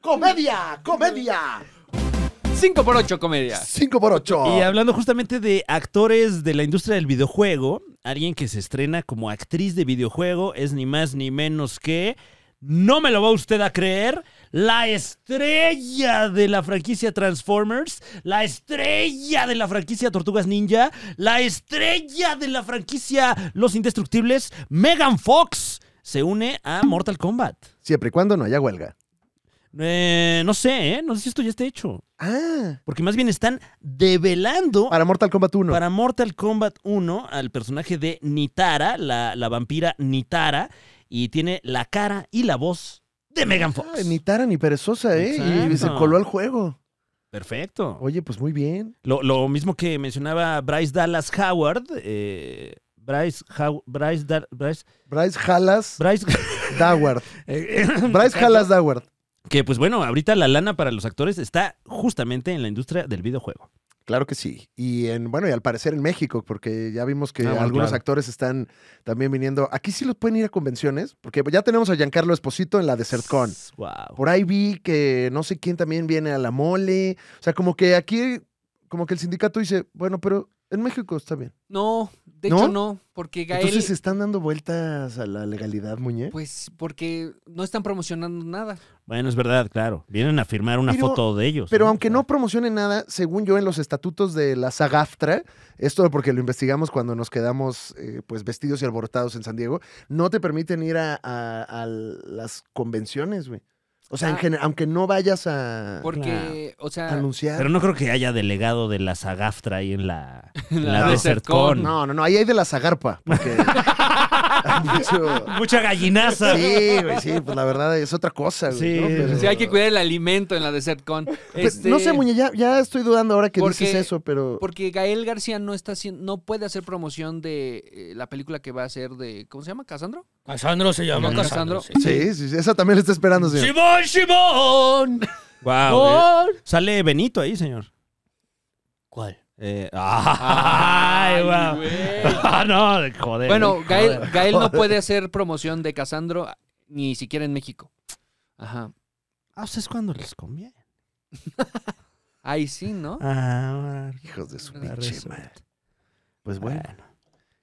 B: ¡Comedia! ¡Comedia!
A: 5 por 8 comedia.
B: 5 por 8
C: Y hablando justamente de actores de la industria del videojuego, alguien que se estrena como actriz de videojuego es ni más ni menos que, no me lo va usted a creer, la estrella de la franquicia Transformers, la estrella de la franquicia Tortugas Ninja, la estrella de la franquicia Los Indestructibles, Megan Fox, se une a Mortal Kombat.
B: Siempre y cuando no haya huelga.
C: Eh, no sé, ¿eh? no sé si esto ya está hecho.
B: Ah,
C: Porque más bien están develando
B: para Mortal Kombat 1.
C: para Mortal Kombat 1 al personaje de Nitara, la, la vampira Nitara, y tiene la cara y la voz de Megan Fox.
B: Ah, ni Tara ni perezosa, ¿eh? Y
C: Exacto.
B: se coló al juego.
C: Perfecto.
B: Oye, pues muy bien.
C: Lo, lo mismo que mencionaba Bryce Dallas Howard. eh, Bryce, How- Bryce, Dal- Bryce,
B: Bryce Hallas
C: Bryce,
B: Daward.
C: eh,
B: Bryce Hallas Daward.
C: que pues bueno, ahorita la lana para los actores está justamente en la industria del videojuego.
B: Claro que sí. Y en, bueno, y al parecer en México, porque ya vimos que
C: Ah, bueno,
B: algunos
C: claro.
B: actores están también viniendo. Aquí sí los pueden ir a convenciones, porque ya tenemos a Giancarlo Esposito en la DesertCon.
C: Wow.
B: Por ahí vi que no sé quién también viene a la mole. O sea, como que aquí, como que el sindicato dice, bueno, pero en México está bien.
A: No, de
B: ¿No?
A: hecho no, porque Gael,
B: Entonces se están dando vueltas a la legalidad, Muñe.
A: pues porque no están promocionando nada.
C: Bueno, es verdad, claro. Vienen a firmar una
B: Pero-
C: foto de
A: Pues
C: ellos.
B: Pero aunque no promocionen nada, según yo, en los estatutos de la SAGAFTRA, esto porque lo investigamos cuando nos quedamos eh, pues vestidos y alborotados en San Diego, no te permiten ir a, a- a las convenciones, güey. O sea, en
A: Ah.
B: gen- aunque no vayas a,
C: Ah,
A: Porque, o
B: a
A: sea,
B: anunciar.
C: Pero no creo que haya delegado de la Sagaftra ahí en la, en la
A: La
C: Desertcon.
A: Desertcon.
B: No, no, no, ahí hay de la Zagarpa. Porque han dicho-
C: Mucha gallinaza.
B: Sí, güey, sí, pues la verdad es otra cosa, güey.
C: Sí,
B: ¿no? Pero-
A: sí pues, hay que cuidar el alimento en la DesertCon.
B: Pues,
A: Este,
B: No sé, Muñe, ya, ya estoy dudando ahora que
A: Porque-
B: dices eso, pero.
A: Porque Gael García no está haciendo, no puede hacer promoción de eh, la película que va a hacer de, ¿cómo se llama? ¿Casandro?
D: Casandro se llama
A: Mm.
D: Casandro. sí.
B: Sí, sí, sí, esa también la está esperando, señor.
D: ¡Shibón, Shibón!
C: Guau,
D: ¡Gol!
C: eh, Sale Benito ahí, señor.
D: ¿Cuál?
C: Eh, ay, guau. Ah, no, joder.
A: Bueno, Gael, Gael no puede hacer promoción de Casandro ni siquiera en México. Ajá.
C: Ah, o sea, es cuando les conviene.
A: Ahí sí, ¿no?
C: Ah,
B: Hijos de su
C: la
B: pinche
C: resulta.
B: madre. Pues bueno.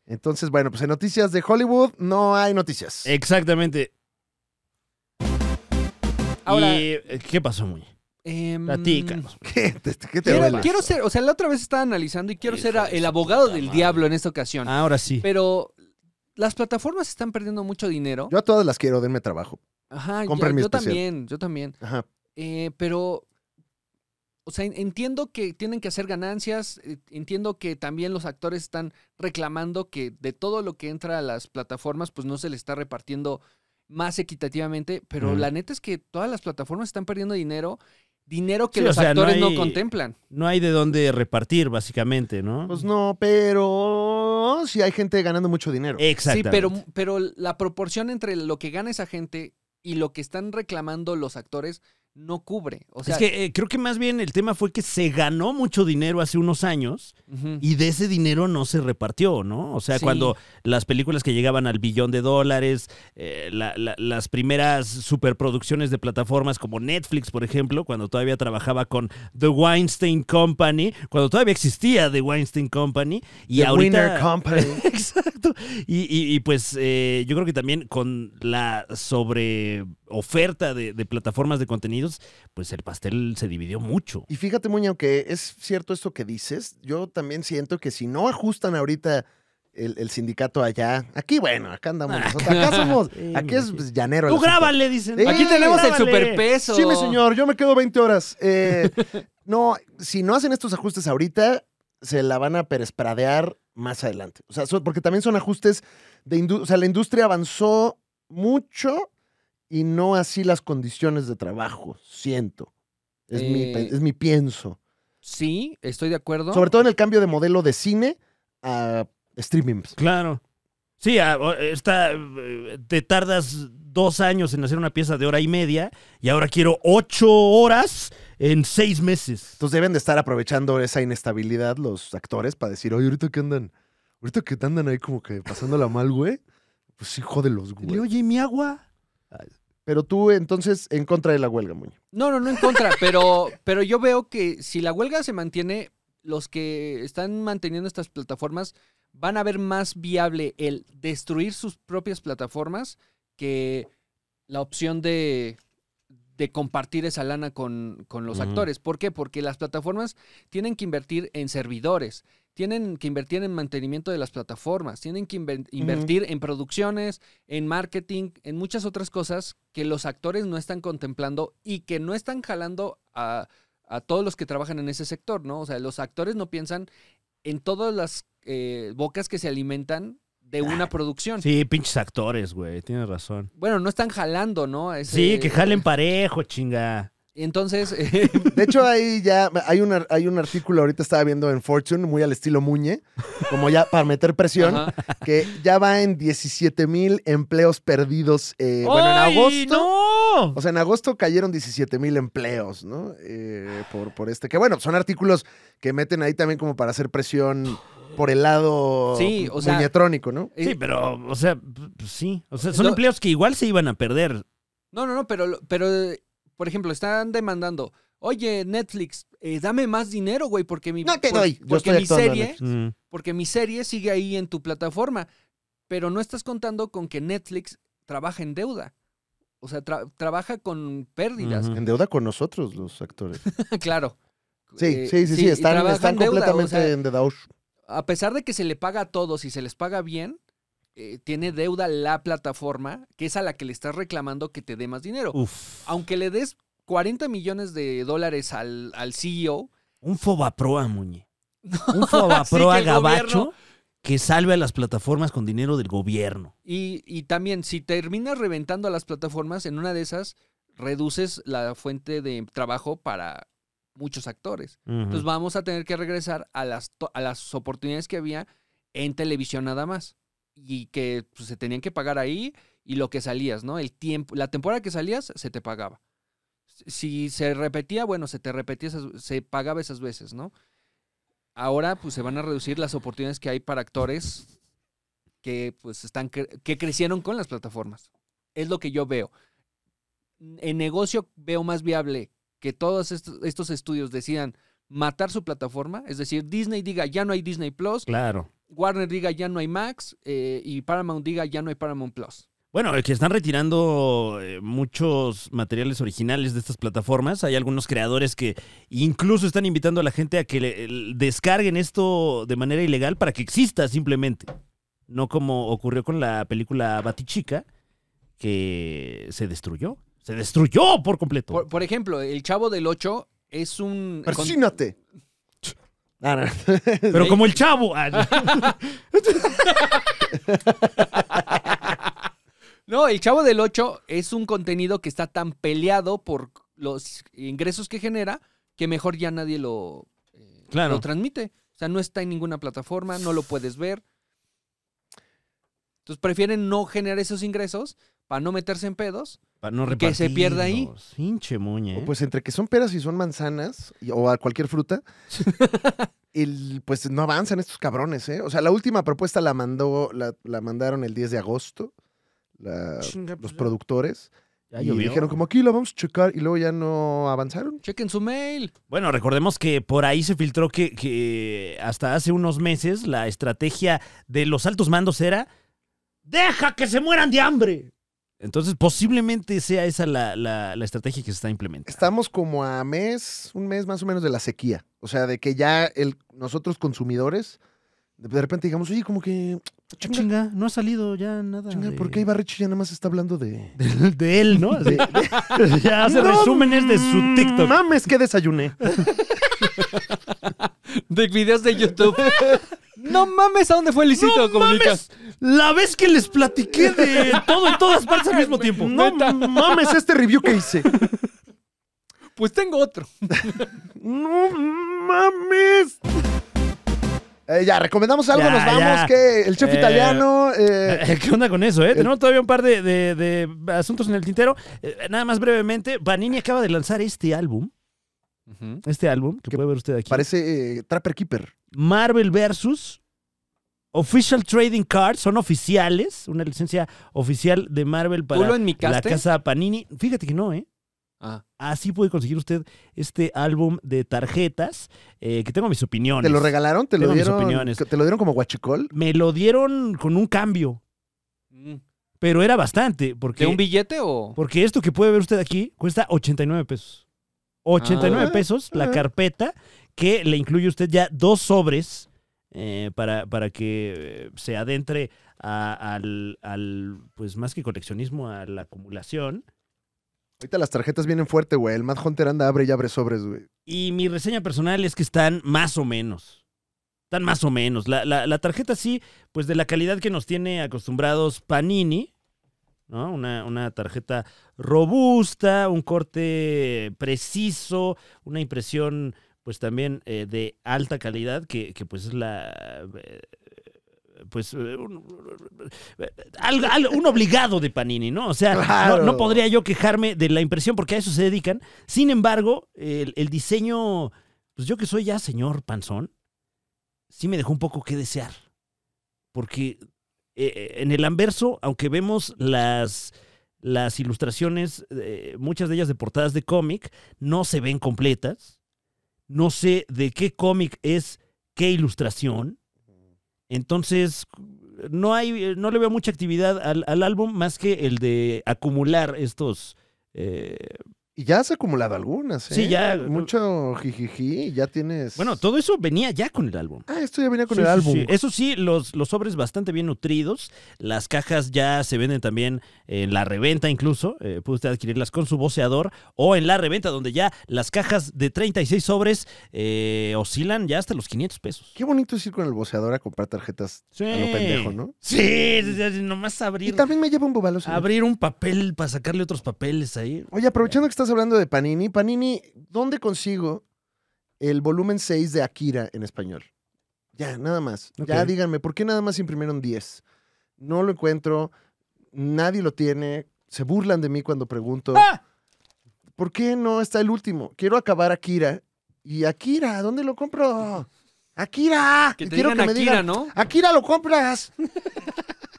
B: Entonces, bueno, pues en noticias de Hollywood no hay noticias.
A: Eh.
C: Exactamente.
A: Ahora-
C: ¿Y eh, qué pasó, Muñe?
A: Em,
C: Mm. Platícanos.
B: ¿Qué te, qué te
A: Quiero,
B: duele?
A: quiero ser, o sea, la otra vez estaba analizando y quiero
D: Hijo
A: ser a-
D: de su
A: el abogado
D: puta
A: del
D: madre.
A: diablo en esta ocasión.
C: Ahora sí.
A: Pero las plataformas están perdiendo mucho dinero.
B: Yo a todas las quiero, denme trabajo.
A: Ajá, yo,
B: compren mi
A: yo
B: especial.
A: también, yo también.
B: Ajá.
A: Eh, pero O sea, en- entiendo que tienen que hacer ganancias, eh, entiendo que también los actores están reclamando que de todo lo que entra a las plataformas, pues no se le está repartiendo más equitativamente, pero
C: Ujú.
A: la neta es que todas las plataformas están perdiendo dinero, dinero que
C: Sí, o
A: los
C: sea, no
A: actores no,
C: hay-
A: contemplan.
C: No hay de dónde repartir, básicamente,
A: Mm.
C: ¿no?
B: Pues no, pero sí hay gente ganando mucho dinero.
A: Sí,
C: Exactamente.
A: pero, pero la proporción entre lo que gana esa gente y lo que están reclamando los actores no cubre. O sea,
C: es que eh, creo que más bien el tema fue que se ganó mucho dinero hace unos años
A: ujú.
C: y de ese dinero no se repartió, ¿no? O sea,
A: Sí.
C: cuando las películas que llegaban al billón de dólares, eh, la- la- las primeras superproducciones de plataformas como Netflix, por ejemplo, cuando todavía trabajaba con The Weinstein Company, cuando todavía existía The Weinstein Company, y
B: The
C: ahorita...
B: Winner Company.
C: Exacto. Y, y- y, pues eh, yo creo que también con la sobre oferta de, de plataformas de contenidos, pues el pastel se dividió mucho.
B: Y fíjate, Muña, aunque es cierto esto que dices, yo también siento que si no ajustan ahorita el, el sindicato allá, aquí, bueno, acá
A: Ah.
B: andamos nosotros. Acá somos,
C: Sí,
B: aquí
C: mira,
B: es
C: sí.
B: pues, llanero. el
C: Tú
B: asunto.
C: grábale, dicen.
B: Sí.
A: Aquí
B: ¡Eh,
A: tenemos el
C: grábale!
A: superpeso.
B: Sí, mi señor, yo me quedo 20 horas. Eh, no, si no hacen estos ajustes ahorita, se la van a perespradear más adelante. O sea, son- porque también son ajustes de industria. O sea, la industria avanzó mucho y no así las condiciones de trabajo, siento. Es, mi,
A: Eh,
B: pe- es mi pienso.
A: Sí, estoy de acuerdo.
B: Sobre todo en el cambio de modelo de cine a streaming.
C: Claro. Sí, a- o- está, eh, te tardas dos años en hacer una pieza de hora y media y ahora quiero ocho horas en seis meses.
B: Entonces deben de estar aprovechando esa inestabilidad los actores para decir, oye, ahorita que andan, ahorita que andan ahí como que pasándola mal, güey. Pues sí, jódelos,
C: Y
B: güey.
C: le digo, oye, ¿y mi agua?
B: Pero tú entonces en contra de la huelga, Muñoz.
A: No, no, no en contra, pero, pero yo veo que si la huelga se mantiene, los que están manteniendo estas plataformas van a ver más viable el destruir sus propias plataformas que la opción de, de compartir esa lana con, con los
C: Ujú.
A: actores. ¿Por qué? Porque las plataformas tienen que invertir en servidores, tienen que invertir en mantenimiento de las plataformas, tienen que inven- invertir en producciones, en marketing, en muchas otras cosas que los actores no están contemplando y que no están jalando a, a todos los que trabajan en ese sector, ¿no? O sea, los actores no piensan en todas las eh, bocas que se alimentan de una producción.
C: Sí, pinches actores, güey, tienes razón.
A: Bueno, no están jalando, ¿no? A ese-
C: Sí, que jalen parejo, chinga.
A: Entonces, eh,
B: De hecho, ahí ya hay un, ar- hay un artículo, ahorita estaba viendo en Fortune, muy al estilo Muñe, como ya para meter presión,
A: ajá.
B: que ya va en 17 mil empleos perdidos. eh, bueno, en
C: ¡Ay,
B: agosto.
C: no!
B: O sea, en agosto cayeron 17 mil empleos, ¿no? Eh, por, por este. Que bueno, son artículos que meten ahí también como para hacer presión por el lado
A: Sí, o sea,
B: muñetrónico, ¿no?
A: Eh,
C: Sí, pero, o sea, p- pues sí. O sea, son
A: Lo-
C: empleos que igual se iban a perder.
A: No, no, no, pero, lo- pero eh, por ejemplo, están demandando, oye, Netflix, eh, dame más dinero, güey, porque mi,
B: No te
A: por-
B: doy. Yo
A: porque
B: estoy
A: mi
B: actuando en
A: serie,
B: Netflix.
C: Mm.
A: porque mi serie sigue ahí en tu plataforma, pero no estás contando con que Netflix trabaja en deuda. O sea, tra- trabaja con pérdidas,
C: Ujú.
B: En deuda con nosotros, los actores.
A: claro.
B: Sí,
A: Eh,
B: sí, sí, sí,
A: y
B: están,
A: trabaja
B: están
A: en deuda, o
B: completamente
A: sea,
B: endeudados.
A: a pesar de que se le paga a todos y se les paga bien, eh, tiene deuda la plataforma, que es a la que le estás reclamando que te dé más dinero.
C: Uf.
A: Aunque le des 40 millones de dólares al, al E CEO,
C: Un fobaproa, Muñe. Un fobaproa
A: Sí, que el
C: gabacho
A: gobierno-
C: que salve a las plataformas con dinero del gobierno.
A: y, y también si terminas reventando a las plataformas, en una de esas reduces la fuente de trabajo para muchos actores.
C: Pues
A: Entonces vamos a tener que regresar a las, to- a las oportunidades que había en televisión nada más. Y que pues, se tenían que pagar ahí y lo que salías, ¿no? El tiempo, la temporada que salías se te pagaba. Si se repetía, bueno, se te repetía, esas- se pagaba esas veces, ¿no? Ahora pues se van a reducir las oportunidades que hay para actores que pues están cre- que crecieron con las plataformas. Es lo que yo veo. En negocio veo más viable que todos estos- estos estudios decidan matar su plataforma, es decir, Disney diga ya no hay Disney Plus,
C: Claro.
A: Warner diga ya no hay Max eh, y Paramount diga ya no hay Paramount Plus.
C: Bueno, que están retirando eh, muchos materiales originales de estas plataformas. Hay algunos creadores que incluso están invitando a la gente a que le- el- descarguen esto de manera ilegal para que exista simplemente. No como ocurrió con la película Batichica, que se destruyó. Se destruyó por completo.
A: Por, por ejemplo, el Chavo del 8 es un... con-
B: Persínate. Ah, no.
C: Pero como el chavo. Ah,
A: No, el Chavo del 8 es un contenido que está tan peleado por los ingresos que genera que mejor ya nadie lo, eh,
C: Claro.
A: lo transmite. O sea, no está en ninguna plataforma, no lo puedes ver. Entonces prefieren no generar esos ingresos para no meterse en pedos.
C: para no
A: Que se pierda ahí.
C: repartirlos. Pinche moña. ¿eh?
B: O pues entre que son peras y son manzanas, y- o a cualquier fruta, el, pues no avanzan estos cabrones, ¿eh? O sea, la última propuesta la mandó, la, la mandaron el 10 de agosto, la-
C: Chinga,
B: ah, los
C: pues,
B: productores,
C: ya
B: y
C: llovió.
B: dijeron como aquí la vamos a checar, y luego ya no avanzaron.
A: Chequen su mail.
C: Bueno, recordemos que por ahí se filtró que, que hasta hace unos meses la estrategia de los altos mandos era ¡Deja que se mueran de hambre! Entonces, posiblemente sea esa la, la- la estrategia que se está implementando.
B: Estamos como a mes, un mes más o menos de la sequía. O sea, de que ya el, nosotros consumidores, de repente digamos, oye, como que, chinga,
C: Chinga, no ha salido ya nada.
B: chinga,
C: de-
B: ¿por qué Ibarreche ya nada más está hablando de...?
C: de, de él, no? Así- ya hace
B: No
C: resúmenes de su TikTok.
B: Mames, que desayuné.
A: De videos de YouTube. no mames, ¿a dónde fue Licito?
C: ¡No mames! La vez que les platiqué de todo en todas partes al mismo tiempo.
B: No mames este review que hice.
A: Pues tengo otro.
B: No mames. Eh, ya, recomendamos algo,
C: Ya,
B: nos vamos,
C: ya.
B: que el chef
C: Eh,
B: italiano... eh,
C: Eh, ¿Qué onda con eso, eh? Tenemos todavía un par de, de- de asuntos en el tintero. Eh, nada más brevemente, Vanini acaba de lanzar este álbum. Este álbum, que
B: Que
C: puede ver usted aquí.
B: parece eh, Trapper Keeper.
C: Marvel vs. Official Trading Cards. Son oficiales. Una licencia oficial de Marvel
A: ¿Tú lo
C: para la
A: enmicaste?
C: casa Panini. Fíjate que no, ¿eh?
A: Ah.
C: Así puede conseguir usted este álbum de tarjetas, eh, que tengo mis opiniones.
B: ¿Te lo regalaron? ¿Te lo
C: Tengo mis
B: dieron?
C: opiniones.
B: ¿Te lo dieron como guachicol?
C: Me lo dieron con un cambio,
A: Mm.
C: pero era bastante. Porque
A: ¿De un billete o...?
C: Porque esto que puede ver usted aquí cuesta 89 pesos. 89
B: Ah.
C: pesos la
B: Ah.
C: carpeta que le incluye usted ya dos sobres eh, para, para que eh, se adentre a- al, al, pues más que coleccionismo, a la acumulación.
B: Ahorita las tarjetas vienen fuerte, güey. El Mad Hunter anda, abre y abre sobres, güey.
C: Y mi reseña personal es que están más o menos. Están más o menos. La, la- la tarjeta sí, pues de la calidad que nos tiene acostumbrados Panini, ¿no? Una, una tarjeta robusta, un corte preciso, una impresión pues también eh, de alta calidad, que, que, pues es la... eh, pues eh, un, al- al- un obligado de Panini, ¿no? O sea, no-
B: Claro.
C: no podría yo quejarme de la impresión porque a eso se dedican. Sin embargo, el, el diseño, pues yo que soy ya señor Panzón, sí me dejó un poco que desear. Porque eh, en el anverso, aunque vemos las, las ilustraciones, eh, muchas de ellas de portadas de cómic, no se ven completas. No sé de qué cómic es qué ilustración. Entonces, no, hay, no le veo mucha actividad al, al álbum más que el de acumular estos... eh,
B: Y ya has acumulado algunas, ¿eh?
C: Sí, ya.
B: Mucho jijiji, ya tienes...
C: Bueno, todo eso venía ya con el álbum.
B: Ah, esto ya venía con
C: Sí,
B: el
C: sí,
B: álbum.
C: sí. Eso sí, los, los sobres bastante bien nutridos. Las cajas ya se venden también en la reventa incluso. Eh, puede usted adquirirlas con su voceador o en la reventa donde ya las cajas de 36 sobres eh, oscilan ya hasta los 500 pesos.
B: Qué bonito es ir con el voceador a comprar tarjetas
C: Sí.
B: a lo pendejo, ¿no?
C: Sí, sí, sí, Ah, nomás
B: Y
C: abrir,
B: también me lleva un bobalo. señor.
C: abrir un papel para sacarle otros papeles ahí.
B: Oye, aprovechando que estás hablando de Panini, Panini, ¿dónde consigo el volumen 6 de Akira en español? Ya, nada más. Ya
C: Ok.
B: díganme, ¿por qué nada más imprimieron 10? No lo encuentro, nadie lo tiene, se burlan de mí cuando pregunto.
C: ¡Ah!
B: ¿Por qué no está el último? Quiero acabar Akira. ¿Y Akira? ¿Dónde lo compro? ¡Akira!
A: Que te
B: Quiero
A: digan
B: me
A: Akira,
B: digan,
A: ¿no?
B: ¡Akira lo compras!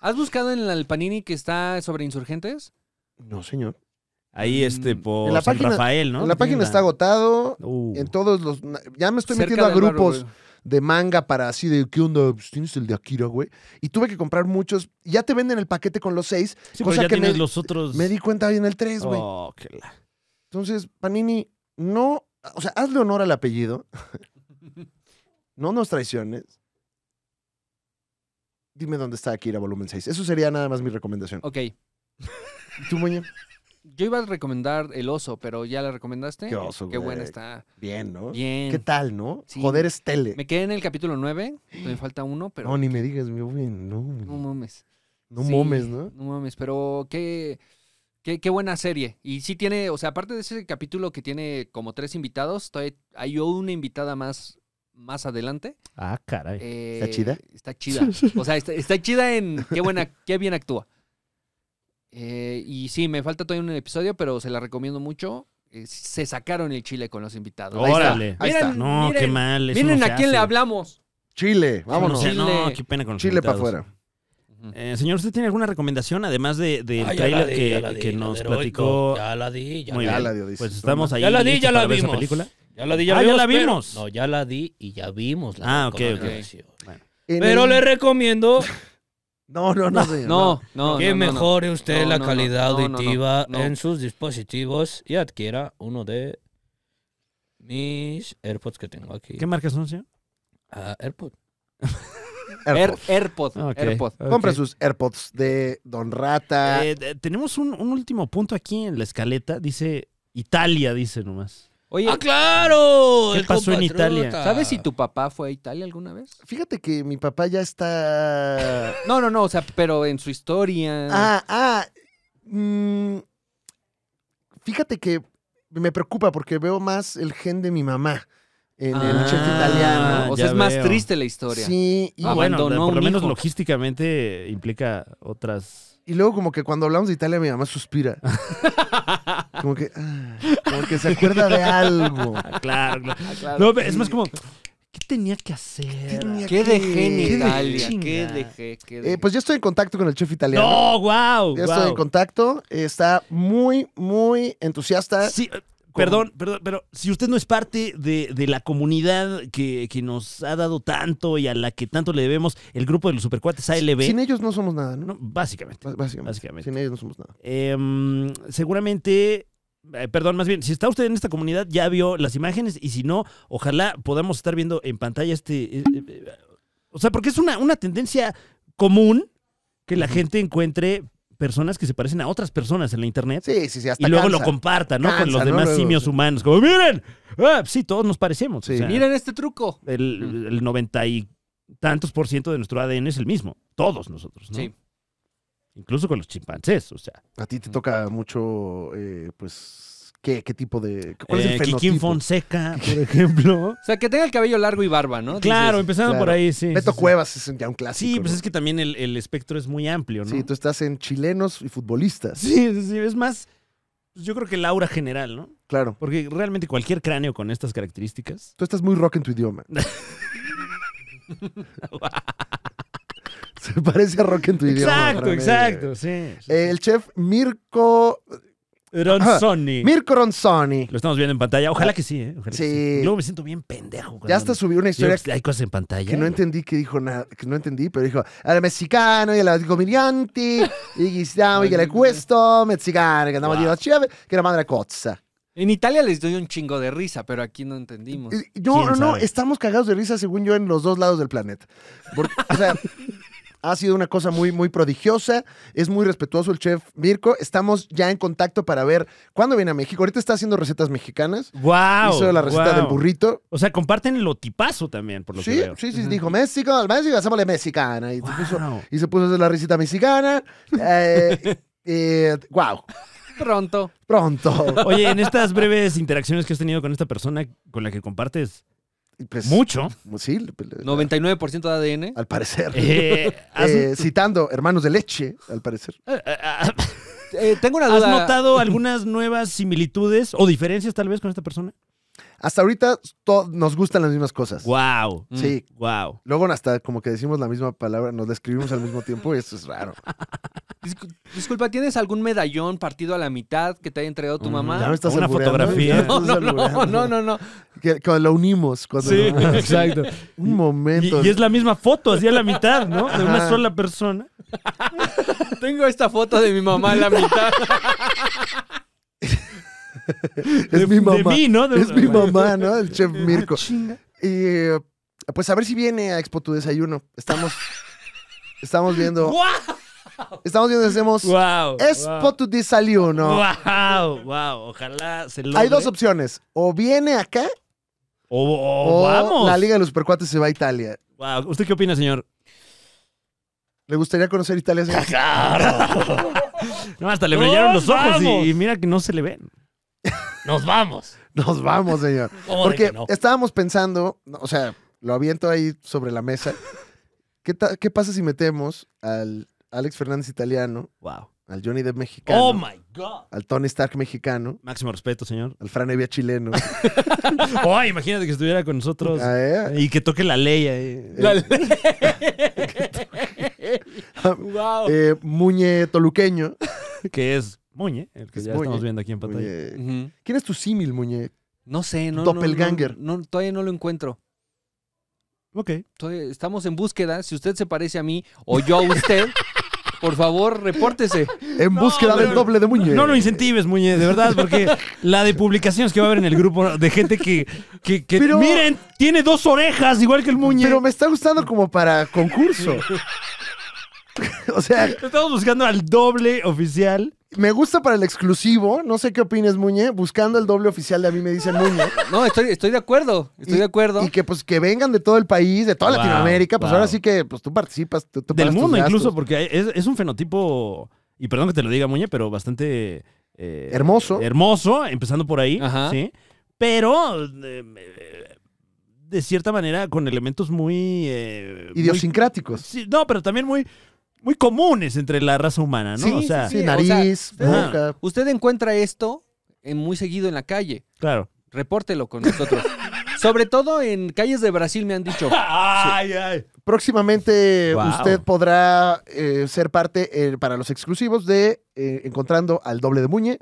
A: ¿Has buscado en el Panini que está sobre insurgentes?
B: No, señor.
C: Ahí este
A: Mm.
C: por
B: En la
C: San
B: página-
C: Rafael, ¿no?
B: la página está agotado.
C: Uh.
B: En todos los. Ya me estoy
A: Cerca
B: metiendo a
A: del barrio,
B: grupos.
A: güey.
B: de manga para así de ¿qué onda? Pues, tienes el de Akira, güey. Y tuve que comprar muchos. Ya te venden el paquete con los seis.
C: Sí, pero
B: cosa
C: ya
B: que
C: tienes
B: me,
C: los otros.
B: me di cuenta ahí en el tres, güey.
C: Pues Oh, qué la-
B: Entonces, Panini, no. O sea, hazle honor al apellido. no nos traiciones. Dime dónde está Akira volumen 6. Eso sería nada más mi recomendación.
A: Ok.
B: ¿Y tú, Muñe?
A: yo iba a recomendar El Oso, pero ya la recomendaste.
B: Qué oso,
A: Qué
B: güey.
A: buena está.
B: Bien, ¿no?
A: Bien.
B: ¿Qué tal, no?
A: Sí.
B: Joder, es tele.
A: Me quedé en el capítulo 9, me falta uno, pero
B: No, ni me digas, mi güey, no.
A: no
B: No,
A: mames.
B: no
A: Sí,
B: momes, ¿no?
A: No mames, pero qué, qué, qué buena serie. Y sí tiene, o sea, aparte de ese capítulo que tiene como tres invitados, todavía hay una invitada más, más adelante.
C: Ah, caray.
A: Eh,
B: ¿Está chida?
A: Está chida. O sea, está, está chida en qué buena, qué bien actúa. Eh, y sí, me falta todavía un episodio, pero se la recomiendo mucho. Eh, se sacaron el chile con los invitados.
B: Ahí está,
C: Órale.
B: ahí está.
A: Miren,
C: No, qué
A: miren,
C: mal. eso
A: Miren
C: no se
A: a quién le
C: hace.
A: hablamos.
B: Chile, vámonos.
C: Eso no se hace.
A: Chile.
C: No, qué pena con los
B: Chile para
C: invitados.
B: afuera.
C: Eh, señor, ¿usted tiene alguna recomendación además de- del
D: Ah, ya la
C: trailer
D: di,
C: que,
D: ya la di,
C: que
D: la
C: nos
D: de
C: platicó?
D: Heroico. Ya la di, ya
C: Muy
D: la
B: Ya
C: bien.
B: la dio, dice.
C: Pues estamos ahí.
D: Ya la di,
C: listos
D: ya la
C: para ver esa
D: vimos.
C: película.
D: Ya la di, ya,
C: Ah, ya la
D: pero-
C: vimos.
D: no, ya la di y ya vimos la
C: Ah, ok, ok.
D: recomendación.
B: En
D: Pero
B: el-
D: le recomiendo
B: No, no, no, señor,
A: No, no,
D: que
A: no, no, no.
D: mejore usted
A: No,
D: la
A: no, no,
D: calidad
A: no, no, no,
D: auditiva
A: no.
D: en sus dispositivos y adquiera uno de mis AirPods que tengo aquí.
C: ¿Qué marcas son, señor?
D: Ah, AirPods.
B: Airpods.
A: Air- AirPod.
C: Ah, ok.
A: AirPod.
C: Ok.
B: Compra sus AirPods de Don Rata.
C: Eh, de- tenemos un, un último punto aquí en la escaleta. Dice Italia, dice nomás.
A: Oye,
D: ¡Ah, claro!
C: ¿Qué
D: El
C: pasó en
D: compatriota.
C: Italia?
A: ¿sabes si tu papá fue a Italia alguna vez?
B: Fíjate que mi papá ya está.
A: No, no, no, o sea, pero en su historia.
B: Ah, ah. mm, fíjate que me preocupa porque veo más el gen de mi mamá en el
A: Ah,
B: chef italiano.
A: O
C: ya
A: sea, es más
C: veo.
A: triste la historia.
B: Sí, y,
A: Ah, bueno, Abandonó
C: por lo
A: un
C: menos
A: hijo.
C: logísticamente implica otras.
B: y luego como que cuando hablamos de Italia mi mamá suspira. como que ah, como que se acuerda de algo.
C: Ah, claro, claro.
A: Ah, claro.
C: No, es más como, ¿qué tenía que hacer?
B: tenía
A: ¿Qué dejé en
B: ¿Qué
A: Italia?
C: dejé?
A: ¿Qué dejé? ¿Qué dejé?
B: Eh, pues ya estoy en contacto con el chef italiano.
C: No, wow.
B: ya estoy en contacto. Está muy, muy entusiasta.
C: Sí, eh, perdón, perdón, pero si usted no es parte de, de la comunidad que, que nos ha dado tanto y a la que tanto le debemos, el grupo de los supercuates ALB,
B: Sin ellos no somos nada, ¿no?
C: no, básicamente.
B: Bás- Básicamente.
C: Básicamente.
B: Sin ellos no somos nada.
C: Em, seguramente, eh, perdón, más bien, si está usted en esta comunidad ya vio las imágenes y si no, ojalá podamos estar viendo en pantalla este... eh, eh, eh, o sea, porque es una, una tendencia común que la gente encuentre personas que se parecen a otras personas en la internet
B: Sí, sí, sí, hasta
C: y luego lo
B: cansa.
C: compartan, ¿no? Con
B: Cansa,
C: los
B: ¿no?
C: demás
B: Luego,
C: simios
B: sí.
C: humanos. Como, miren, ah, sí, todos nos parecemos.
B: Sí.
C: O sea,
A: Miren este truco.
C: el, el 90 y tantos por ciento de nuestro ADN es el mismo. Todos nosotros, ¿no?
A: Sí.
C: Incluso con los chimpancés, o sea.
B: A ti te toca mucho, eh, pues, ¿qué, qué tipo de...? ¿Cuál
C: Eh,
B: es el
C: Kikín
B: fenotipo?
C: Fonseca, por ejemplo.
A: O sea, que tenga el cabello largo y barba, ¿no?
C: claro,
A: Dices,
C: empezando
B: claro.
C: por ahí, sí.
B: Beto
C: sí, sí.
B: Cuevas es ya un clásico.
C: Sí, pues
B: ¿no?
C: es que también el, el espectro es muy amplio, ¿no?
B: Sí, tú estás en chilenos y futbolistas.
C: sí, sí, sí, es más, pues, yo creo que el aura general, ¿no?
B: Claro.
C: Porque realmente cualquier cráneo con estas características.
B: Tú estás muy rock en tu idioma. Se parece a rock en tu idioma.
C: Exacto,
B: Fran, eh.
C: exacto, sí. sí.
B: Eh, El chef Mirko...
C: Ronzoni.
B: Mirko Ronzoni.
C: Lo estamos viendo en pantalla. Ojalá que sí, ¿eh? Ojalá que
B: Ah, Sí.
C: sí. Luego me siento bien pendejo. cuando-
B: Ya hasta subió una historia
C: Digo, pues, Hay cosas en pantalla.
B: que no entendí que dijo nada, que no entendí, pero dijo, al mexicano y a los comediantes, y que siamo, y que le cuesto, mexicano, que andamos
C: Wow.
B: a cheve, que la madre cozza.
A: En Italia les doy un chingo de risa, pero aquí no entendimos.
B: Y- y No,
C: ¿Quién
B: no, no,
C: sabe?
B: estamos cagados de risa, según yo, en los dos lados del planeta. Porque, o sea, ha sido una cosa muy, muy prodigiosa, es muy respetuoso el chef Mirko, estamos ya en contacto para ver cuándo viene a México. Ahorita está haciendo recetas mexicanas,
C: ¡Wow!
B: hizo la receta
C: wow.
B: del burrito.
C: O sea, comparten el lotipazo también, por lo
B: Sí,
C: que veo.
B: sí, sí, dijo México, al México, hacemos la mexicana. Y se puso-
C: Wow.
B: y se puso a hacer la risita mexicana. Eh, eh, wow,
A: Pronto.
B: pronto.
C: Oye, en estas breves interacciones que has tenido con esta persona con la que compartes
B: Y pues,
C: mucho,
B: Sí, pues,
A: 99% de ADN.
B: al parecer.
C: eh, has,
B: Eh, citando hermanos de leche, al parecer.
C: eh, eh,
A: Eh, tengo una
C: ¿has
A: duda.
C: notado algunas nuevas similitudes o diferencias tal vez con esta persona?
B: Hasta ahorita to- nos gustan las mismas cosas.
C: ¡Wow!
B: Sí.
C: ¡Wow!
B: Luego hasta como que decimos la misma palabra, nos la escribimos al mismo tiempo y eso es raro.
C: Ah,
A: Discu- disculpa, ¿tienes algún medallón partido a la mitad que te haya entregado tu
C: Mm,
A: mamá?
B: Ya me estás
C: Una
B: albureando,
C: fotografía.
B: ya me
A: No,
B: estás
A: no, no,
B: albureando.
A: no, no, no.
B: Que, que lo unimos cuando...
C: exacto.
B: Un
C: Y,
B: momento.
C: y es la misma foto, así a la mitad, ¿no? De una
B: Ajá.
C: sola persona.
A: Tengo esta foto de mi mamá a la mitad.
B: Es mi
C: De
B: mamá.
C: mí, ¿no? De-
B: Es mi mamá, ¿no? El chef Mirko. Eh, pues a ver si viene a Expo tu desayuno. Estamos, estamos viendo.
C: ¡Guau!
B: Estamos viendo si hacemos
C: ¡Wow!
B: Expo tu desayuno.
C: ¡Wow! ¡Wow! Ojalá se logre.
B: Hay dos opciones. O viene acá
C: O, o
B: o
C: vamos.
B: la Liga de los Supercuates se va a Italia.
C: Wow. ¿Usted qué opina, señor?
B: ¿Le gustaría conocer Italia? señor?
C: No, hasta le
D: ¡Nos
C: brillaron los ojos
D: vamos!
C: y, y mira que no se le ven.
D: Nos vamos.
B: Nos vamos, señor.
D: ¿Cómo de
B: Porque
D: que no?
B: estábamos pensando, no, o sea, lo aviento ahí sobre la mesa. ¿Qué, ta- qué pasa si metemos al Alex Fernández italiano,
C: Wow.
B: al Johnny Depp mexicano,
D: Oh my God.
B: al Tony Stark mexicano,
C: Máximo respeto, señor.
B: al Fran Evia chileno?
C: Oh, imagínate que estuviera con nosotros
B: a, eh,
C: y que toque la ley ahí. Eh,
B: La
C: wow.
B: eh, Muñe Toluqueño.
C: que es Muñe, el que
B: Es
C: ya
B: Muñe.
C: estamos viendo aquí en pantalla.
B: Muñe.
A: Ujú.
B: ¿Quién es tu símil, Muñe?
A: No sé, no. no,
B: Doppelganger.
A: No, no, todavía no lo encuentro.
C: Ok.
A: Todavía estamos en búsqueda. Si usted se parece a mí o yo a usted, por favor, repórtese.
B: En búsqueda
C: pero-
B: del doble de Muñe.
C: No lo incentives, Muñe, de verdad, porque la de publicaciones que va a haber en el grupo de gente que. que, que-
B: Pero-
C: Miren, tiene dos orejas, igual que el Muñe.
B: Pero me está gustando como para concurso. o sea,
C: Estamos buscando al doble oficial.
B: me gusta para el exclusivo. No sé qué opines, Muñe. Buscando el doble oficial de a mí me dicen Muñe.
A: No, estoy, estoy de acuerdo. Estoy de acuerdo.
B: Y que pues que vengan de todo el país, de toda
C: Wow,
B: Latinoamérica. Pues
C: wow.
B: ahora sí que pues tú participas. Tú, tú
C: Del
B: pagas tus
C: mundo,
B: gastos.
C: incluso, porque hay- es, es un fenotipo. Y perdón que te lo diga, Muñe, pero bastante. eh,
B: Hermoso.
C: Hermoso, empezando por ahí.
A: Ajá.
C: Sí. Pero. eh, eh, de cierta manera, con elementos muy. eh, muy-
B: Idiosincráticos.
C: Sí, no, pero también muy, muy comunes entre la raza humana, ¿no?
A: Sí,
C: o sea,
A: sí,
B: Sí,
A: o
B: nariz,
A: sea,
C: ajá.
B: boca.
A: Usted encuentra esto en- muy seguido en la calle.
C: claro.
A: Repórtelo con nosotros. Sobre todo en calles de Brasil me han dicho.
C: Ay, ay.
B: Próximamente
C: Wow.
B: usted podrá eh, ser parte eh, para los exclusivos de eh, Encontrando al Doble de Muñe,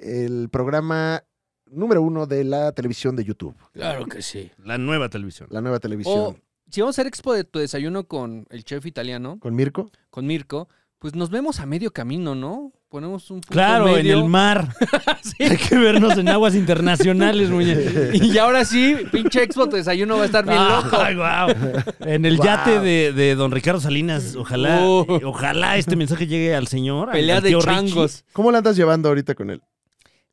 B: el programa número uno de la televisión de YouTube,
D: Claro que sí.
C: La nueva televisión.
B: la nueva televisión.
C: Oh.
A: O si vamos a hacer expo de tu desayuno con el chef italiano,
B: Con Mirko.
A: con Mirko, pues nos vemos a medio camino, ¿no? Ponemos un punto
C: Claro, en
A: medio.
C: el mar. Hay que vernos en aguas internacionales, muñe.
A: Y ahora sí, pinche expo tu desayuno va a estar bien loco.
C: Ah, Ay, guau. En el
B: Guau.
C: yate de, de don Ricardo Salinas, ojalá,
A: Oh.
C: eh, ojalá este mensaje llegue al señor. al-
A: Pelea
C: al
A: de
C: tío Richie.
A: changos.
B: ¿Cómo la andas llevando ahorita con él?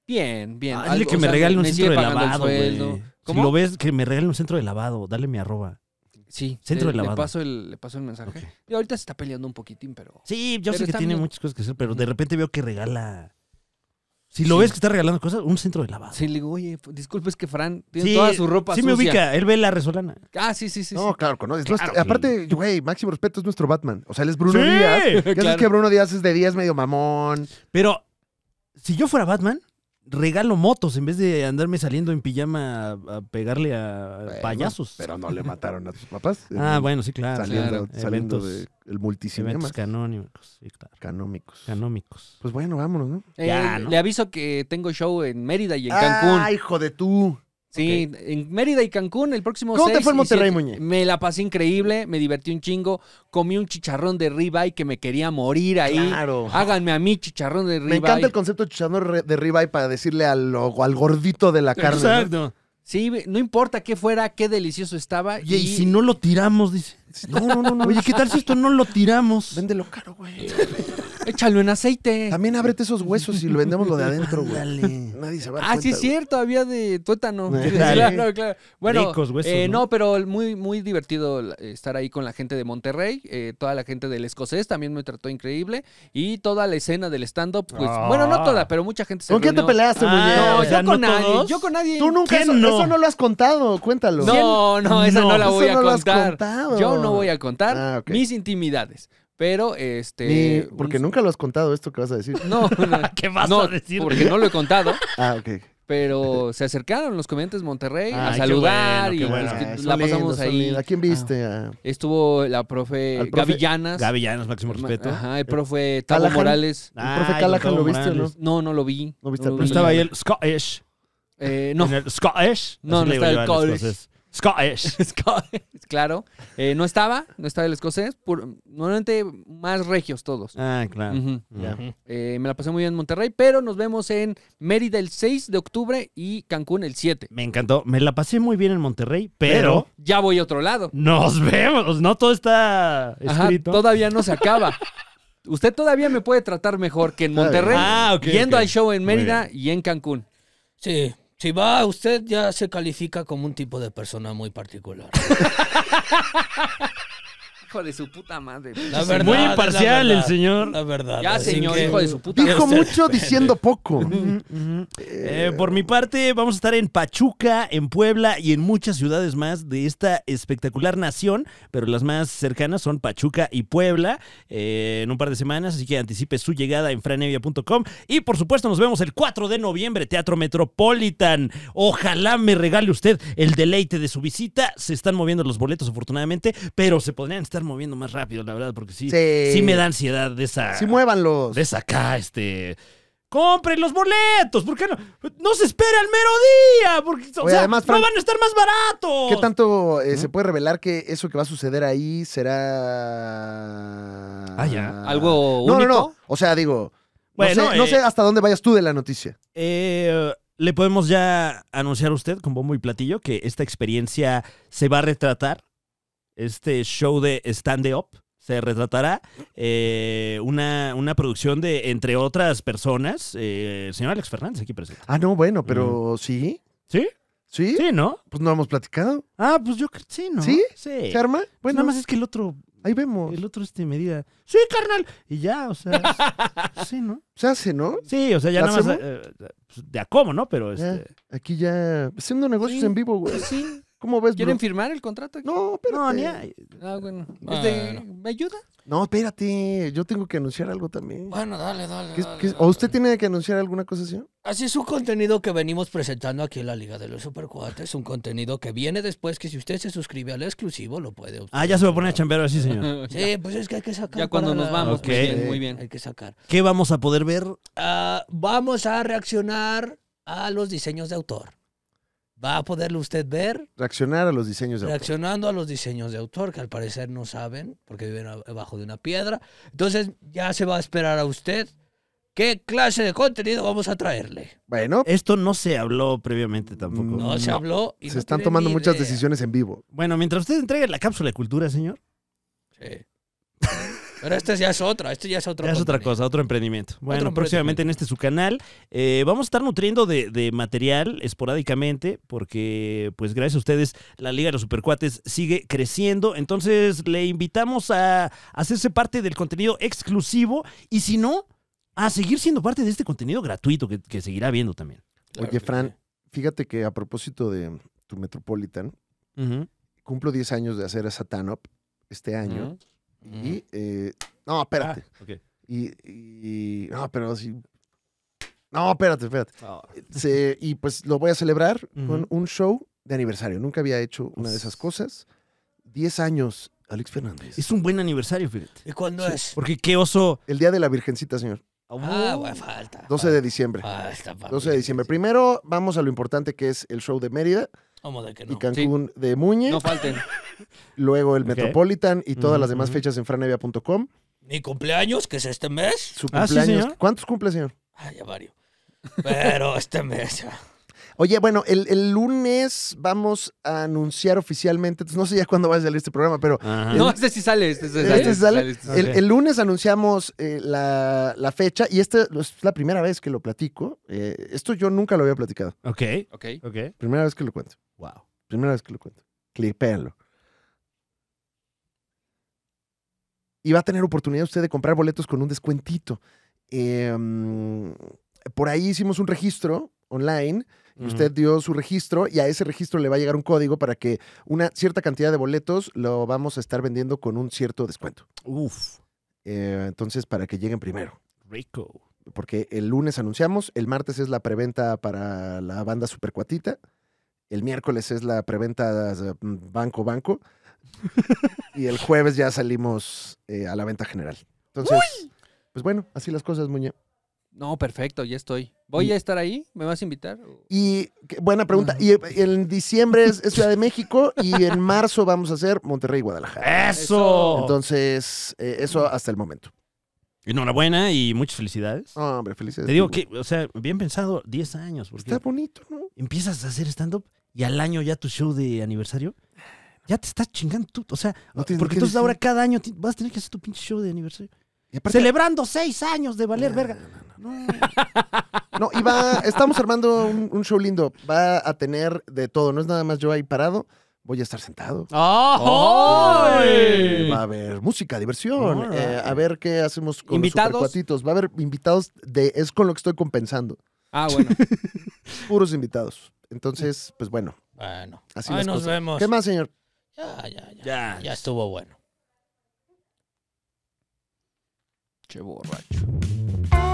A: Bien, bien.
C: Ah, dile
A: Algo,
C: que
A: o
C: me
A: sea,
C: regale un
A: me
C: centro
A: sigue
C: de
A: pagando el
C: lavado, güey.
A: sueldo.
C: Si
A: ¿Cómo?
C: lo ves, que me regale un centro de lavado. Dale mi arroba.
A: Sí,
C: Centro
A: le-
C: de
A: le
C: lavado.
A: paso el, le paso el mensaje.
C: Ok.
A: Y ahorita se está peleando un poquitín, pero
C: Sí, yo
A: Pero
C: sé que
A: está
C: tiene
A: bien.
C: muchas cosas que hacer, pero de repente veo que regala. Si lo
A: Sí.
C: ves que está regalando cosas, un centro de lavado.
A: sí le digo, "Oye, f- disculpe, es que Fran tiene toda su ropa
C: Sí,
A: sucia."
C: me ubica. Él ve la resolana.
A: Ah, sí, sí, sí.
B: No, claro, conoces.
C: Claro
B: Nuestro-
C: que-
B: Aparte, güey, máximo respeto, es nuestro Batman. O sea, él es Bruno
C: Sí,
B: Díaz. Ya sabes
A: claro.
B: que Bruno Díaz es de 10 medio mamón.
C: Pero si yo fuera Batman, regalo motos en vez de andarme saliendo en pijama a, a pegarle a
B: Bueno,
C: payasos.
B: Pero no le mataron a tus papás.
A: eh,
C: Ah, bueno, sí, claro.
B: Saliendo,
C: claro.
B: saliendo
C: Eventos-
B: del
C: Eventos
B: multicinema.
C: canónicos, sí, claro.
B: Canómicos.
C: Canómicos.
B: Pues bueno, vámonos, ¿no?
A: Eh,
C: ya, ¿no?
A: Le aviso que tengo show en Mérida y en Cancún.
B: Ah, hijo de tú.
A: Sí, en Mérida y Cancún el próximo
B: ¿Cómo te
A: seis
B: fue en
A: y
B: Monterrey,
A: siete.
B: Muñe?
A: Me la pasé increíble, me divertí un chingo, comí un chicharrón de ribeye que me quería morir ahí.
B: Claro.
A: Háganme a mí chicharrón de ribeye.
B: Me encanta el concepto de chicharrón re- de ribeye para decirle al, lo- al gordito de la carne. ¿no?
C: Exacto.
A: Sí, no importa qué fuera, qué delicioso estaba.
C: Oye, y si no lo tiramos, dice.
B: No, no, no, no.
C: Oye, ¿qué tal si esto no lo tiramos?
B: Véndelo caro, güey.
A: Échalo en aceite.
B: También ábrete esos huesos y lo vendemos lo de adentro, güey. Nadie se va a dar
A: Ah, sí,
B: cuenta,
A: es cierto, había de tuétano.
B: Dale.
A: claro, claro. Bueno,
C: Ricos huesos,
A: eh,
C: ¿no?
A: ¿no? pero muy, muy divertido la- estar ahí con la gente de Monterrey, eh, toda la gente del escocés también me trató increíble y toda la escena del stand-up, pues,
C: Ah.
A: bueno, no toda, pero mucha gente se
B: ¿Con quién te
A: reunió.
B: peleaste,
C: Ah,
B: muñeco?
A: No,
C: O sea,
A: yo con
C: ¿no
A: nadie,
C: todos?
A: yo con nadie.
B: Tú nunca,
C: ¿Quién
B: eso
C: no?
B: no? eso no lo has contado, cuéntalo.
A: No, no, esa no,
C: No,
A: la voy
B: eso
A: a
B: no lo has
A: contar.
B: contado.
A: Yo no voy a contar
B: Ah, ok.
A: mis intimidades, pero este...
B: Ni- porque
A: un-
B: nunca lo has contado esto que vas a decir.
A: No, no,
C: ¿Qué vas
A: no,
C: a decir?
A: porque no lo he contado.
B: Ah, ok.
A: Pero se acercaron los comediantes de Monterrey
C: Ay,
A: a
C: qué
A: saludar
C: bueno, qué
A: y
C: bueno.
A: pues, que
B: Ah, son
A: la
B: lindos,
A: pasamos
B: son
A: ahí.
B: lindos. ¿A quién viste? Ah,
A: Estuvo la profe,
B: Al profe-
A: Gaby Llanas.
C: Gaby Llanos, máximo
A: herma-
C: respeto. Ah,
A: Ajá, el profe Tavo
B: Callahan.
A: Morales.
B: El profe Callahan, ¿lo viste o no?
A: No, no lo vi.
B: ¿No viste al
A: lo
B: profe?
A: vi.
C: Estaba ahí el Scottish.
A: Eh, no,
C: En el Scottish.
A: No, no
C: Así le digo
A: está el
C: yo a los
A: Scottish.
C: escoceses. Scottish.
A: claro. Eh, no estaba, no estaba el escocés. Pur- normalmente más regios todos.
C: Ah, claro.
A: Ujú.
C: Ya.
A: Eh, me la pasé muy bien en Monterrey, pero nos vemos en Mérida el 6 de octubre y Cancún el 7.
C: Me encantó. Me la pasé muy bien en Monterrey, pero,
A: Ya voy a otro lado.
C: nos vemos. No todo está
A: Ajá,
C: escrito.
A: todavía no se acaba. Usted todavía me puede tratar mejor que en
B: Está bien.
A: Monterrey,
C: Ah, ok,
A: yendo
C: ok.
A: al show en
C: Muy
A: Mérida y en Cancún.
D: Sí, si va, usted ya se califica como un tipo de persona muy particular.
A: Hijo de su puta madre.
D: La
C: Sí,
D: verdad,
C: muy
D: es la
C: imparcial
D: verdad,
C: el señor.
D: La verdad.
A: Ya,
D: así
A: señor,
D: que-
A: hijo de su puta madre.
B: Dijo
D: Ustedes
B: mucho diciendo poco.
C: Eh, por mi parte, vamos a estar en Pachuca, en Puebla y en muchas ciudades más de esta espectacular nación, pero las más cercanas son Pachuca y Puebla eh, en un par de semanas, así que anticipe su llegada en franevia.com. Y por supuesto, nos vemos el 4 de noviembre, Teatro Metropolitan. Ojalá me regale usted el deleite de su visita. Se están moviendo los boletos, afortunadamente, pero se podrían estar moviendo más rápido, la verdad, porque sí, sí,
B: Sí.
C: me da ansiedad de esa.
B: Sí, muévanlos.
C: pues, Ves acá, este. ¡Compren los boletos! ¿Por qué no? ¡No se espera el mero día! Porque, o
B: Oye,
C: sea,
B: además,
C: no
B: Frank-
C: van a estar más baratos.
B: ¿Qué tanto eh, se puede revelar que eso que va a suceder ahí será.
C: Ah, ya.
A: Algo
B: No,
A: único.
B: no, no. O sea, digo.
C: Bueno,
B: no, sé, no
C: eh,
B: sé hasta dónde vayas tú de la noticia.
C: Eh, Le podemos ya anunciar a usted con bombo y platillo que esta experiencia se va a retratar. Este show de Stand Up se retratará. eh, una, una producción de, entre otras personas, eh, el señor Alex Fernández aquí presente.
B: Ah, no, bueno, pero sí.
C: ¿Sí?
B: ¿Sí?
C: Sí, ¿no?
B: Pues no hemos platicado.
C: Ah, pues yo creo que sí, ¿no?
B: ¿Sí?
C: Sí.
B: ¿Se arma?
C: Pues
B: Bueno,
C: nada más es que el otro
B: ahí vemos.
C: el otro este me diga, sí, carnal. Y ya, o sea, sí, ¿no?
B: Se hace, ¿no?
C: Sí, o sea, ya
B: ¿La
C: nada más
B: hacemos? Eh,
C: eh, eh, pues, de a cómo, ¿no? Pero
B: Ya,
C: este.
B: aquí ya. Haciendo negocios
A: Sí.
B: en vivo, güey.
A: Sí.
B: ¿Cómo ves, bro?
A: ¿Quieren firmar el contrato?
B: No, espérate.
C: No, ni hay.
A: Ah, bueno.
D: Bueno.
A: Este, ¿Me ayuda?
B: No, espérate. Yo tengo que anunciar algo también.
D: Bueno, dale, dale.
B: ¿Qué es-
D: dale,
B: qué es-
C: Ah. Oh,
D: dale.
B: ¿O usted tiene que anunciar alguna cosa así?
D: Así es un contenido que venimos presentando aquí en la Liga de los Supercuates. Un contenido que viene después que si usted se suscribe al exclusivo lo puede obtener.
C: Ah, ya se va a poner a chambear así, señor.
D: Sí, pues es que hay que sacar.
A: Ya cuando
D: para
A: nos
D: la-
A: vamos.
C: Ok.
A: Muy bien, muy bien.
D: Hay que sacar.
C: ¿Qué vamos a poder ver?
D: Ah, vamos a reaccionar a los diseños de autor. Va a poderlo usted ver
B: Reaccionar a los diseños de autor.
D: reaccionando a los diseños de autor, que al parecer no saben porque viven abajo de una piedra. Entonces ya se va a esperar a usted qué clase de contenido vamos a traerle.
B: Bueno,
C: Esto no se habló previamente tampoco.
D: No, se
B: No.
D: habló. Y
B: se
D: no
B: están
D: tienen
B: tomando
D: ni
B: muchas
D: idea.
B: decisiones en vivo.
C: Bueno, mientras usted entregue la cápsula de cultura, señor,
D: Sí. Pero esta ya es otra, este ya es otro.
C: ya es otra
D: contenido.
C: cosa, otro emprendimiento. Bueno,
D: emprendimiento.
C: próximamente en este su canal eh, vamos a estar nutriendo de, de material esporádicamente porque, pues gracias a ustedes, la Liga de los Supercuates sigue creciendo. Entonces le invitamos a hacerse parte del contenido exclusivo y si no, a seguir siendo parte de este contenido gratuito que, que seguirá viendo también.
D: Claro
B: Oye,
D: que
B: Fran,
D: sí.
B: fíjate que a propósito de tu Metropolitan, cumplo 10 años de hacer a Satanop este año.
A: Ujú.
B: Y. eh, no, espérate.
C: Ah, ok.
B: y, y- No, pero sí. No, espérate, espérate. Se- y pues lo voy a celebrar con
C: Ujú.
B: un show de aniversario. Nunca había hecho una de esas
D: Pues
B: cosas. 10 años, Alex Fernández.
C: Es un buen aniversario, fíjate.
D: ¿Y cuándo es?
C: Porque qué oso.
B: El día de la Virgencita, señor.
D: Ah, bueno, falta.
B: 12 de diciembre.
D: Falta, papi.
B: 12 de diciembre. Primero vamos a lo importante que es el show de Mérida
D: ¿Cómo de que
B: y
D: no?
B: Cancún de Muñe,
A: No falten.
B: luego el
C: Ok.
B: Metropolitan y todas
C: Ujú,
B: las demás
C: ujú.
B: fechas en franevia.com.
D: Mi cumpleaños, que es este mes.
B: Su
C: Ah, ¿sí,
B: cumpleaños.
C: señor?
B: ¿Cuántos cumple, señor?
D: Ah, ya varios. Pero este mes. ya.
B: Oye, bueno, el, el lunes vamos a anunciar oficialmente, entonces no sé ya cuándo va a salir este programa, pero
C: Ajá.
A: No, este sí sale. Este, sí
B: ¿Este sí sale?
A: este sí
B: el,
C: Ok.
B: el lunes anunciamos eh, la, la fecha y esta es la primera vez que lo platico. Eh, esto yo nunca lo había platicado.
C: Ok,
A: Ok.
C: ok.
B: Primera vez que lo cuento.
C: Wow.
B: Primera vez que lo cuento. Clipéalo. Y va a tener oportunidad usted de comprar boletos con un descuentito. Eh, mm, por ahí hicimos un registro online. y Usted dio su registro y a ese registro le va a llegar un código para que una cierta cantidad de boletos lo vamos a estar vendiendo con un cierto descuento.
C: Uf,
B: Eh, entonces, para que lleguen primero.
C: rico.
B: Porque el lunes anunciamos, el martes es la preventa para la banda Supercuatita, el miércoles es la preventa eh, Banco Banco y el jueves ya salimos eh, a la venta general. Entonces, pues bueno, así las cosas, Muñe.
A: No, perfecto, ya estoy. ¿Voy a estar ahí? ¿Me vas a invitar?
B: Y qué buena pregunta. Y eh, en diciembre es, es Ciudad de México y en marzo vamos a hacer Monterrey y Guadalajara. Oh.
C: ¡Eso!
B: Entonces, eh, eso hasta el momento.
C: Enhorabuena y muchas felicidades.
B: No, hombre, felices.
C: Te digo que, o sea, bien pensado, 10 años. Porque
B: Está bonito, ¿no?
C: empiezas a hacer stand-up y al año ya tu show de aniversario, ya te estás chingando tú. O sea,
B: No tienes ni
C: porque
B: qué
C: entonces ahora
B: decir.
C: cada año ti- vas a tener que hacer tu pinche show de aniversario.
B: Y aparte-
C: Celebrando seis años de valer verga.
B: No, y va, estamos armando un, un show lindo. Va a tener de todo. No es nada más yo ahí parado. Voy a estar sentado.
A: ¡Ay!
B: Va a haber música, diversión.
C: Alright.
B: eh, a ver qué hacemos con
A: ¿Invitados?
B: los supercuatitos. Va a haber invitados de. Es con lo que estoy compensando.
A: Ah, bueno.
B: Puros invitados. Entonces, pues bueno,
D: Bueno.
B: así
D: Ahí
B: las
D: nos
B: cosas.
D: vemos.
B: ¿Qué más, señor?
D: Ya, ya, ya.
C: Ya.
D: Ya estuvo bueno.
A: Che borracho.
E: Eres